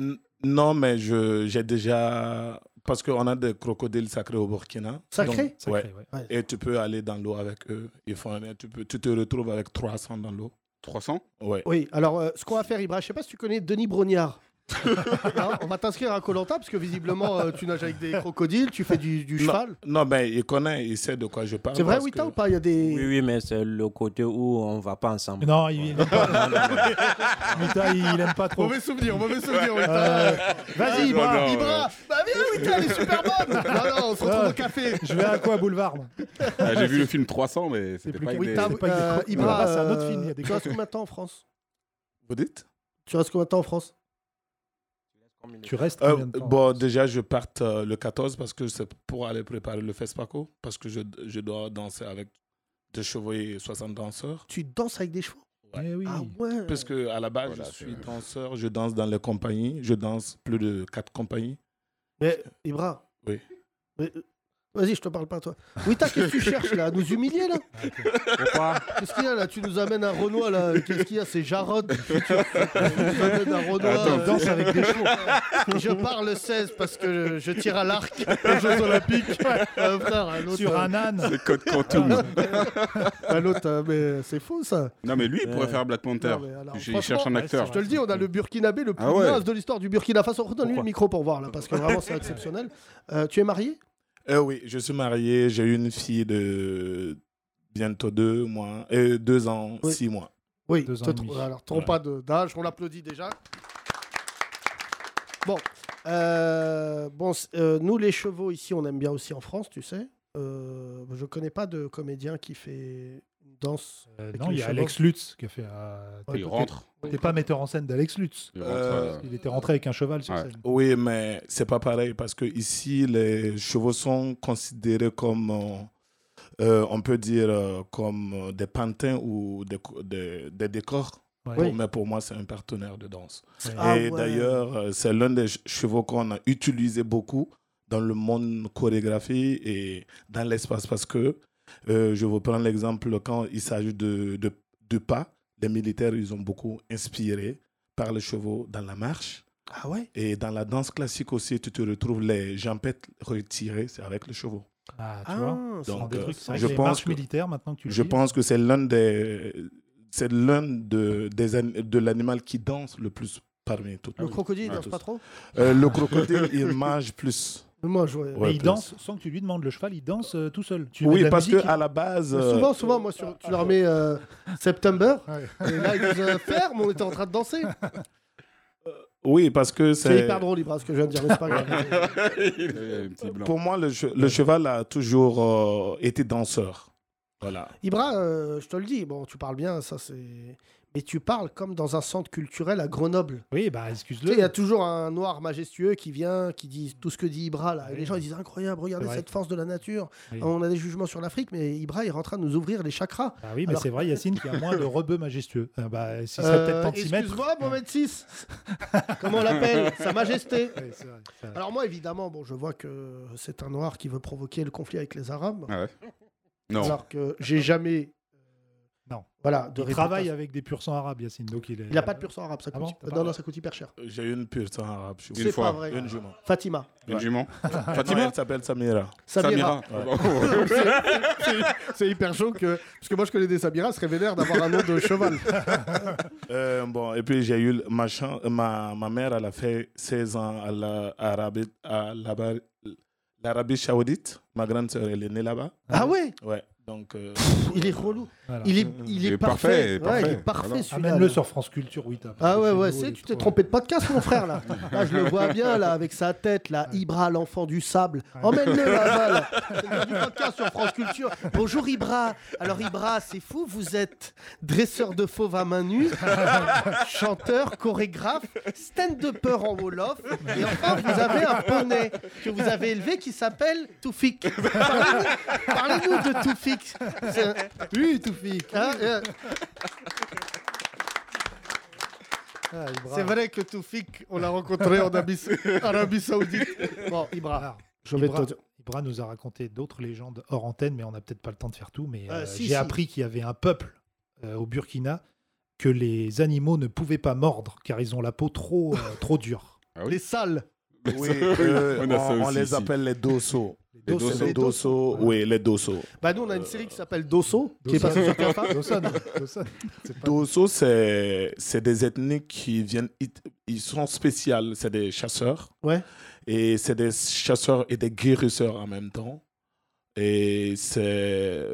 Speaker 8: N- Non, mais je- j'ai déjà. Parce qu'on a des crocodiles sacrés au Burkina.
Speaker 3: Sacrés
Speaker 8: Donc,
Speaker 5: Sacré,
Speaker 8: ouais.
Speaker 5: ouais.
Speaker 8: Et tu peux aller dans l'eau avec eux. Ils font un- tu, peux- tu te retrouves avec 300 dans l'eau.
Speaker 7: 300
Speaker 8: Ouais.
Speaker 3: Oui, alors euh, ce qu'on va faire, Ibra, je sais pas si tu connais Denis Brognard. Hein, on va t'inscrire à Colanta parce que visiblement euh, tu nages avec des crocodiles, tu fais du, du cheval.
Speaker 8: Non, mais il connaît, il sait de quoi je
Speaker 5: Ah,
Speaker 8: parle.
Speaker 3: C'est vrai,
Speaker 8: parce
Speaker 3: Wita,
Speaker 8: que-
Speaker 3: ou pas Il y a des.
Speaker 6: Oui, oui, mais c'est le côté où on va pas ensemble.
Speaker 5: Non, il il aime pas. Putain, il il aime pas trop.
Speaker 3: souvenir, mauvais souvenir,
Speaker 5: Euh,
Speaker 8: Ah,
Speaker 3: Vas-y, Ibra,
Speaker 7: non,
Speaker 3: Ibra Bah viens, Wita, elle est super bonne Non, non, on se retrouve
Speaker 5: Ouais.
Speaker 3: au café
Speaker 5: Je vais à quoi boulevard moi
Speaker 7: Ah, J'ai vu le film 300, mais
Speaker 5: C'est
Speaker 7: c'était
Speaker 5: plus
Speaker 7: pas avec
Speaker 5: qu'un-
Speaker 7: des...
Speaker 3: Wita,
Speaker 5: c'est pas avec des
Speaker 3: euh,
Speaker 5: crocodiles.
Speaker 3: Ibra,
Speaker 5: Ah, c'est un autre
Speaker 3: euh,
Speaker 5: film, il y a des
Speaker 3: Tu restes combien de temps en France
Speaker 8: Vous dites
Speaker 3: Tu restes combien de temps en France
Speaker 5: Tu restes
Speaker 8: Euh,
Speaker 5: combien de temps
Speaker 8: Bon, déjà, je parte euh, le 14 parce que c'est pour aller préparer le FESPACO. Parce que je, je dois danser avec des chevaux et 60 danseurs.
Speaker 3: Tu danses avec des chevaux
Speaker 5: Eh oui.
Speaker 3: Ah ouais
Speaker 8: Parce que à la base,
Speaker 7: Voilà,
Speaker 8: je
Speaker 7: c'est
Speaker 8: suis
Speaker 7: vrai.
Speaker 8: danseur, je danse dans les compagnies, je danse plus de quatre compagnies.
Speaker 3: Mais Ibra
Speaker 8: Oui.
Speaker 3: Mais, euh, Vas-y, je te parle pas, toi. Wita, qu'est-ce que tu cherches là à Nous humilier là
Speaker 6: Pourquoi
Speaker 3: Qu'est-ce qu'il y a là Tu nous amènes un Renoir là Qu'est-ce qu'il y a C'est Jarod du futur. Tu nous amènes un Renoir.
Speaker 5: Attends,
Speaker 3: euh,
Speaker 5: danse avec des chevaux.
Speaker 3: Je pars le 16 parce que je tire à l'arc aux Jeux Olympiques. Euh, frère, un autre,
Speaker 5: Sur un âne.
Speaker 7: C'est Code Quantum.
Speaker 3: un autre, euh, mais c'est faux ça.
Speaker 7: non, mais lui, il pourrait
Speaker 6: Ouais.
Speaker 7: faire Black Panther.
Speaker 3: Non, mais alors,
Speaker 7: J'ai- il
Speaker 3: franchement,
Speaker 7: cherche un
Speaker 5: ouais,
Speaker 7: acteur.
Speaker 5: c'est
Speaker 3: Je te le dis, on a le Burkinabé le plus
Speaker 7: Ah ouais.
Speaker 3: naze de l'histoire du Burkina Faso. Redonne-lui le
Speaker 7: Pourquoi
Speaker 3: micro pour voir là, parce que vraiment c'est exceptionnel. Euh, tu es marié
Speaker 8: Eh oui, je suis marié, j'ai eu une fille de bientôt deux mois, euh, deux ans,
Speaker 3: Oui.
Speaker 8: six mois.
Speaker 3: Oui.
Speaker 5: Deux ans
Speaker 3: te
Speaker 5: et demi.
Speaker 3: trom- Alors, trompe
Speaker 8: Voilà.
Speaker 3: pas de- d'âge, on l'applaudit déjà. Bon, euh, bon c- euh, nous les chevaux ici, on aime bien aussi en France, tu sais. Euh, je connais pas de comédien qui fait une danse.
Speaker 5: Euh,
Speaker 3: Avec
Speaker 5: non,
Speaker 3: les
Speaker 5: il y a
Speaker 3: chevaux.
Speaker 5: Alex Lutz qui a fait.
Speaker 8: Oh,
Speaker 5: euh,
Speaker 7: Il rentre.
Speaker 5: t'es- T'es pas metteur en scène d'Alex Lutz.
Speaker 7: Il rentre,
Speaker 8: Euh,
Speaker 7: euh,
Speaker 5: Il était rentré avec un cheval sur
Speaker 7: Ouais.
Speaker 5: scène.
Speaker 8: Oui, mais c'est pas pareil parce que ici, les chevaux sont considérés comme, euh, euh, on peut dire, euh, comme euh, des pantins ou des, co- des, des décors.
Speaker 5: Ouais.
Speaker 8: Pour- mais pour moi, c'est un partenaire de danse.
Speaker 5: Ouais.
Speaker 3: Ah
Speaker 8: et
Speaker 3: ouais.
Speaker 8: d'ailleurs, euh, c'est l'un des ch- chevaux qu'on a utilisé beaucoup dans le monde chorégraphie et dans l'espace parce que euh, je vous prends l'exemple quand il s'agit de, de, de pas, les militaires, ils ont beaucoup inspiré par les chevaux dans la marche.
Speaker 3: Ah ouais
Speaker 8: Et dans la danse classique aussi, tu te retrouves les jambettes retirées, c'est avec les chevaux.
Speaker 5: Ah, tu
Speaker 3: Ah,
Speaker 5: vois
Speaker 3: c'est
Speaker 8: Donc,
Speaker 5: C'est un des
Speaker 8: euh,
Speaker 5: trucs, c'est vrai
Speaker 8: je
Speaker 5: que les
Speaker 8: pense
Speaker 5: marches
Speaker 8: que-
Speaker 5: militaires, maintenant que tu le
Speaker 8: Je
Speaker 5: dis,
Speaker 8: pense que c'est l'un des... C'est l'un de, des an- de l'animal qui danse le plus parmi toutes
Speaker 3: le
Speaker 8: les
Speaker 3: crocodile, il
Speaker 8: Ah,
Speaker 3: danse
Speaker 8: tous.
Speaker 3: pas trop
Speaker 8: Euh, le crocodile, il mange plus.
Speaker 3: Moi, je vois-
Speaker 8: Ouais,
Speaker 5: Mais il
Speaker 8: plus.
Speaker 5: danse sans que tu lui demandes le cheval, il danse euh, tout seul. Tu mets de
Speaker 8: Oui,
Speaker 5: la
Speaker 8: parce
Speaker 5: musique,
Speaker 8: que à la base,
Speaker 3: Mais
Speaker 8: euh,
Speaker 3: Souvent, souvent, moi, sur, tu leur mets euh, September.
Speaker 5: Ouais.
Speaker 3: Et là, ils disent euh, ferme, on était en train de danser.
Speaker 8: oui, parce que
Speaker 3: C'est
Speaker 8: c'est
Speaker 3: hyper drôle, Ibra, ce que je viens de dire, mais c'est pas grave.
Speaker 7: euh, il a un petit blanc.
Speaker 8: pour moi le, che- le cheval a toujours euh, été danseur. Voilà.
Speaker 3: Ibra, euh, je te le dis, bon, tu parles bien, ça c'est. Mais tu parles comme dans un centre culturel à Grenoble.
Speaker 5: Oui, bah
Speaker 3: Tu sais, il y
Speaker 5: excuse-le.
Speaker 3: a toujours un noir majestueux qui vient, qui dit tout ce que dit Ibra là. Et les gens ils disent incroyable, regardez
Speaker 5: C'est vrai.
Speaker 3: cette force de la nature.
Speaker 5: Oui.
Speaker 3: On a des jugements sur l'Afrique, mais Ibra il est en train de nous ouvrir les chakras.
Speaker 5: Ah oui, mais
Speaker 3: Alors-
Speaker 5: c'est vrai, Yacine, qu'il y a moins de rebeux majestueux. Ah bah, si ça peut-être
Speaker 3: Euh,
Speaker 5: temps de s'y mettre.
Speaker 3: Excuse-moi, Mohamed VI. Comment on l'appelle Sa Majesté.
Speaker 5: Ouais, c'est vrai, c'est vrai.
Speaker 3: Alors moi évidemment, bon, je vois que c'est un noir qui veut provoquer le conflit avec les Arabes,
Speaker 7: Ah ouais Non.
Speaker 3: alors que j'ai jamais. euh,
Speaker 5: Non.
Speaker 3: Voilà, de
Speaker 5: il travaille avec des pur sang arabes, Yacine. Donc il est...
Speaker 3: Il n'a pas de pur sang arabe, ça
Speaker 5: Ah
Speaker 3: coûte.
Speaker 5: bon T'as pas-
Speaker 3: non, non, ça coûte hyper cher.
Speaker 8: J'ai eu une pure sang arabe. je suis-
Speaker 7: Une
Speaker 3: C'est
Speaker 7: fois.
Speaker 3: pas vrai.
Speaker 8: Une jument.
Speaker 3: Fatima.
Speaker 7: Une
Speaker 8: Ouais.
Speaker 7: jument
Speaker 5: Ah,
Speaker 8: Fatima,
Speaker 7: Fatima
Speaker 8: elle s'appelle Samira.
Speaker 3: Samira.
Speaker 7: Samira.
Speaker 3: C'est hyper chaud que. Parce que moi, je connais des Samira, serait vénère d'avoir un nom de cheval.
Speaker 8: Euh, bon, et puis j'ai eu le- euh, ma, chan- ma, ma mère, elle a fait 16 ans à la, à Rabat- à la, l'Arabie Saoudite. Ma grande sœur, elle est née là-bas.
Speaker 3: Ah ouais
Speaker 8: Ouais. Donc, euh,
Speaker 3: Il est relou.
Speaker 5: Voilà.
Speaker 3: Il est, il est
Speaker 7: Il est
Speaker 3: parfait.
Speaker 7: parfait,
Speaker 3: Ouais, il est
Speaker 7: parfait,
Speaker 3: parfait
Speaker 7: voilà.
Speaker 5: Ah,
Speaker 3: celui-là.
Speaker 5: Amène-le
Speaker 3: là.
Speaker 5: sur France Culture, oui. t'as-
Speaker 3: Ah ouais,
Speaker 5: c'est
Speaker 3: ouais,
Speaker 5: beau,
Speaker 3: c'est,
Speaker 5: les
Speaker 3: tu t'es
Speaker 5: trois.
Speaker 3: trompé de podcast, mon frère, là. Là, je le vois bien, là, avec sa tête, là, Ibra, l'enfant du sable. Emmène-le là-bas, là. C'est le nom du podcast sur France Culture. Bonjour, Ibra. Alors, Ibra, c'est fou, vous êtes dresseur de fauves à main nue, chanteur, chorégraphe, stand-upper en Wolof, et enfin, vous avez un poney que vous avez élevé qui s'appelle Toufik. Parlez-nous, parlez-nous de Toufik. C'est- Oui, Toufik. hein, euh,
Speaker 5: Ah, il brave.
Speaker 3: C'est vrai que Toufik, on l'a rencontré en Arabie, Arabie Saoudite. Bon, Ibra,
Speaker 5: Alors,
Speaker 3: je vais
Speaker 5: Ibra,
Speaker 3: te dire.
Speaker 5: euh. Ibra nous a raconté d'autres légendes hors antenne, mais on n'a peut-être pas le temps de faire tout. Mais
Speaker 3: Euh,
Speaker 5: euh,
Speaker 3: si,
Speaker 5: j'ai
Speaker 3: si.
Speaker 5: appris qu'il y avait un peuple euh, au Burkina que les animaux ne pouvaient pas mordre car ils ont la peau trop, euh, trop dure.
Speaker 7: Oui.
Speaker 3: Les salles.
Speaker 8: oui, euh,
Speaker 7: On
Speaker 8: on,
Speaker 7: a ça
Speaker 8: on
Speaker 7: aussi
Speaker 8: les
Speaker 7: ici.
Speaker 8: appelle les dosso.
Speaker 5: Les
Speaker 3: Dosso,
Speaker 5: Dosso.
Speaker 3: les
Speaker 8: Les dosso,
Speaker 5: Dosso.
Speaker 8: oui, les dosso.
Speaker 3: Bah, nous, on a une série qui s'appelle Dosso, qui est
Speaker 5: Dawson.
Speaker 3: passée sur TF1.
Speaker 5: Dawson, Dawson. C'est pas-
Speaker 8: Dosso, c'est c'est des ethnies qui viennent, it- ils sont spéciales, c'est des chasseurs.
Speaker 3: Ouais.
Speaker 8: Et c'est des chasseurs et des guérisseurs en même temps. Et c'est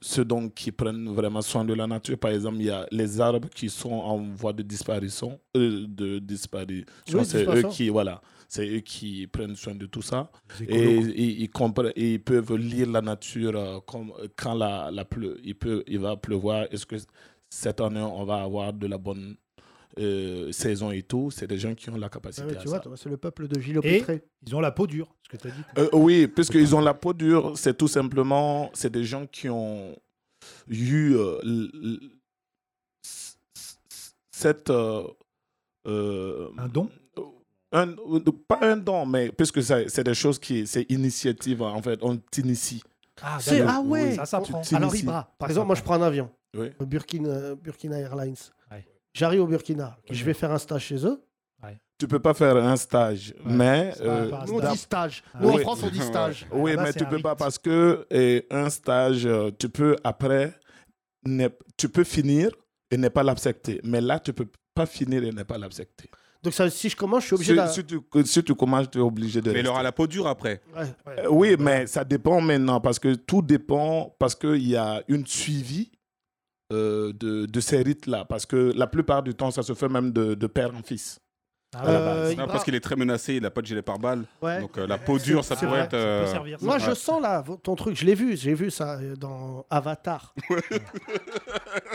Speaker 8: ceux donc qui prennent vraiment soin de la nature. Par exemple, il y a les arbres qui sont en voie de disparition. euh, de disparition.
Speaker 3: Oui,
Speaker 8: c'est eux
Speaker 3: disparition.
Speaker 8: qui, voilà, c'est eux qui prennent soin de tout ça.
Speaker 5: c'est
Speaker 8: Et
Speaker 5: écolo.
Speaker 8: ils, ils compre- ils peuvent lire la nature euh, comme, euh, quand la, la pleu- il, peut, il va pleuvoir. Est-ce que cette année, on va avoir de la bonne euh, saison et tout C'est des gens qui ont la
Speaker 3: Ah
Speaker 8: capacité
Speaker 3: ouais,
Speaker 8: à
Speaker 3: tu vois,
Speaker 8: ça.
Speaker 3: toi, c'est le peuple de Gilles
Speaker 5: Et-
Speaker 3: Pétré.
Speaker 5: Ils ont la peau dure, ce que tu as dit.
Speaker 8: Euh, oui, puisqu'ils ont la peau dure, c'est tout simplement, c'est des gens qui ont eu euh, l- l- s- s- s- cette... euh, euh,
Speaker 5: Un don
Speaker 8: un- euh, pas un don, mais puisque ça- c'est des choses qui... C'est initiative, en fait, on t'initie.
Speaker 5: Ah,
Speaker 3: C'est-
Speaker 5: d'accord.
Speaker 3: ah ouais.
Speaker 5: Oui, Ça s'apprend.
Speaker 8: Tu- tu-
Speaker 3: Alors,
Speaker 8: ici.
Speaker 3: Ibra, par exemple, moi, je prends un avion.
Speaker 8: Oui.
Speaker 3: au Burkina, Burkina Airlines.
Speaker 5: Ouais.
Speaker 3: J'arrive au Burkina.
Speaker 5: Ouais.
Speaker 3: Je vais faire un stage chez eux.
Speaker 8: Tu peux pas faire un stage,
Speaker 5: Ouais,
Speaker 8: mais...
Speaker 5: c'est pas-
Speaker 8: euh,
Speaker 5: pas Un
Speaker 3: Nous, on
Speaker 5: stage.
Speaker 3: dit stage. Nous, en
Speaker 8: Oui.
Speaker 3: France, on dit stage.
Speaker 8: Oui,
Speaker 5: Là-bas,
Speaker 8: mais
Speaker 5: c'est
Speaker 8: tu
Speaker 5: un
Speaker 8: peux pas
Speaker 5: rite.
Speaker 8: parce que eh, un stage, euh, tu peux après, ne- tu peux finir et ne pas l'accepter. Mais là, tu peux pas finir et ne pas l'accepter.
Speaker 3: Donc, ça, si je commence, je suis obligé
Speaker 8: Si,
Speaker 3: d'a-
Speaker 8: si tu, si tu commences, tu es obligé de.
Speaker 7: Mais il
Speaker 8: rester.
Speaker 7: aura la peau dure après.
Speaker 3: Ouais.
Speaker 7: Ah
Speaker 8: Euh, Oui, mais ça dépend maintenant parce que tout dépend parce qu'il y a une suivi euh, de, de ces rites-là. Parce que la plupart du temps, ça se fait même de, de père en fils.
Speaker 5: Ah,
Speaker 3: Euh,
Speaker 5: la base.
Speaker 3: il
Speaker 7: Non,
Speaker 3: part.
Speaker 7: parce qu'il est très menacé, il n'a pas de gilet pare-balles.
Speaker 3: Ouais.
Speaker 7: Donc euh, la peau dure, ça
Speaker 5: C'est vrai,
Speaker 7: pourrait être.
Speaker 5: ça
Speaker 7: euh,
Speaker 5: peut servir, ça.
Speaker 3: Moi, je
Speaker 7: Ouais.
Speaker 3: sens là vo- ton truc. Je l'ai vu. J'ai vu ça euh, dans Avatar.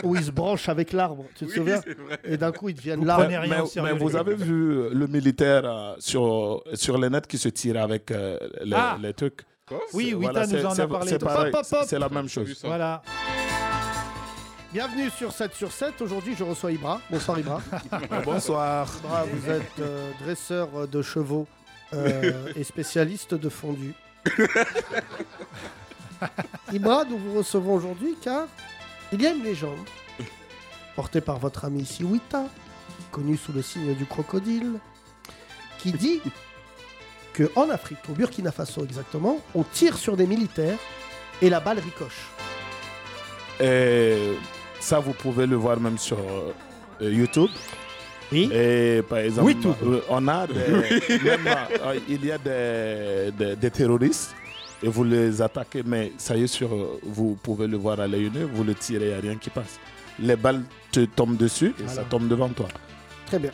Speaker 3: Où ils se branchent avec l'arbre. Tu te
Speaker 7: oui,
Speaker 3: souviens
Speaker 7: c'est vrai.
Speaker 3: Et d'un coup, ils deviennent
Speaker 5: Vous
Speaker 3: l'arbre.
Speaker 5: prenez rien
Speaker 8: mais,
Speaker 5: au sérieux,
Speaker 8: mais
Speaker 5: les
Speaker 8: vous
Speaker 5: gars.
Speaker 8: avez vu euh, le militaire euh, sur, sur les nets qui se tire avec euh, les,
Speaker 5: Ah
Speaker 8: les trucs
Speaker 5: Oui,
Speaker 8: C'est-
Speaker 5: Wita
Speaker 8: voilà,
Speaker 5: nous
Speaker 8: c'est-
Speaker 5: en
Speaker 8: c'est-
Speaker 5: a parlé.
Speaker 8: C'est
Speaker 5: tout à
Speaker 8: pareil,
Speaker 3: Hop, hop, hop.
Speaker 8: c'est la même
Speaker 7: J'ai vu
Speaker 8: chose.
Speaker 7: ça.
Speaker 5: Voilà.
Speaker 3: Bienvenue sur 7 sur 7. Aujourd'hui, je reçois Ibra. Bonsoir, Ibra.
Speaker 8: Bonsoir.
Speaker 3: Ibra, vous êtes euh, dresseur euh, de chevaux euh, et spécialiste de fondue. Ibra, nous vous recevons aujourd'hui car il y a une légende portée par votre ami Siwita, connu sous le signe du crocodile, qui dit que en Afrique, au Burkina Faso exactement, on tire sur des militaires et la balle ricoche.
Speaker 8: Et ça, vous pouvez le voir même sur euh, YouTube.
Speaker 3: Oui.
Speaker 8: Et par exemple,
Speaker 3: Oui, tout.
Speaker 8: euh, on a des, même, euh, il y a des, des- des terroristes et vous les attaquez, mais ça y est, sur, euh, vous pouvez le voir à l'œil nu, vous le tirez, il n'y a rien qui passe. Les balles te tombent dessus et ça
Speaker 3: Voilà.
Speaker 8: tombe devant toi.
Speaker 3: Très bien.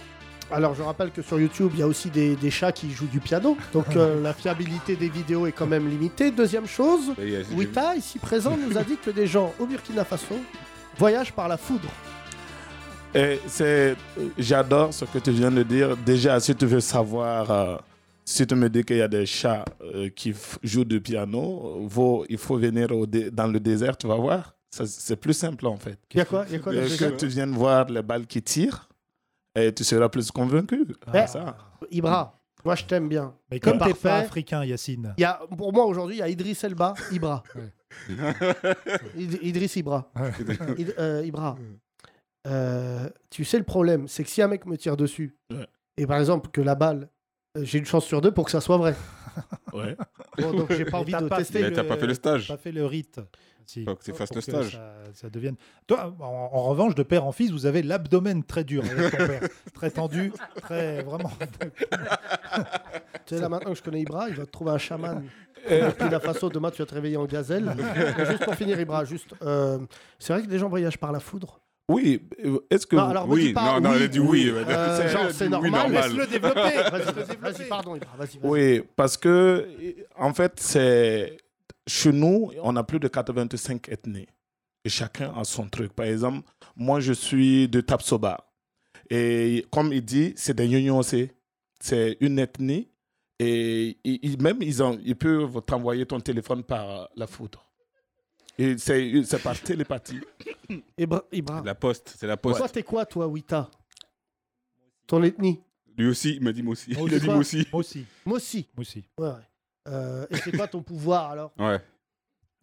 Speaker 3: Alors je rappelle que sur YouTube, il y a aussi des, des chats qui jouent du piano. Donc euh, la fiabilité des vidéos est quand même limitée. Deuxième chose,
Speaker 7: Mais il y a- j'ai vu-
Speaker 3: Wita, ici présent, nous a dit que des gens au Burkina Faso voyagent par la foudre.
Speaker 8: Et c'est, euh, j'adore ce que tu viens de dire. Déjà, si tu veux savoir, euh, si tu me dis qu'il y a des chats euh, qui f- jouent du piano, euh, vaut- il faut venir au dé- dans le désert, tu vas voir. Ça, c'est plus simple en fait.
Speaker 3: Il y a quoi, il y a quoi dans
Speaker 8: Euh,
Speaker 3: ce
Speaker 8: que
Speaker 3: chat
Speaker 8: tu viennes voir les balles qui tirent, et tu seras plus convaincu.
Speaker 3: Ouais.
Speaker 8: Ça.
Speaker 3: Ibra, moi je t'aime bien.
Speaker 5: Mais comme
Speaker 3: Parfait.
Speaker 5: t'es pas africain, Yacine.
Speaker 3: Il y a, pour moi aujourd'hui, il y a Idriss Elba, Ibra. Id- Idriss Ibra. Id- euh, Ibra, euh, tu sais le problème, c'est que si un mec me tire dessus,
Speaker 8: Ouais.
Speaker 3: et par exemple que la balle, euh, j'ai une chance sur deux pour que ça soit vrai.
Speaker 8: Ouais.
Speaker 3: Bon, Oh, donc j'ai pas envie
Speaker 5: t'as
Speaker 3: de
Speaker 5: pas
Speaker 3: tester.
Speaker 5: fait
Speaker 7: Mais t'as pas fait le stage.
Speaker 5: Pas fait le rite. Si.
Speaker 7: Faut que tu fasses
Speaker 5: Pour
Speaker 7: le
Speaker 5: que
Speaker 7: stage.
Speaker 5: Ça, ça devienne. Toi, en, en revanche, de père en fils, vous avez l'abdomen très dur avec ton père. très tendu, très vraiment.
Speaker 3: Tu sais, là maintenant que je connais Ibra, il va te trouver un chaman. Euh, Burkina Faso, demain tu vas te réveiller en gazelle. juste pour finir, Ibra, juste, euh, c'est vrai que les gens voyagent par la foudre.
Speaker 7: Oui, euh, est-ce que.
Speaker 3: Non,
Speaker 7: vous-
Speaker 3: alors, me dis
Speaker 7: oui,
Speaker 3: pas
Speaker 7: non, non,
Speaker 3: oui,
Speaker 7: elle a dit oui.
Speaker 3: Euh,
Speaker 7: elle a dit
Speaker 3: genre, c'est
Speaker 7: oui,
Speaker 3: normal.
Speaker 5: Laisse-le développer. Laisse-le
Speaker 3: Vas-y,
Speaker 5: développer.
Speaker 3: vas-y, pardon, Ibra, vas-y. vas-y.
Speaker 8: Oui, parce que, eh, en fait, c'est. Chez nous, on a plus de 85 ethnies. Et chacun a son truc. Par exemple, moi, je suis de Tapsoba. Et comme il dit, c'est des Nyonyosé. C'est une ethnie. Et ils- ils- même, ils, ont, ils peuvent t'envoyer ton téléphone par la foudre. Et c'est c'est par télépathie.
Speaker 3: Ibra, Ibra,
Speaker 7: La poste, c'est la poste.
Speaker 3: toi, t'es quoi, toi, Wita Ton ethnie
Speaker 7: Lui aussi, il m'a dit moi aussi.
Speaker 5: Moi
Speaker 7: Il a
Speaker 3: aussi.
Speaker 7: dit moi aussi.
Speaker 5: Moi aussi.
Speaker 3: Moi aussi.
Speaker 5: Moi aussi.
Speaker 3: Ouais, ouais. Euh, et c'est quoi ton pouvoir alors
Speaker 7: Ouais.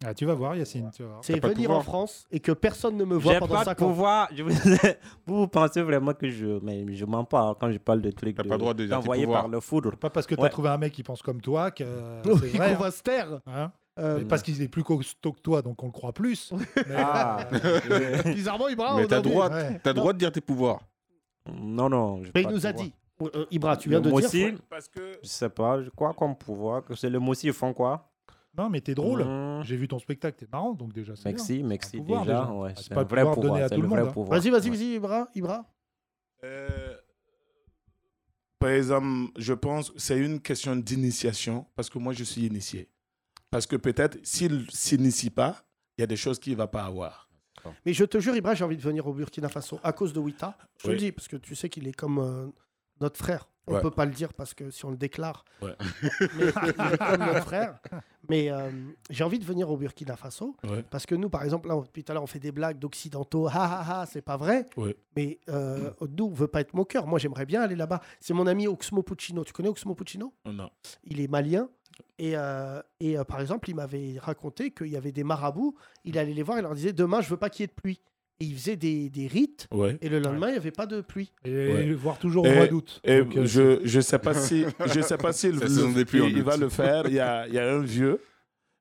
Speaker 5: Ah, tu vas voir, Yacine. Tu vas voir.
Speaker 3: C'est
Speaker 7: pas de
Speaker 3: venir
Speaker 7: pouvoir.
Speaker 3: en France et que personne ne me voit
Speaker 6: J'ai
Speaker 3: pendant
Speaker 6: pas de
Speaker 3: 5 ans.
Speaker 6: pouvoir. Je vous... vous pensez vraiment que je. Mais je mens pas hein, quand je parle de trucs.
Speaker 7: T'as pas le droit de dire tes
Speaker 6: d'envoyer
Speaker 7: pouvoirs.
Speaker 6: par le foudre.
Speaker 5: Pas parce que tu as
Speaker 6: Ouais.
Speaker 5: trouvé un mec qui pense comme toi que euh,
Speaker 3: Oui,
Speaker 5: c'est vrai.
Speaker 3: qu'on va se taire.
Speaker 5: hein.
Speaker 3: Euh,
Speaker 5: Mais parce qu'il est plus costaud que toi, donc on le croit plus. Mais,
Speaker 6: Ah.
Speaker 5: euh,
Speaker 3: Bizarrement, Ibra,
Speaker 7: Mais
Speaker 3: on
Speaker 7: t'as
Speaker 3: a dit-
Speaker 7: droit,
Speaker 5: ouais.
Speaker 7: t'as droit de dire tes pouvoirs.
Speaker 6: Non, non. j'ai
Speaker 3: Mais il
Speaker 6: pas de
Speaker 3: nous a
Speaker 6: pouvoir.
Speaker 3: dit. Euh, Ibra, tu viens
Speaker 6: Le
Speaker 3: de dire.
Speaker 6: Mossi,
Speaker 8: Parce que
Speaker 6: Je sais pas, je- quoi comme pouvoir que c'est le Mossi, ils font quoi
Speaker 5: non, mais t'es drôle.
Speaker 6: Mmh.
Speaker 5: J'ai vu ton spectacle, t'es marrant, donc déjà c'est bien.
Speaker 6: Merci, merci
Speaker 5: pouvoir,
Speaker 6: déjà.
Speaker 5: déjà.
Speaker 6: ouais,
Speaker 5: Ah, c'est
Speaker 6: c'est
Speaker 5: pas
Speaker 6: un
Speaker 5: le
Speaker 6: vrai
Speaker 5: pouvoir
Speaker 6: pouvoir,
Speaker 5: donné à
Speaker 6: c'est
Speaker 5: tout
Speaker 6: le
Speaker 5: le
Speaker 6: vrai
Speaker 5: monde, hein.
Speaker 6: pouvoir.
Speaker 3: Vas-y, vas-y,
Speaker 6: Ouais.
Speaker 3: vas-y, Ibra, Ibra.
Speaker 8: Euh, par exemple, je pense que c'est une question d'initiation parce que moi, je suis initié. Parce que peut-être s'il s'initie pas, il y a des choses qu'il va pas avoir.
Speaker 3: Mais je te jure, Ibra, j'ai envie de venir au Burkina Faso à cause de Wita. Je te
Speaker 8: Oui.
Speaker 3: le dis, parce que tu sais qu'il est comme euh, notre frère. On ne
Speaker 8: Ouais.
Speaker 3: peut pas le dire parce que si on le déclare,
Speaker 8: Ouais.
Speaker 3: mais, il est comme notre frère. Mais euh, j'ai envie de venir au Burkina Faso
Speaker 8: Ouais.
Speaker 3: parce que nous, par exemple, là, on- depuis tout à l'heure, on fait des blagues d'occidentaux. Ha ha ha, c'est pas vrai.
Speaker 8: Ouais.
Speaker 3: Mais euh, nous, on veut pas être moqueur. Moi, j'aimerais bien aller là-bas. C'est mon ami Oxmo Puccino. Tu connais Oxmo Puccino
Speaker 8: Non.
Speaker 3: il est malien. Et, euh, et euh, par exemple, il m'avait raconté qu'il y avait des marabouts. Il allait les voir et leur disait Demain, je veux pas qu'il y ait de pluie. Et il faisait des, des rites.
Speaker 8: Ouais.
Speaker 3: Et le lendemain, il n'y avait pas de pluie.
Speaker 5: hein. Et
Speaker 8: Ouais.
Speaker 5: voir toujours au
Speaker 8: Et-
Speaker 5: mois d'août.
Speaker 8: Et
Speaker 5: Donc, euh,
Speaker 8: je je sais pas si je sais pas s'il
Speaker 7: Ça, saison des pluies en
Speaker 8: il, il va
Speaker 7: août.
Speaker 8: le faire. Il y a, il y a un vieux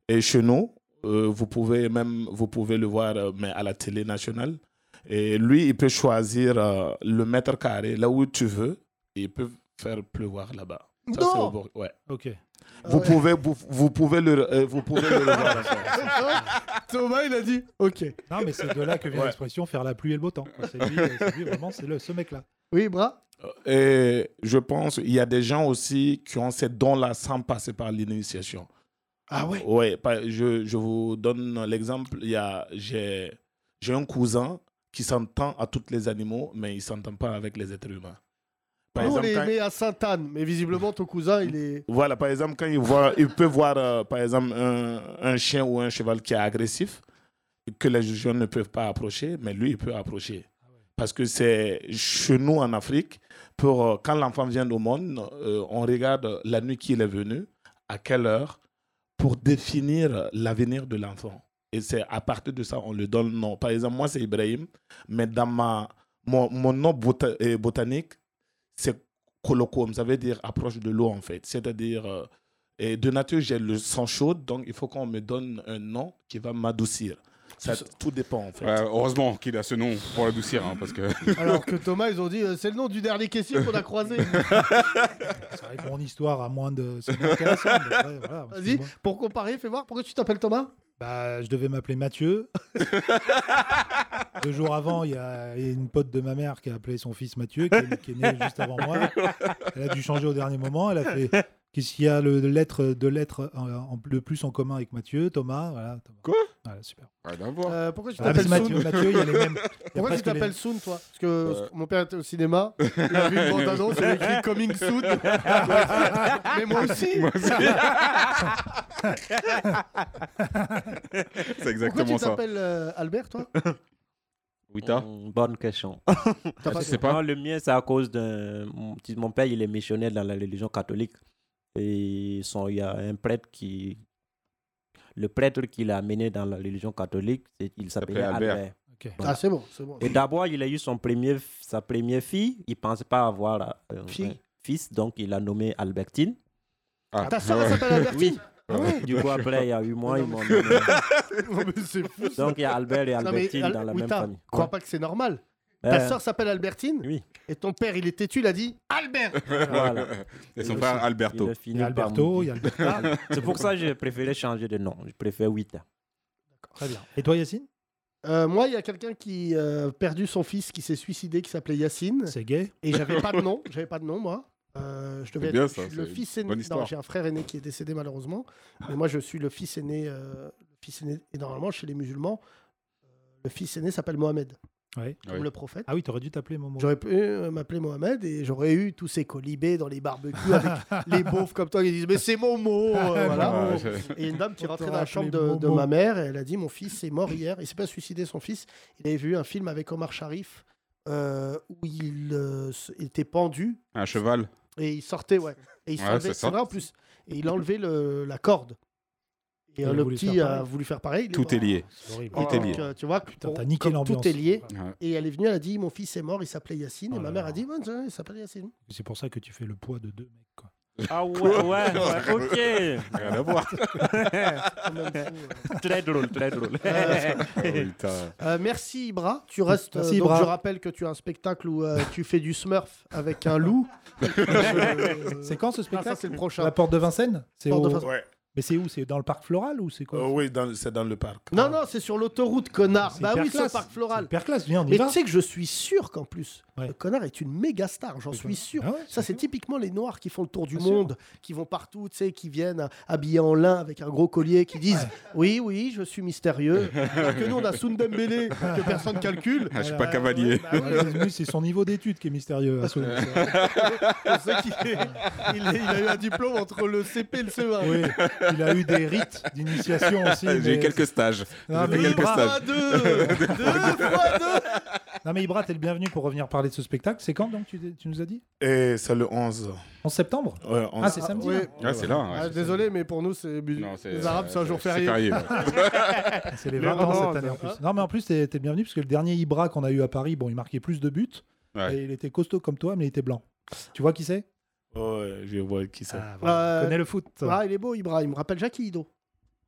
Speaker 8: et chez nous, euh, vous pouvez même vous pouvez le voir euh, mais à la télé nationale. Et lui, il peut choisir euh, le mètre carré là où tu veux et il peut faire pleuvoir là-bas. Ça, c'est
Speaker 3: Non
Speaker 8: au bord- ouais.
Speaker 5: Ok.
Speaker 8: Vous
Speaker 3: Ouais.
Speaker 8: pouvez, vous, vous pouvez le, euh, vous pouvez le revoir.
Speaker 3: Thomas, il a dit Ok.
Speaker 5: Non, mais c'est de là que vient
Speaker 8: Ouais.
Speaker 5: l'expression faire la pluie et le beau temps. C'est lui, euh, c'est lui, vraiment, c'est le- ce mec-là.
Speaker 3: Oui, bras
Speaker 8: Et je pense qu'il y a des gens aussi qui ont ces dons-là sans passer par l'initiation.
Speaker 3: Ah ouais
Speaker 8: Ouais, par- je, je vous donne l'exemple. Il y a, j'ai, j'ai un cousin qui s'entend à tous les animaux, mais il ne s'entend pas avec les êtres humains. Par
Speaker 3: Nous, on
Speaker 8: exemple,
Speaker 3: les
Speaker 8: quand-
Speaker 3: met à Sainte-Anne. Mais visiblement, ton cousin, il est.
Speaker 8: Voilà, par exemple, quand il voit, il peut voir, euh, par exemple, un, un chien ou un cheval qui est agressif, que les gens ne peuvent pas approcher, mais lui, il peut approcher. Parce que c'est chez nous en Afrique, pour, euh, quand l'enfant vient au monde, euh, on regarde la nuit qu'il est venu, à quelle heure, pour définir l'avenir de l'enfant. Et c'est à partir de ça, on lui donne le nom. Par exemple, moi, c'est Ibrahim, mais dans ma, mon, mon nom bota- euh, botanique, c'est colocum, ça veut dire approche de l'eau en fait. C'est-à-dire, euh, et de nature, j'ai le sang chaud, donc il faut qu'on me donne un nom qui va m'adoucir. Ça, tout dépend en fait.
Speaker 7: Ouais, heureusement qu'il a ce nom pour l'adoucir, hein, parce que
Speaker 3: Alors que Thomas, ils ont dit euh, C'est le nom du dernier caissier qu'on a croisé.
Speaker 5: C'est vrai que mon histoire a moins de. C'est moins intéressant. mais après, voilà,
Speaker 3: Vas-y,
Speaker 5: excuse-moi.
Speaker 3: pour comparer, fais voir. Pourquoi tu t'appelles Thomas
Speaker 5: Bah, je devais m'appeler Mathieu. Deux jours avant, il y a une pote de ma mère qui a appelé son fils Mathieu, qui est, qui est né juste avant moi. Elle a dû changer au dernier moment. Elle a fait qu'est-ce qu'il y a le, de lettres de lettres en, en- de plus en commun avec Mathieu, Thomas. Voilà. Thomas.
Speaker 7: Quoi
Speaker 5: Voilà, super.
Speaker 7: rien à voir.
Speaker 3: Euh, Pourquoi tu
Speaker 5: Ah, mais
Speaker 3: t'appelles Soun
Speaker 5: Mathieu, Mathieu, il y a les mêmes. il y a
Speaker 3: Pourquoi tu
Speaker 5: presque les-
Speaker 3: t'appelles Soon, toi Parce que
Speaker 8: Euh.
Speaker 3: mon père était au cinéma, il a vu une bande-annonce, il a écrit Coming Soon. Mais moi aussi
Speaker 7: C'est
Speaker 3: Pourquoi
Speaker 7: exactement
Speaker 3: tu
Speaker 7: ça.
Speaker 3: t'appelles euh, Albert, toi
Speaker 7: Wita,
Speaker 6: Mm, Bonne question.
Speaker 3: T'as
Speaker 7: tu
Speaker 3: pas
Speaker 7: sais
Speaker 3: de-
Speaker 7: pas
Speaker 6: Non, le mien, c'est à cause d'un. Mon, petit- mon père, il est missionnaire dans la religion catholique. Et son, il y a un prêtre qui. Le prêtre qui l'a amené dans la religion catholique, c'est- il s'appelait
Speaker 7: s'appelait Albert.
Speaker 6: Albert.
Speaker 5: Ok.
Speaker 3: Ah, c'est bon, c'est bon.
Speaker 6: Et d'abord, il a eu son premier, sa première fille. Il ne pensait pas avoir euh,
Speaker 3: Fille.
Speaker 6: un fils, donc il l'a nommée Albertine.
Speaker 7: Ah,
Speaker 3: Ta soeur,
Speaker 7: ouais.
Speaker 3: elle s'appelle Albertine Ah
Speaker 6: Du coup, après, il y a eu moi,
Speaker 3: Non,
Speaker 6: ils
Speaker 3: mais-
Speaker 6: m'ont nommé.
Speaker 3: Non, mais c'est fou.
Speaker 6: Donc, il y a Albert et
Speaker 3: Non, mais
Speaker 6: Albertine
Speaker 3: Al-
Speaker 6: dans la même
Speaker 3: Wita,
Speaker 6: famille.
Speaker 3: crois pas que c'est normal. Ta
Speaker 6: Euh,
Speaker 3: sœur s'appelle Albertine
Speaker 6: Oui.
Speaker 3: Et ton père, il est têtu, il a dit Albert
Speaker 6: Voilà.
Speaker 7: Et son frère Alberto.
Speaker 6: il a
Speaker 5: Il
Speaker 6: fini
Speaker 5: y a
Speaker 6: par
Speaker 5: Alberto,
Speaker 6: me
Speaker 5: il y
Speaker 6: dire.
Speaker 5: a Alberta.
Speaker 6: C'est pour ça que j'ai préféré changer de nom. Je préfère Wita.
Speaker 5: Très bien. Et toi, Yacine
Speaker 3: Euh, Moi, il y a quelqu'un qui euh, a perdu son fils, qui s'est suicidé, qui s'appelait Yacine.
Speaker 5: C'est gay
Speaker 3: Et j'avais pas de nom, j'avais pas de nom, moi. Euh, je devais
Speaker 7: C'est bien,
Speaker 3: être
Speaker 7: ça,
Speaker 3: le
Speaker 7: c'est
Speaker 3: fils
Speaker 7: une
Speaker 3: aîné.
Speaker 7: bonne
Speaker 3: Non,
Speaker 7: histoire.
Speaker 3: j'ai un frère aîné qui est décédé malheureusement, mais moi je suis le fils aîné. euh, le fils aîné et normalement chez les musulmans, euh, le fils aîné s'appelle Mohamed,
Speaker 5: Ouais.
Speaker 3: comme
Speaker 7: Oui.
Speaker 3: le prophète.
Speaker 5: Ah oui, t'aurais dû t'appeler Momo.
Speaker 3: J'aurais pu euh, m'appeler Mohamed et j'aurais eu tous ces colibés dans les barbecues avec les beaufs comme toi qui disent mais c'est mon mot. euh, voilà.
Speaker 7: Ouais, c'est-
Speaker 3: Et une dame qui
Speaker 5: On
Speaker 3: rentrait
Speaker 5: t'aura
Speaker 3: dans la chambre
Speaker 5: appelé
Speaker 3: de, de
Speaker 5: Momo.
Speaker 3: ma mère, et elle a dit Mon fils est mort hier. Il s'est pas suicidé, son fils. Il avait vu un film avec Omar Sharif euh, où il euh, s- il était pendu
Speaker 7: un cheval.
Speaker 3: et il sortait, ouais. Et il
Speaker 7: Ouais,
Speaker 3: s'enlevait,
Speaker 7: c'est
Speaker 3: c'est
Speaker 7: ça.
Speaker 3: vrai en plus. Et il enlevait le- la corde. Et
Speaker 5: Il
Speaker 3: euh,
Speaker 5: a
Speaker 3: le
Speaker 5: voulu
Speaker 3: petit
Speaker 5: faire
Speaker 3: a
Speaker 5: pareil.
Speaker 3: voulu faire pareil. il
Speaker 7: Tout est
Speaker 3: mort.
Speaker 7: lié.
Speaker 5: C'est horrible.
Speaker 3: Et
Speaker 7: Tout est
Speaker 3: donc,
Speaker 7: lié.
Speaker 3: euh, tu vois,
Speaker 5: Putain,
Speaker 3: pour-
Speaker 5: t'as niqué
Speaker 3: comme
Speaker 5: l'ambiance.
Speaker 3: Tout est lié.
Speaker 7: Ouais.
Speaker 3: Et elle est venue, elle a dit Mon fils est mort, il s'appelait Yacine.
Speaker 5: Oh
Speaker 3: et ma
Speaker 5: là
Speaker 3: mère
Speaker 5: là.
Speaker 3: a dit Ouais, tiens, Il s'appelle Yacine.
Speaker 5: C'est pour ça que tu fais le poids de deux mecs. Quoi.
Speaker 6: Ah ouais, ouais, ok.
Speaker 7: Rien à voir.
Speaker 3: En même temps, euh.
Speaker 6: Très drôle, très drôle.
Speaker 7: Ah oui, t'as-
Speaker 3: Euh, merci Ibra. Tu restes. euh,
Speaker 5: Merci,
Speaker 3: donc,
Speaker 5: Ibra.
Speaker 3: je rappelle que tu as un spectacle où euh, tu fais du smurf avec un loup. Euh,
Speaker 5: C'est quand ce
Speaker 3: Ah, ça,
Speaker 5: spectacle
Speaker 3: c'est le prochain.
Speaker 5: La porte de Vincennes C'est
Speaker 3: Porte de
Speaker 5: au-
Speaker 3: Vincennes.
Speaker 8: Ouais.
Speaker 5: Mais c'est où C'est dans le parc floral ou c'est quoi
Speaker 8: Euh, oui, dans- c'est dans le parc.
Speaker 3: Non, non, c'est sur l'autoroute, connard.
Speaker 5: C'est
Speaker 3: Bah
Speaker 5: hyper
Speaker 3: oui, c'est le
Speaker 5: classe.
Speaker 3: parc
Speaker 5: C'est
Speaker 3: floral.
Speaker 5: hyper classe, viens, on y
Speaker 3: Mais
Speaker 5: va.
Speaker 3: tu sais que je suis sûr qu'en plus,
Speaker 5: Ouais.
Speaker 3: le connard est une méga star, j'en
Speaker 5: C'est
Speaker 3: suis
Speaker 5: quoi
Speaker 3: sûr.
Speaker 5: Ah ouais,
Speaker 3: Ça, c'est typiquement les noirs qui font le tour du
Speaker 5: Bien sûr.
Speaker 3: monde, qui vont partout, tu sais, qui viennent habillés en lin avec un gros collier, qui disent Oui, oui, je suis mystérieux. Alors que nous, on a Sundembele, que personne calcule.
Speaker 7: Ah, Je suis
Speaker 5: Voilà,
Speaker 7: pas
Speaker 5: ouais,
Speaker 7: cavalier.
Speaker 5: bah ouais, C'est son niveau d'études qui est mystérieux. à ce moment.
Speaker 3: On sait qu'il est- il, est- il a eu un diplôme entre le CP et le E CE1.
Speaker 5: Oui, il a eu des rites d'initiation aussi.
Speaker 7: Ah, J'ai
Speaker 5: mais-
Speaker 7: eu quelques stages.
Speaker 5: Non,
Speaker 7: j'ai fait
Speaker 5: mais
Speaker 7: quelques
Speaker 5: Ibra-
Speaker 7: stages.
Speaker 3: Deux, deux fois deux.
Speaker 5: Non, mais Ibra, t'es le bienvenu pour revenir parler de ce spectacle. C'est quand donc tu, tu nous as dit
Speaker 8: Et c'est le 11.
Speaker 5: 11 septembre
Speaker 8: Ouais, 11.
Speaker 5: Ah, c'est samedi
Speaker 3: ouais.
Speaker 5: là
Speaker 7: Ah, c'est
Speaker 3: Ah,
Speaker 7: là. ouais.
Speaker 3: désolé, mais pour nous, c'est
Speaker 7: Non, c'est- euh,
Speaker 3: les Arabes, c'est un jour
Speaker 7: c'est
Speaker 3: férié.
Speaker 7: ouais.
Speaker 5: Ah, C'est les
Speaker 3: Les
Speaker 5: 20 ans
Speaker 3: Romandes.
Speaker 5: cette année en plus. Non, mais en plus, t'es t'es le bienvenu parce que le dernier Ibra qu'on a eu à Paris, bon, il marquait plus de buts.
Speaker 7: Ouais.
Speaker 5: Et il était costaud comme toi, mais il était blanc. Tu vois qui c'est
Speaker 8: Ouais, je vois qui
Speaker 1: Ah.
Speaker 8: c'est.
Speaker 5: voilà,
Speaker 3: Euh,
Speaker 5: il connaît le foot.
Speaker 3: Ah, il est beau, Ibra. Il me rappelle Jackie Ido.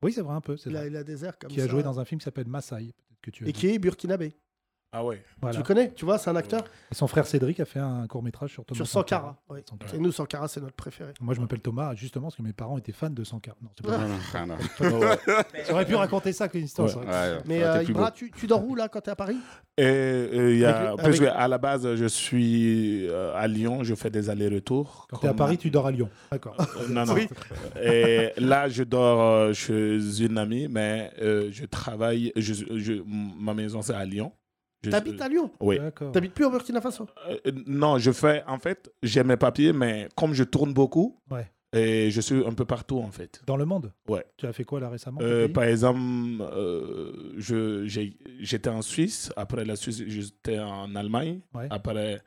Speaker 5: Oui, c'est vrai un peu. c'est
Speaker 3: Il a,
Speaker 5: vrai.
Speaker 3: il a des airs comme
Speaker 5: Qui
Speaker 3: ça.
Speaker 5: a joué dans un film qui s'appelle Maasai. peut-être Que tu as
Speaker 3: Et
Speaker 5: vu.
Speaker 3: qui est burkinabé.
Speaker 8: Ah ouais.
Speaker 5: Voilà.
Speaker 3: Tu le connais, tu vois, c'est un acteur.
Speaker 5: Et son frère Cédric a fait un court métrage sur Thomas
Speaker 3: Sur Sankara. ouais.
Speaker 5: Sankara.
Speaker 3: Et nous, Sankara, c'est notre préféré.
Speaker 5: Moi, je m'appelle Thomas justement parce que mes parents étaient fans de Sankara. Non, c'est pas
Speaker 7: Non,
Speaker 5: vrai.
Speaker 7: non, rien à voir.
Speaker 5: J'aurais pu raconter ça qu'une histoire.
Speaker 8: Ouais.
Speaker 5: ça aurait été-
Speaker 7: Ouais,
Speaker 3: Mais
Speaker 7: ça aurait
Speaker 3: euh,
Speaker 7: été plus
Speaker 3: Ibra, tu, tu dors où là quand t'es à Paris
Speaker 8: Et euh, il y a,
Speaker 3: Avec le-
Speaker 8: parce
Speaker 3: avec-
Speaker 8: que à la base, je suis euh, à Lyon, je fais des allers-retours.
Speaker 5: Quand t'es à
Speaker 8: Comme-
Speaker 5: Paris, tu dors à Lyon. D'accord.
Speaker 8: Euh, non, non. Et là, je dors euh, chez une amie, mais euh, je travaille. Je, je- ma maison, c'est à Lyon. Je-
Speaker 3: T'habites à Lyon
Speaker 8: Oui.
Speaker 5: D'accord.
Speaker 3: T'habites plus au Burkina Faso
Speaker 8: Euh, non, je fais. En fait, j'ai mes papiers, mais comme je tourne beaucoup,
Speaker 5: Ouais.
Speaker 8: et je suis un peu partout, en fait.
Speaker 5: Dans le monde
Speaker 8: Ouais.
Speaker 5: Tu as fait quoi là récemment
Speaker 8: Euh,
Speaker 5: t'as dit
Speaker 8: par exemple, euh, je- j'ai- j'étais en Suisse. Après la Suisse, j'étais en Allemagne.
Speaker 5: Ouais.
Speaker 8: Après,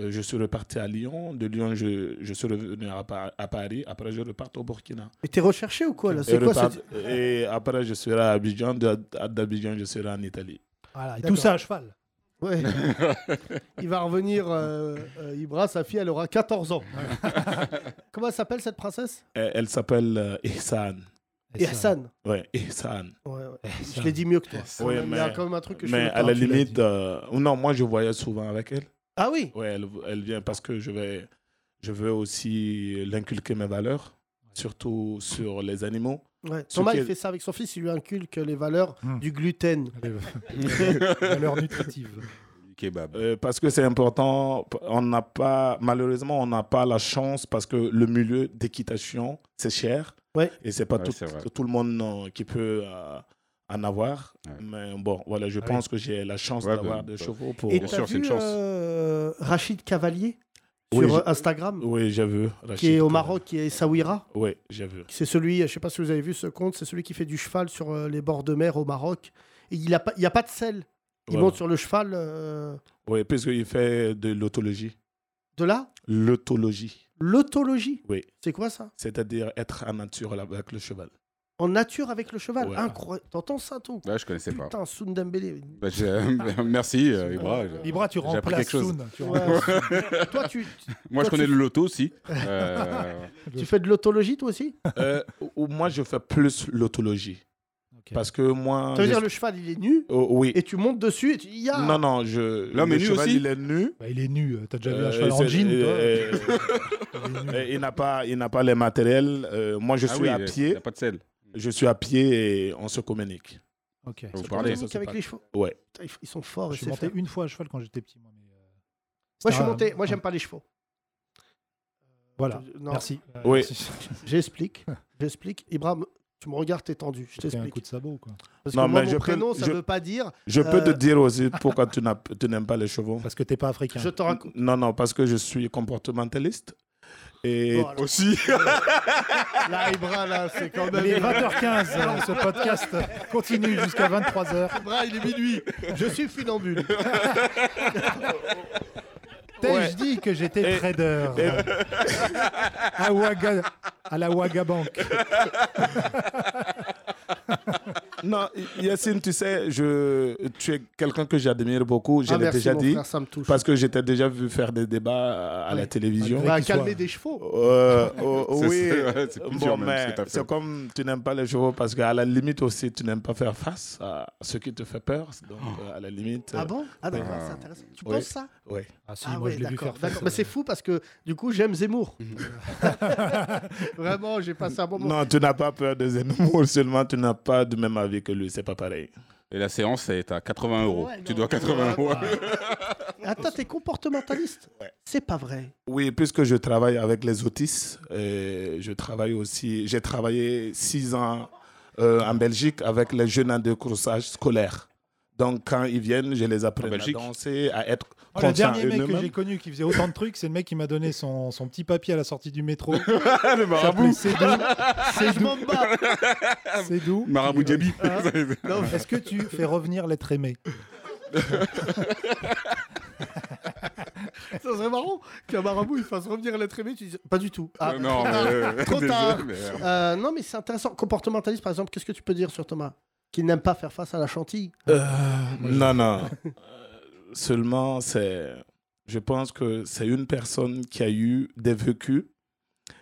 Speaker 8: euh, je suis reparti à Lyon. De Lyon, je, je suis revenu à, Pa- à Paris. Après, je repars au Burkina.
Speaker 3: Mais t'es recherché ou quoi là
Speaker 8: Et,
Speaker 3: C'est quoi
Speaker 8: repart-
Speaker 3: cette-
Speaker 8: et après, je serai à Abidjan. De- à- D'Abidjan, je serai en Italie.
Speaker 5: Voilà, et tout
Speaker 3: D'accord.
Speaker 5: ça à cheval.
Speaker 3: Ouais. Il va revenir, euh, euh, Ibra, sa fille, elle aura 14 ans. Comment elle s'appelle cette princesse
Speaker 8: Et elle s'appelle euh, Ihsan.
Speaker 3: Et
Speaker 5: ça-
Speaker 3: Hassan.
Speaker 8: Ouais, Ihsan.
Speaker 3: Ouais, ouais.
Speaker 5: et
Speaker 3: Je
Speaker 5: ça-
Speaker 3: l'ai dit mieux que toi. Il
Speaker 8: Oui,
Speaker 3: y a
Speaker 8: mais-
Speaker 3: quand même un truc que je
Speaker 8: Mais
Speaker 3: fais pas.
Speaker 8: à la
Speaker 5: tu l'as
Speaker 8: limite,
Speaker 5: dit.
Speaker 8: euh, non, moi, je voyais souvent avec elle.
Speaker 3: Ah oui
Speaker 8: Ouais, elle, elle vient parce que je, vais, je veux aussi l'inculquer mes valeurs, surtout sur les animaux.
Speaker 3: ouais.
Speaker 8: Ceux
Speaker 3: Thomas,
Speaker 8: qui-
Speaker 3: il fait ça avec son fils, il lui inculque les valeurs
Speaker 5: Hmm.
Speaker 3: du gluten.
Speaker 5: Les valeurs nutritives.
Speaker 7: du Kebab.
Speaker 8: Euh, parce que c'est important. On n'a pas, malheureusement, on n'a pas la chance parce que le milieu d'équitation, c'est cher.
Speaker 3: Ouais.
Speaker 8: Et c'est pas
Speaker 7: Ouais,
Speaker 8: tout,
Speaker 7: c'est vrai.
Speaker 8: tout le monde euh, qui peut euh, en avoir.
Speaker 7: Ouais.
Speaker 8: Mais bon, voilà, je
Speaker 5: Ah
Speaker 8: pense que j'ai la chance
Speaker 7: Ouais,
Speaker 8: d'avoir
Speaker 7: ben,
Speaker 8: des
Speaker 7: bah,
Speaker 8: chevaux pour.
Speaker 3: Et
Speaker 7: Bien
Speaker 3: t'as
Speaker 7: sûr, c'est
Speaker 3: vu
Speaker 7: une chance.
Speaker 3: euh, Rachid Cavalier
Speaker 8: Oui,
Speaker 3: sur
Speaker 8: je-
Speaker 3: euh, Instagram,
Speaker 8: Oui, j'ai vu.
Speaker 3: qui est au Maroc, qui est Sawira.
Speaker 8: Oui, j'ai vu.
Speaker 3: C'est celui, je sais pas si vous avez vu ce compte, c'est celui qui fait du cheval sur euh, les bords de mer au Maroc. Et il n'y a, pas- il y a pas de sel. Il
Speaker 8: Ouais.
Speaker 3: monte sur le cheval euh,
Speaker 8: Oui, puisqu'il fait de l'autologie.
Speaker 3: de là.
Speaker 8: L'autologie,
Speaker 3: L'autologie.
Speaker 8: Oui.
Speaker 3: C'est quoi ça
Speaker 8: c'est-à-dire être en nature avec le cheval.
Speaker 3: En nature avec le cheval.
Speaker 8: Ouais.
Speaker 3: Incroyable. T'entends ça, tout
Speaker 7: Là, je connaissais pas.
Speaker 3: Putain, Sundembele.
Speaker 7: Bah, je- Merci, euh, Ibra. Je-
Speaker 5: Libra, tu
Speaker 7: J'ai appris
Speaker 5: remplaces
Speaker 7: quelque chose.
Speaker 5: Soun. tu vois.
Speaker 3: Ouais, Sund- Toi, tu,
Speaker 7: Moi,
Speaker 3: Toi,
Speaker 7: je connais
Speaker 3: tu- Ah
Speaker 7: le loto aussi. Euh,
Speaker 3: tu fais de l'autologie, toi aussi
Speaker 8: Euh, ou- moi, je fais plus l'autologie. Parce que moi.
Speaker 3: Ça veut
Speaker 8: je-
Speaker 3: dire le cheval, il est nu,
Speaker 8: Oh, oui.
Speaker 3: et tu montes dessus, et tu dis, ya
Speaker 8: Non, non, je.
Speaker 7: L'homme
Speaker 8: le
Speaker 7: est nu
Speaker 8: cheval,
Speaker 7: aussi
Speaker 8: Il est nu.
Speaker 5: Bah, il est nu. euh, T'as déjà vu
Speaker 8: Euh,
Speaker 5: un cheval en
Speaker 8: c'est-
Speaker 5: jean toi
Speaker 8: euh, euh, Il n'a pas, il n'a pas les matériels. Euh, moi, je
Speaker 7: Ah
Speaker 8: suis
Speaker 7: oui,
Speaker 8: à
Speaker 7: il y a- Il
Speaker 8: pied.
Speaker 7: n'y a pas de sel.
Speaker 8: Je suis à pied et on se communique.
Speaker 5: Ok.
Speaker 7: Vous parlez.
Speaker 8: C'est comme ça.
Speaker 3: Communique avec
Speaker 8: pas-
Speaker 3: les chevaux.
Speaker 8: Ouais.
Speaker 3: Putain, ils f- Ils sont forts,
Speaker 5: Je
Speaker 3: et
Speaker 5: suis
Speaker 3: c'est
Speaker 5: monté
Speaker 3: fait.
Speaker 5: une fois à cheval quand j'étais petit. Moi, mais, euh,
Speaker 3: Moi, je suis
Speaker 5: Ah,
Speaker 3: monté. Moi,
Speaker 5: ah.
Speaker 3: j'aime pas les chevaux.
Speaker 5: Voilà.
Speaker 3: Je- non.
Speaker 5: Merci. Euh,
Speaker 8: Oui.
Speaker 5: C'était
Speaker 3: J'explique. J'explique. Ibrahim, tu me regardes, t'es tendu. Je
Speaker 5: un coup de
Speaker 3: t'explique.
Speaker 5: sabot, quoi.
Speaker 3: Parce
Speaker 8: Non,
Speaker 3: que moi,
Speaker 8: mais
Speaker 3: mon
Speaker 8: je peux-
Speaker 3: prénom, ça
Speaker 8: je- Ah.
Speaker 3: veut pas dire.
Speaker 8: Je peux te
Speaker 3: Euh,
Speaker 8: dire aussi pourquoi tu n'as- tu n'aimes pas les chevaux.
Speaker 5: Parce que t'es pas africain.
Speaker 3: Je te raconte.
Speaker 8: Non, non, parce que je suis comportementaliste. Et
Speaker 3: Voilà.
Speaker 8: aussi.
Speaker 3: Là, Ibrahim, là, c'est quand même.
Speaker 5: Il est 20h15, euh, ce podcast continue jusqu'à 23h.
Speaker 3: Ibrahim, il est minuit. Je suis funambule.
Speaker 5: T'ai-je dit que j'étais
Speaker 8: Et-
Speaker 5: trader à, Ouaga- à la Wagabank
Speaker 8: Non, Yacine, tu sais, je, tu es quelqu'un que j'admire beaucoup. Je
Speaker 3: Ah,
Speaker 8: l'ai
Speaker 3: merci,
Speaker 8: déjà
Speaker 3: mon
Speaker 8: dit.
Speaker 3: frère, ça me touche.
Speaker 8: Parce que j'étais déjà vu faire des débats à
Speaker 3: Ouais.
Speaker 8: la télévision.
Speaker 3: On va
Speaker 5: qu'il soit-
Speaker 3: calmer des chevaux.
Speaker 8: Euh, oh,
Speaker 7: C'est-
Speaker 8: oui,
Speaker 7: c'est- ouais, c'est plus
Speaker 8: bon,
Speaker 7: dur même, ce
Speaker 8: mais
Speaker 7: que t'as fait.
Speaker 8: c'est comme tu n'aimes pas les chevaux parce qu'à la limite aussi, tu n'aimes pas faire face à ce qui te fait peur. Donc,
Speaker 7: Oh.
Speaker 8: euh, à la limite.
Speaker 3: Ah
Speaker 8: euh,
Speaker 3: bon Ah d'accord,
Speaker 7: Ah.
Speaker 3: c'est intéressant. Tu
Speaker 8: Oui.
Speaker 3: penses ça
Speaker 8: ouais.
Speaker 5: Ah si,
Speaker 3: Ah
Speaker 5: moi
Speaker 3: ouais,
Speaker 5: je l'ai vu
Speaker 3: d'accord.
Speaker 5: faire face. euh.
Speaker 3: d'accord. Mais c'est fou parce que du coup, j'aime Zemmour. Vraiment, j'ai passé un bon moment.
Speaker 8: Non, tu n'as pas peur des animaux, seulement tu n'as pas du même avis que lui. C'est pas pareil.
Speaker 7: Et la séance est à 80 euros.
Speaker 3: Ouais,
Speaker 7: tu
Speaker 3: non,
Speaker 7: dois 80 euros.
Speaker 3: Attends, t'es comportementaliste
Speaker 8: Ouais.
Speaker 3: C'est pas vrai.
Speaker 8: Oui, puisque je travaille avec les autistes, euh, je travaille aussi. J'ai travaillé six ans euh, en Belgique avec les jeunes en décrochage scolaire. Donc, quand ils viennent, je les apprends
Speaker 7: En
Speaker 8: à
Speaker 7: Belgique
Speaker 8: danser, à être
Speaker 5: Moi, Oh, le
Speaker 8: conscients
Speaker 5: dernier mec que
Speaker 8: eux-mêmes.
Speaker 5: j'ai connu qui faisait autant de trucs, c'est le mec qui m'a donné son, son petit papier à la sortie du métro.
Speaker 7: Le
Speaker 5: S'appelait
Speaker 7: marabout.
Speaker 5: Sédou. Sédou. Sédou.
Speaker 7: Marabout Djabi.
Speaker 3: Hein Non, mais-
Speaker 5: Est-ce que tu fais revenir l'être aimé
Speaker 3: ça serait marrant qu'un marabout il fasse revenir l'être aimé. Tu dis pas du tout.
Speaker 5: Euh,
Speaker 3: Ah,
Speaker 7: non,
Speaker 3: trop tard.
Speaker 7: mais.
Speaker 3: Trop tard.
Speaker 7: désolé, mais-
Speaker 3: Euh, non, mais c'est intéressant. Comportementaliste, par exemple, qu'est-ce que tu peux dire sur Thomas Qu'il n'aime pas faire face à la chantilly.
Speaker 8: Euh, Non, non. Euh, Seulement, c'est. Je pense que c'est une personne qui a eu des vécus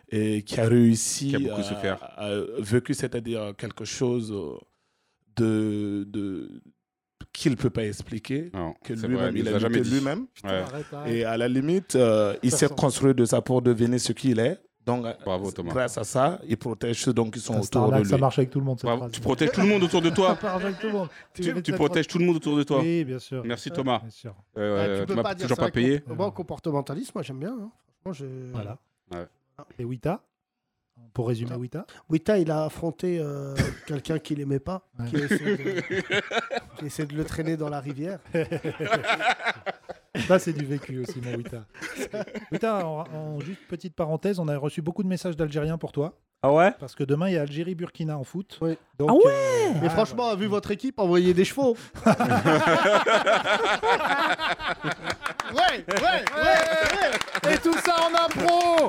Speaker 8: et qui a réussi.
Speaker 7: Qui a beaucoup
Speaker 8: à-
Speaker 7: souffert.
Speaker 8: à- vécu, c'est-à-dire quelque chose euh, de, de qu'il ne peut pas expliquer,
Speaker 7: Non,
Speaker 8: que
Speaker 7: c'est
Speaker 8: lui-même,
Speaker 7: mais
Speaker 8: il
Speaker 7: l'a
Speaker 8: a
Speaker 7: jamais
Speaker 8: vécu
Speaker 7: dit.
Speaker 8: lui-même.
Speaker 7: Ouais.
Speaker 5: Arrête, arrête.
Speaker 8: Et à la limite, euh, il s'est
Speaker 5: Personne.
Speaker 8: construit de ça pour devenir ce qu'il est. Donc, euh,
Speaker 7: Bravo, Thomas.
Speaker 8: grâce à ça, il protège ceux donc qui sont
Speaker 5: Ah, c'est un
Speaker 8: autour de
Speaker 5: arnaque,
Speaker 8: lui.
Speaker 5: ça marche avec tout le monde cette
Speaker 7: Bravo.
Speaker 5: phrase.
Speaker 7: Tu protèges tout le monde autour de toi.
Speaker 5: Ça marche avec tout le monde. Tu
Speaker 7: tu,
Speaker 5: mets
Speaker 7: tu
Speaker 5: cette
Speaker 7: protèges tout le monde autour de
Speaker 5: phrase-
Speaker 7: toi.
Speaker 5: Oui, bien sûr.
Speaker 7: Merci Thomas.
Speaker 5: Bien sûr.
Speaker 7: Euh,
Speaker 3: Ah, tu
Speaker 7: tu
Speaker 3: peux
Speaker 7: m'as
Speaker 3: pas dire
Speaker 7: toujours
Speaker 3: ça,
Speaker 7: pas payé.
Speaker 3: Moi, comportementaliste, moi j'aime bien. hein. Franchement, je-
Speaker 5: Voilà.
Speaker 7: Ouais.
Speaker 5: Et Wita Pour résumer Wita
Speaker 3: Wita, il a affronté euh, quelqu'un qu'il aimait pas,
Speaker 5: Ouais.
Speaker 3: qui, essaie de... qui essaie de le traîner dans la rivière.
Speaker 5: Ah, Ça, c'est du vécu aussi, mon Wita. Wita, en, en juste petite parenthèse, on a reçu beaucoup de messages d'Algériens pour toi.
Speaker 6: Ah ouais
Speaker 5: Parce que demain, il y a Algérie-Burkina en foot.
Speaker 3: Oui.
Speaker 5: Donc, euh,
Speaker 6: Ah
Speaker 5: ouais
Speaker 3: Mais franchement, vu votre équipe, envoyez des chevaux. hein. ouais, ouais, ouais,
Speaker 5: Et tout ça en impro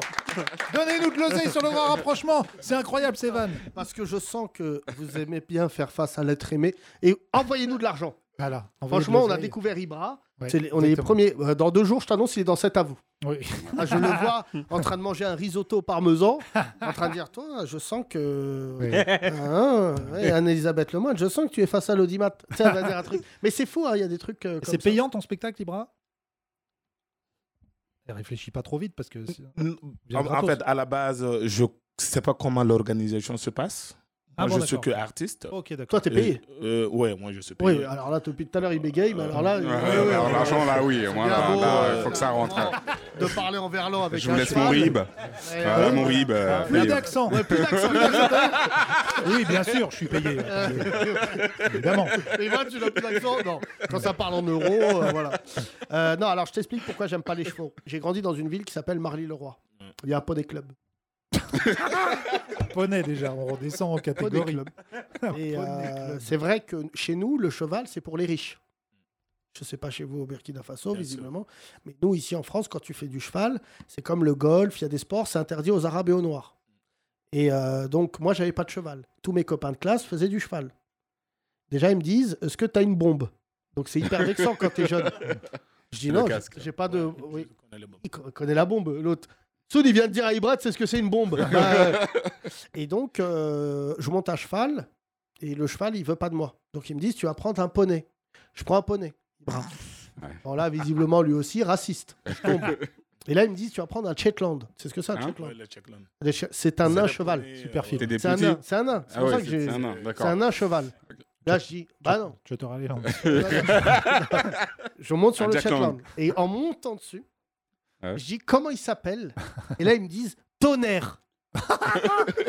Speaker 5: Donnez-nous de l'oseille sur le grand rapprochement C'est incroyable, ces vannes
Speaker 3: Parce que je sens que vous aimez bien faire face à l'être aimé. Et envoyez-nous de l'argent.
Speaker 5: Voilà. envoyez de
Speaker 3: Franchement, on a
Speaker 5: l'oseille.
Speaker 3: découvert Ibra.
Speaker 5: Ouais,
Speaker 3: C'est les- on est les
Speaker 5: exactement.
Speaker 3: premiers. Euh, Dans deux jours, je t'annonce, il est dans 7 à vous.
Speaker 5: Oui.
Speaker 3: Ah, je le vois en train de manger un risotto au parmesan, en train de dire Toi, je sens que.
Speaker 5: Oui.
Speaker 3: Hein, ouais, Anne-Elisabeth Lemoine, je sens que tu es face à l'audimat. Tu sais, elle va dire un truc. Mais c'est fou, hein, il y a des trucs. euh,
Speaker 5: Et
Speaker 3: comme
Speaker 5: C'est
Speaker 3: ça.
Speaker 5: payant ton spectacle, Ibra Et Eh, Réfléchis pas trop vite parce que. c'est-
Speaker 8: N-
Speaker 5: Vous
Speaker 8: En,
Speaker 5: êtes
Speaker 8: en
Speaker 5: gratos.
Speaker 8: fait, à la base, euh, je ne sais pas comment l'organisation se passe.
Speaker 5: Ah
Speaker 8: moi,
Speaker 5: bon,
Speaker 8: je suis que
Speaker 5: d'accord.
Speaker 8: artiste.
Speaker 5: Ok, d'accord.
Speaker 3: Toi, t'es payé.
Speaker 8: Euh, euh, ouais, moi je suis payé.
Speaker 3: Oui, ah, alors là, depuis tout à l'heure, il bégaye, mais alors là.
Speaker 7: Ouais,
Speaker 3: il-
Speaker 7: ouais,
Speaker 3: ouais,
Speaker 7: alors
Speaker 3: ouais,
Speaker 7: L'argent,
Speaker 3: ouais.
Speaker 7: là, oui. Moi,
Speaker 3: bien
Speaker 7: là,
Speaker 3: beau,
Speaker 7: là,
Speaker 3: euh,
Speaker 7: faut que ça rentre.
Speaker 3: De parler en verlan avec
Speaker 7: Je vous
Speaker 3: un
Speaker 7: laisse mon
Speaker 3: cheval.
Speaker 7: rib.
Speaker 3: Ouais,
Speaker 7: Voilà,
Speaker 3: ouais.
Speaker 7: mon rib. euh,
Speaker 5: Plein
Speaker 7: payé.
Speaker 5: d'accent
Speaker 3: Ouais, plus d'accent, plus d'accent.
Speaker 5: Oui, bien sûr, je suis payé.
Speaker 3: euh,
Speaker 5: Évidemment.
Speaker 3: Mais moi, tu n'as plus d'accent. Non, quand ça parle en euros, euh, voilà. Euh, non, alors je t'explique pourquoi j'aime pas les chevaux. J'ai grandi dans une ville qui s'appelle Marly-le-Roi. Il y a un poney club.
Speaker 5: Poney déjà, on redescend en
Speaker 3: Poney
Speaker 5: catégorie.
Speaker 3: club. Et euh, c'est vrai que chez nous, le cheval, c'est pour les riches. Je sais pas chez vous au Burkina Faso,
Speaker 8: Bien
Speaker 3: visiblement. Mais nous, ici en France, quand tu fais du cheval, c'est comme le golf, il y a des sports, c'est interdit aux Arabes et aux Noirs. Et euh, donc, moi, j'avais pas de cheval. Tous mes copains de classe faisaient du cheval. Déjà, ils me disent Est-ce que tu as une bombe Donc, c'est hyper vexant quand tu es jeune. Je dis
Speaker 7: Le
Speaker 3: Non,
Speaker 7: casque.
Speaker 3: j'ai pas de.
Speaker 8: Je
Speaker 3: oui.
Speaker 8: connais le bon.
Speaker 3: Il co- connaît la bombe, l'autre. Soud, il vient de dire à Ibrad, c'est ce que c'est une bombe. Bah, euh, et donc, euh, je monte à cheval. Et le cheval, il veut pas de moi. Donc ils me disent, tu vas prendre un poney. Je prends un poney. Bravo.
Speaker 7: Ouais.
Speaker 3: Bon là, visiblement, lui aussi, raciste. Je tombe. Et là, ils me disent, tu vas prendre un Shetland. C'est ce que c'est un
Speaker 7: Hein
Speaker 3: Shetland
Speaker 8: Ouais, le Shetland.
Speaker 3: Les che- C'est un
Speaker 8: C'est
Speaker 3: nain
Speaker 8: le
Speaker 3: cheval.
Speaker 8: poney,
Speaker 5: Super
Speaker 8: euh,
Speaker 5: film.
Speaker 7: T'es des
Speaker 3: C'est un
Speaker 7: petits.
Speaker 3: nain. C'est un nain. C'est
Speaker 7: Ah
Speaker 3: pour ça
Speaker 7: ouais,
Speaker 3: que
Speaker 7: c'est
Speaker 3: j'ai-
Speaker 7: c'est un nain,
Speaker 3: c'est un
Speaker 7: d'accord.
Speaker 3: nain cheval. Là, je dis, bah non.
Speaker 5: Je te râlais.
Speaker 3: Je monte sur
Speaker 7: Un
Speaker 3: le
Speaker 7: Ah, Jack
Speaker 3: Shetland. Et en montant dessus,
Speaker 7: Ouais.
Speaker 3: je dis comment il s'appelle. Et là, ils me disent tonnerre.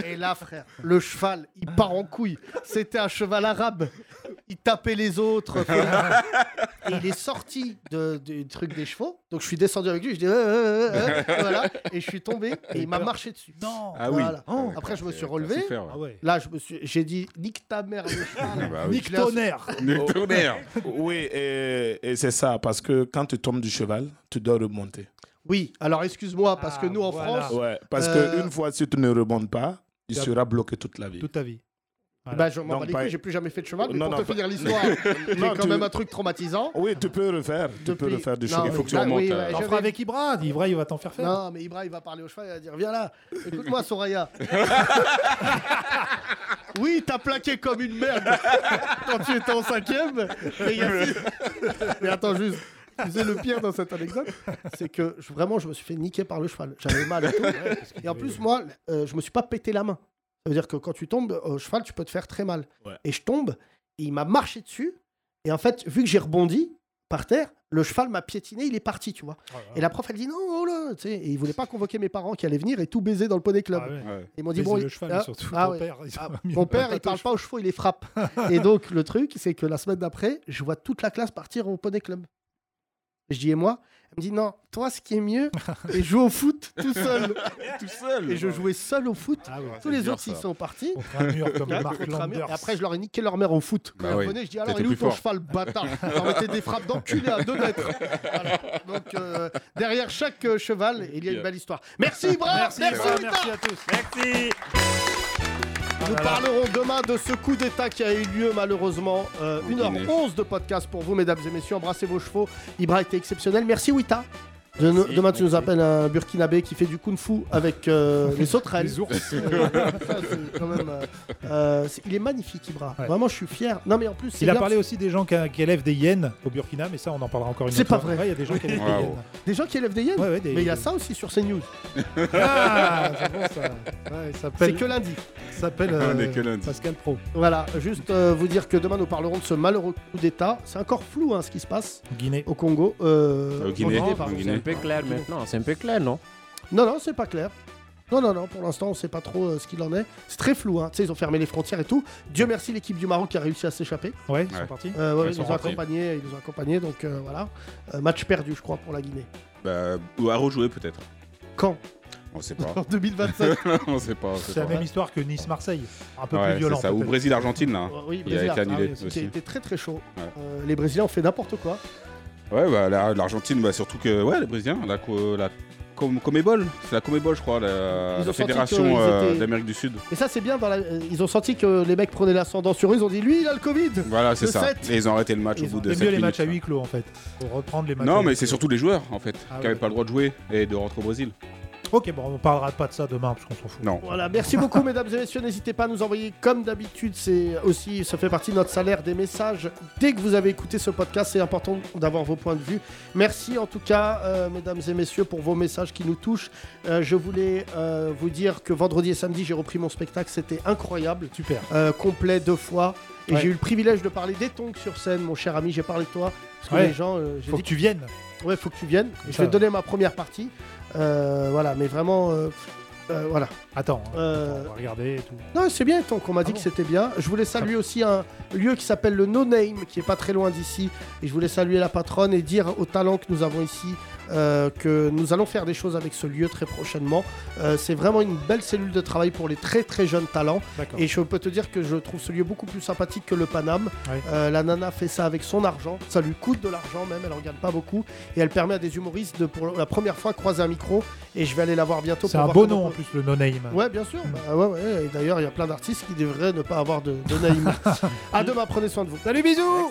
Speaker 3: et là, frère, le cheval, il part en couille. C'était un cheval arabe. Il tapait les autres. Et il est sorti de- du truc des chevaux. Donc, je suis descendu avec lui. Je dis, euh, euh, euh, euh, voilà. Et je suis tombé. Et il m'a marché dessus.
Speaker 5: Non Oh.
Speaker 7: Ah oui.
Speaker 3: Voilà.
Speaker 7: Ah ouais,
Speaker 3: Après, je me
Speaker 7: t'as-
Speaker 3: suis
Speaker 7: t'as
Speaker 3: relevé.
Speaker 7: souffert, ouais.
Speaker 5: Ah ouais.
Speaker 3: Là, je me suis- j'ai dit, nique ta mère, le cheval.
Speaker 7: Bah oui.
Speaker 3: Je
Speaker 5: Nick
Speaker 3: l'ai insu-
Speaker 5: Tonnerre
Speaker 7: Le tonnerre.
Speaker 8: Oui, et, et c'est ça, parce que quand tu tombes du cheval, tu dois remonter.
Speaker 3: Oui, alors excuse-moi, parce
Speaker 5: Ah,
Speaker 3: que nous, en
Speaker 5: voilà.
Speaker 3: France,
Speaker 8: Ouais, parce
Speaker 3: Euh,
Speaker 8: qu'une fois, si tu ne remontes pas, il
Speaker 5: Yep.
Speaker 8: sera bloqué toute la vie.
Speaker 5: toute ta vie. Voilà.
Speaker 3: Bah, je m'en
Speaker 8: Donc,
Speaker 3: bats les
Speaker 8: pas-
Speaker 3: couilles, j'ai plus jamais fait de cheval, mais
Speaker 8: Non,
Speaker 3: pour
Speaker 8: non,
Speaker 3: te
Speaker 8: pas-
Speaker 3: finir l'histoire, j'ai
Speaker 8: Non,
Speaker 3: quand
Speaker 8: tu-
Speaker 3: même un truc traumatisant.
Speaker 8: Oui, tu peux refaire. Tu peux
Speaker 3: Depuis-
Speaker 8: refaire du
Speaker 3: Non,
Speaker 8: cheval.
Speaker 7: Il faut que tu
Speaker 3: là, oui, Bah,
Speaker 7: remontes.
Speaker 3: ouais,
Speaker 7: euh,
Speaker 5: T'en
Speaker 3: je-
Speaker 5: feras avec Ibra, Ibra il va t'en faire faire.
Speaker 3: Non, mais Ibra, il va parler au cheval, il va dire, viens là, écoute-moi, Soraya. oui, t'as plaqué comme une merde quand tu étais en cinquième. Mais Yacine- mais attends juste. Tu sais, le pire dans cette anecdote, c'est que je- vraiment, je me suis fait niquer par le cheval. J'avais mal. Et, tout. Et en plus, moi, euh, je me suis pas pété la main. Ça veut dire que quand tu tombes au cheval, tu peux te faire très mal.
Speaker 8: Ouais.
Speaker 3: Et je tombe, et il m'a marché dessus. Et en fait, vu que j'ai rebondi par terre, le cheval m'a piétiné, il est parti, tu vois.
Speaker 5: Ah,
Speaker 3: Et la prof, elle dit non, oh là, tu sais. Et ils voulaient pas convoquer mes parents qui allaient venir et tout baiser dans le poney club.
Speaker 5: Ah ouais.
Speaker 7: Ouais.
Speaker 3: Ils m'ont dit, bon,
Speaker 5: Baiser le
Speaker 3: il-
Speaker 5: cheval,
Speaker 3: ah,
Speaker 5: mais surtout
Speaker 3: ah
Speaker 5: ton
Speaker 3: ouais.
Speaker 5: père. ils
Speaker 3: Ah,
Speaker 5: ont mis
Speaker 3: mon
Speaker 5: un
Speaker 3: père, il
Speaker 5: tatouage.
Speaker 3: parle pas aux chevaux, il les frappe. et donc, le truc, c'est que la semaine d'après, je vois toute la classe partir au poney club. Je dis, et moi Elle me dit, non, toi, ce qui est mieux, c'est jouer au foot tout seul.
Speaker 7: Tout seul.
Speaker 3: et je jouais seul au foot.
Speaker 5: Ah ouais.
Speaker 3: Tous les
Speaker 7: dur,
Speaker 3: autres, ils
Speaker 7: ça.
Speaker 3: sont partis.
Speaker 5: Contre un mur comme
Speaker 3: Ouais,
Speaker 5: Mark
Speaker 3: contre un mur.
Speaker 5: Landers.
Speaker 3: Et après, je leur ai niqué leur mère au foot.
Speaker 7: Bah
Speaker 3: Les
Speaker 7: oui.
Speaker 3: Japonais, je dis alors,
Speaker 7: T'étais
Speaker 3: il est où
Speaker 7: plus
Speaker 3: ton
Speaker 7: fort.
Speaker 3: cheval, bâtard Alors, mettait des frappes d'enculé à deux mètres. Voilà. Donc, euh, derrière chaque euh, cheval, il y a une belle histoire. Merci, Ibra Merci,
Speaker 5: Ibra,
Speaker 3: Wita
Speaker 5: merci à tous.
Speaker 6: Merci.
Speaker 3: Nous parlerons demain de ce coup d'État qui a eu lieu, malheureusement. Euh,
Speaker 7: Au Guinée.
Speaker 3: 1h11 de podcast pour vous, mesdames et messieurs. Embrassez vos chevaux. Ibra était exceptionnel. Merci, Wita. De-
Speaker 6: Merci,
Speaker 3: demain, tu nous
Speaker 6: merci.
Speaker 3: appelles un Burkinabé qui fait du kung-fu avec euh, les sauterelles.
Speaker 5: Les ours.
Speaker 3: Euh, ça, c'est quand même, euh, euh, c'est- il est magnifique, Ibra.
Speaker 5: Ouais.
Speaker 3: Vraiment, je suis fier. Non, mais en plus, c'est
Speaker 5: Il a
Speaker 3: bien
Speaker 5: parlé aussi des gens qui, qui élèvent des hyènes au Burkina, mais ça, on en parlera encore une autre
Speaker 3: C'est pas
Speaker 5: fois.
Speaker 3: vrai.
Speaker 5: Ouais, Il y a des gens qui élèvent
Speaker 7: Waouh.
Speaker 5: des hyènes.
Speaker 3: parce que des gens qui élèvent des hyènes.
Speaker 5: Ouais, ouais, des-
Speaker 3: Mais il y a ça aussi sur CNews.
Speaker 5: Ah, c'est bon ça. Ouais, il
Speaker 3: C'est
Speaker 5: s'appelle.
Speaker 3: que lundi.
Speaker 5: s'appelle euh,
Speaker 7: On est que lundi.
Speaker 5: Pascal Pro.
Speaker 3: Voilà, juste euh, vous dire que demain nous parlerons de ce malheureux coup d'État. C'est encore flou hein, ce qui se passe
Speaker 5: Guinée.
Speaker 3: au Congo. euh,
Speaker 7: Au Guinée.
Speaker 3: en
Speaker 7: En
Speaker 3: pardon.
Speaker 7: Guinée.
Speaker 6: C'est un peu clair maintenant. C'est un peu clair, non
Speaker 3: Non, non, c'est pas clair. Non, non, non, pour l'instant, on sait pas trop euh, ce qu'il en est. C'est très flou, hein. Tu sais, ils ont fermé les frontières et tout. Dieu merci l'équipe du Maroc qui a réussi à s'échapper.
Speaker 5: Ouais, ils
Speaker 7: Ouais.
Speaker 5: sont partis.
Speaker 3: Euh, ouais,
Speaker 7: Ils
Speaker 3: ils,
Speaker 7: sont
Speaker 3: nous ont
Speaker 7: rentrés.
Speaker 3: accompagnés, ils nous ont accompagnés, donc euh, voilà. Euh, match perdu, je crois, pour la Guinée.
Speaker 7: Bah, ou à rejouer peut-être.
Speaker 3: Quand
Speaker 7: On sait pas.
Speaker 3: En 2027.
Speaker 7: on sait pas. on sait
Speaker 5: C'est la
Speaker 7: pas.
Speaker 5: même histoire que Nice-Marseille. Un peu
Speaker 7: Ouais,
Speaker 5: plus violent.
Speaker 7: c'est ça. Ou
Speaker 5: peut-être.
Speaker 7: Brésil-Argentine là.
Speaker 3: Oh, oui,
Speaker 7: Il a
Speaker 3: Brésil, hein,
Speaker 7: été annulé
Speaker 5: oui, c'est-
Speaker 3: qui a
Speaker 7: aussi.
Speaker 3: été très très chaud.
Speaker 7: Ouais.
Speaker 3: Euh, les Brésiliens ont fait n'importe quoi.
Speaker 7: Ouais, bah, la- l'Argentine, bah, surtout que ouais, les Brésiliens, la, co- la com- Comébol, c'est la Comébol, je crois, la,
Speaker 3: Ils ont
Speaker 7: la
Speaker 3: senti
Speaker 7: Fédération
Speaker 3: qu'ils
Speaker 7: euh,
Speaker 3: étaient-
Speaker 7: d'Amérique du Sud.
Speaker 3: Et ça, c'est bien. Dans la... euh, Ils ont senti que les mecs prenaient l'ascendant sur eux. Ils ont dit lui, il a le Covid.
Speaker 7: Voilà, c'est
Speaker 3: Le
Speaker 7: ça.
Speaker 3: sept.
Speaker 7: Et ils ont arrêté le match au
Speaker 5: Ils
Speaker 7: bout
Speaker 5: ont-
Speaker 7: de
Speaker 5: J'aime
Speaker 7: 7
Speaker 5: mieux les
Speaker 7: minutes,
Speaker 5: matchs à
Speaker 7: quoi.
Speaker 5: huis clos en fait. Pour reprendre les matchs. à
Speaker 7: Non,
Speaker 5: huis
Speaker 7: mais c'est
Speaker 5: clos.
Speaker 7: surtout les joueurs, en fait,
Speaker 5: Ah
Speaker 7: qui
Speaker 5: ouais.
Speaker 7: n'avaient pas le droit de jouer et de rentrer au Brésil.
Speaker 5: Ok, bon, on parlera pas de ça demain parce qu'on s'en fout.
Speaker 7: Non.
Speaker 3: Voilà, merci beaucoup mesdames et messieurs, n'hésitez pas à nous envoyer comme d'habitude, c'est aussi ça fait partie de notre salaire des messages. Dès que vous avez écouté ce podcast, c'est important d'avoir vos points de vue. Merci en tout cas euh, mesdames et messieurs pour vos messages qui nous touchent. Euh, je voulais euh, vous dire que vendredi et samedi, j'ai repris mon spectacle, c'était incroyable,
Speaker 5: Super.
Speaker 3: euh, complet deux fois et
Speaker 5: Ouais.
Speaker 3: j'ai eu le privilège de parler des tongs sur scène, mon cher ami, j'ai parlé de toi parce que
Speaker 5: Ouais.
Speaker 3: les gens euh, j'ai
Speaker 5: Faut
Speaker 3: dit
Speaker 5: que tu viennes.
Speaker 3: Ouais, faut que tu viennes. je vais
Speaker 5: ça, ouais.
Speaker 3: te donner ma première partie. Euh, voilà, mais vraiment euh, euh, voilà.
Speaker 5: Attends, hein,
Speaker 3: Euh,
Speaker 5: attends, on va regarder et tout.
Speaker 3: Non, c'est bien, donc on m'a dit
Speaker 5: Ah bon
Speaker 3: que c'était bien. Je voulais saluer aussi un lieu qui s'appelle le No Name, qui est pas très loin d'ici. Et je voulais saluer la patronne et dire aux talents que nous avons ici euh, que nous allons faire des choses avec ce lieu très prochainement. Euh, c'est vraiment une belle cellule de travail pour les très très jeunes talents.
Speaker 5: D'accord.
Speaker 3: Et je peux te dire que je trouve ce lieu beaucoup plus sympathique que le Paname.
Speaker 5: Ouais.
Speaker 3: Euh, la nana fait ça avec son argent. Ça lui coûte de l'argent même, elle en gagne pas beaucoup. Et elle permet à des humoristes de pour la première fois croiser un micro. Et je vais aller la voir bientôt.
Speaker 5: C'est
Speaker 3: pour
Speaker 5: un
Speaker 3: voir
Speaker 5: beau
Speaker 3: comment-
Speaker 5: nom en plus, le no name.
Speaker 3: Ouais, bien sûr. Bah, ouais, ouais. Et D'ailleurs, il y a plein d'artistes qui devraient ne pas avoir de, de naïm. à demain, prenez soin de vous. Salut, bisous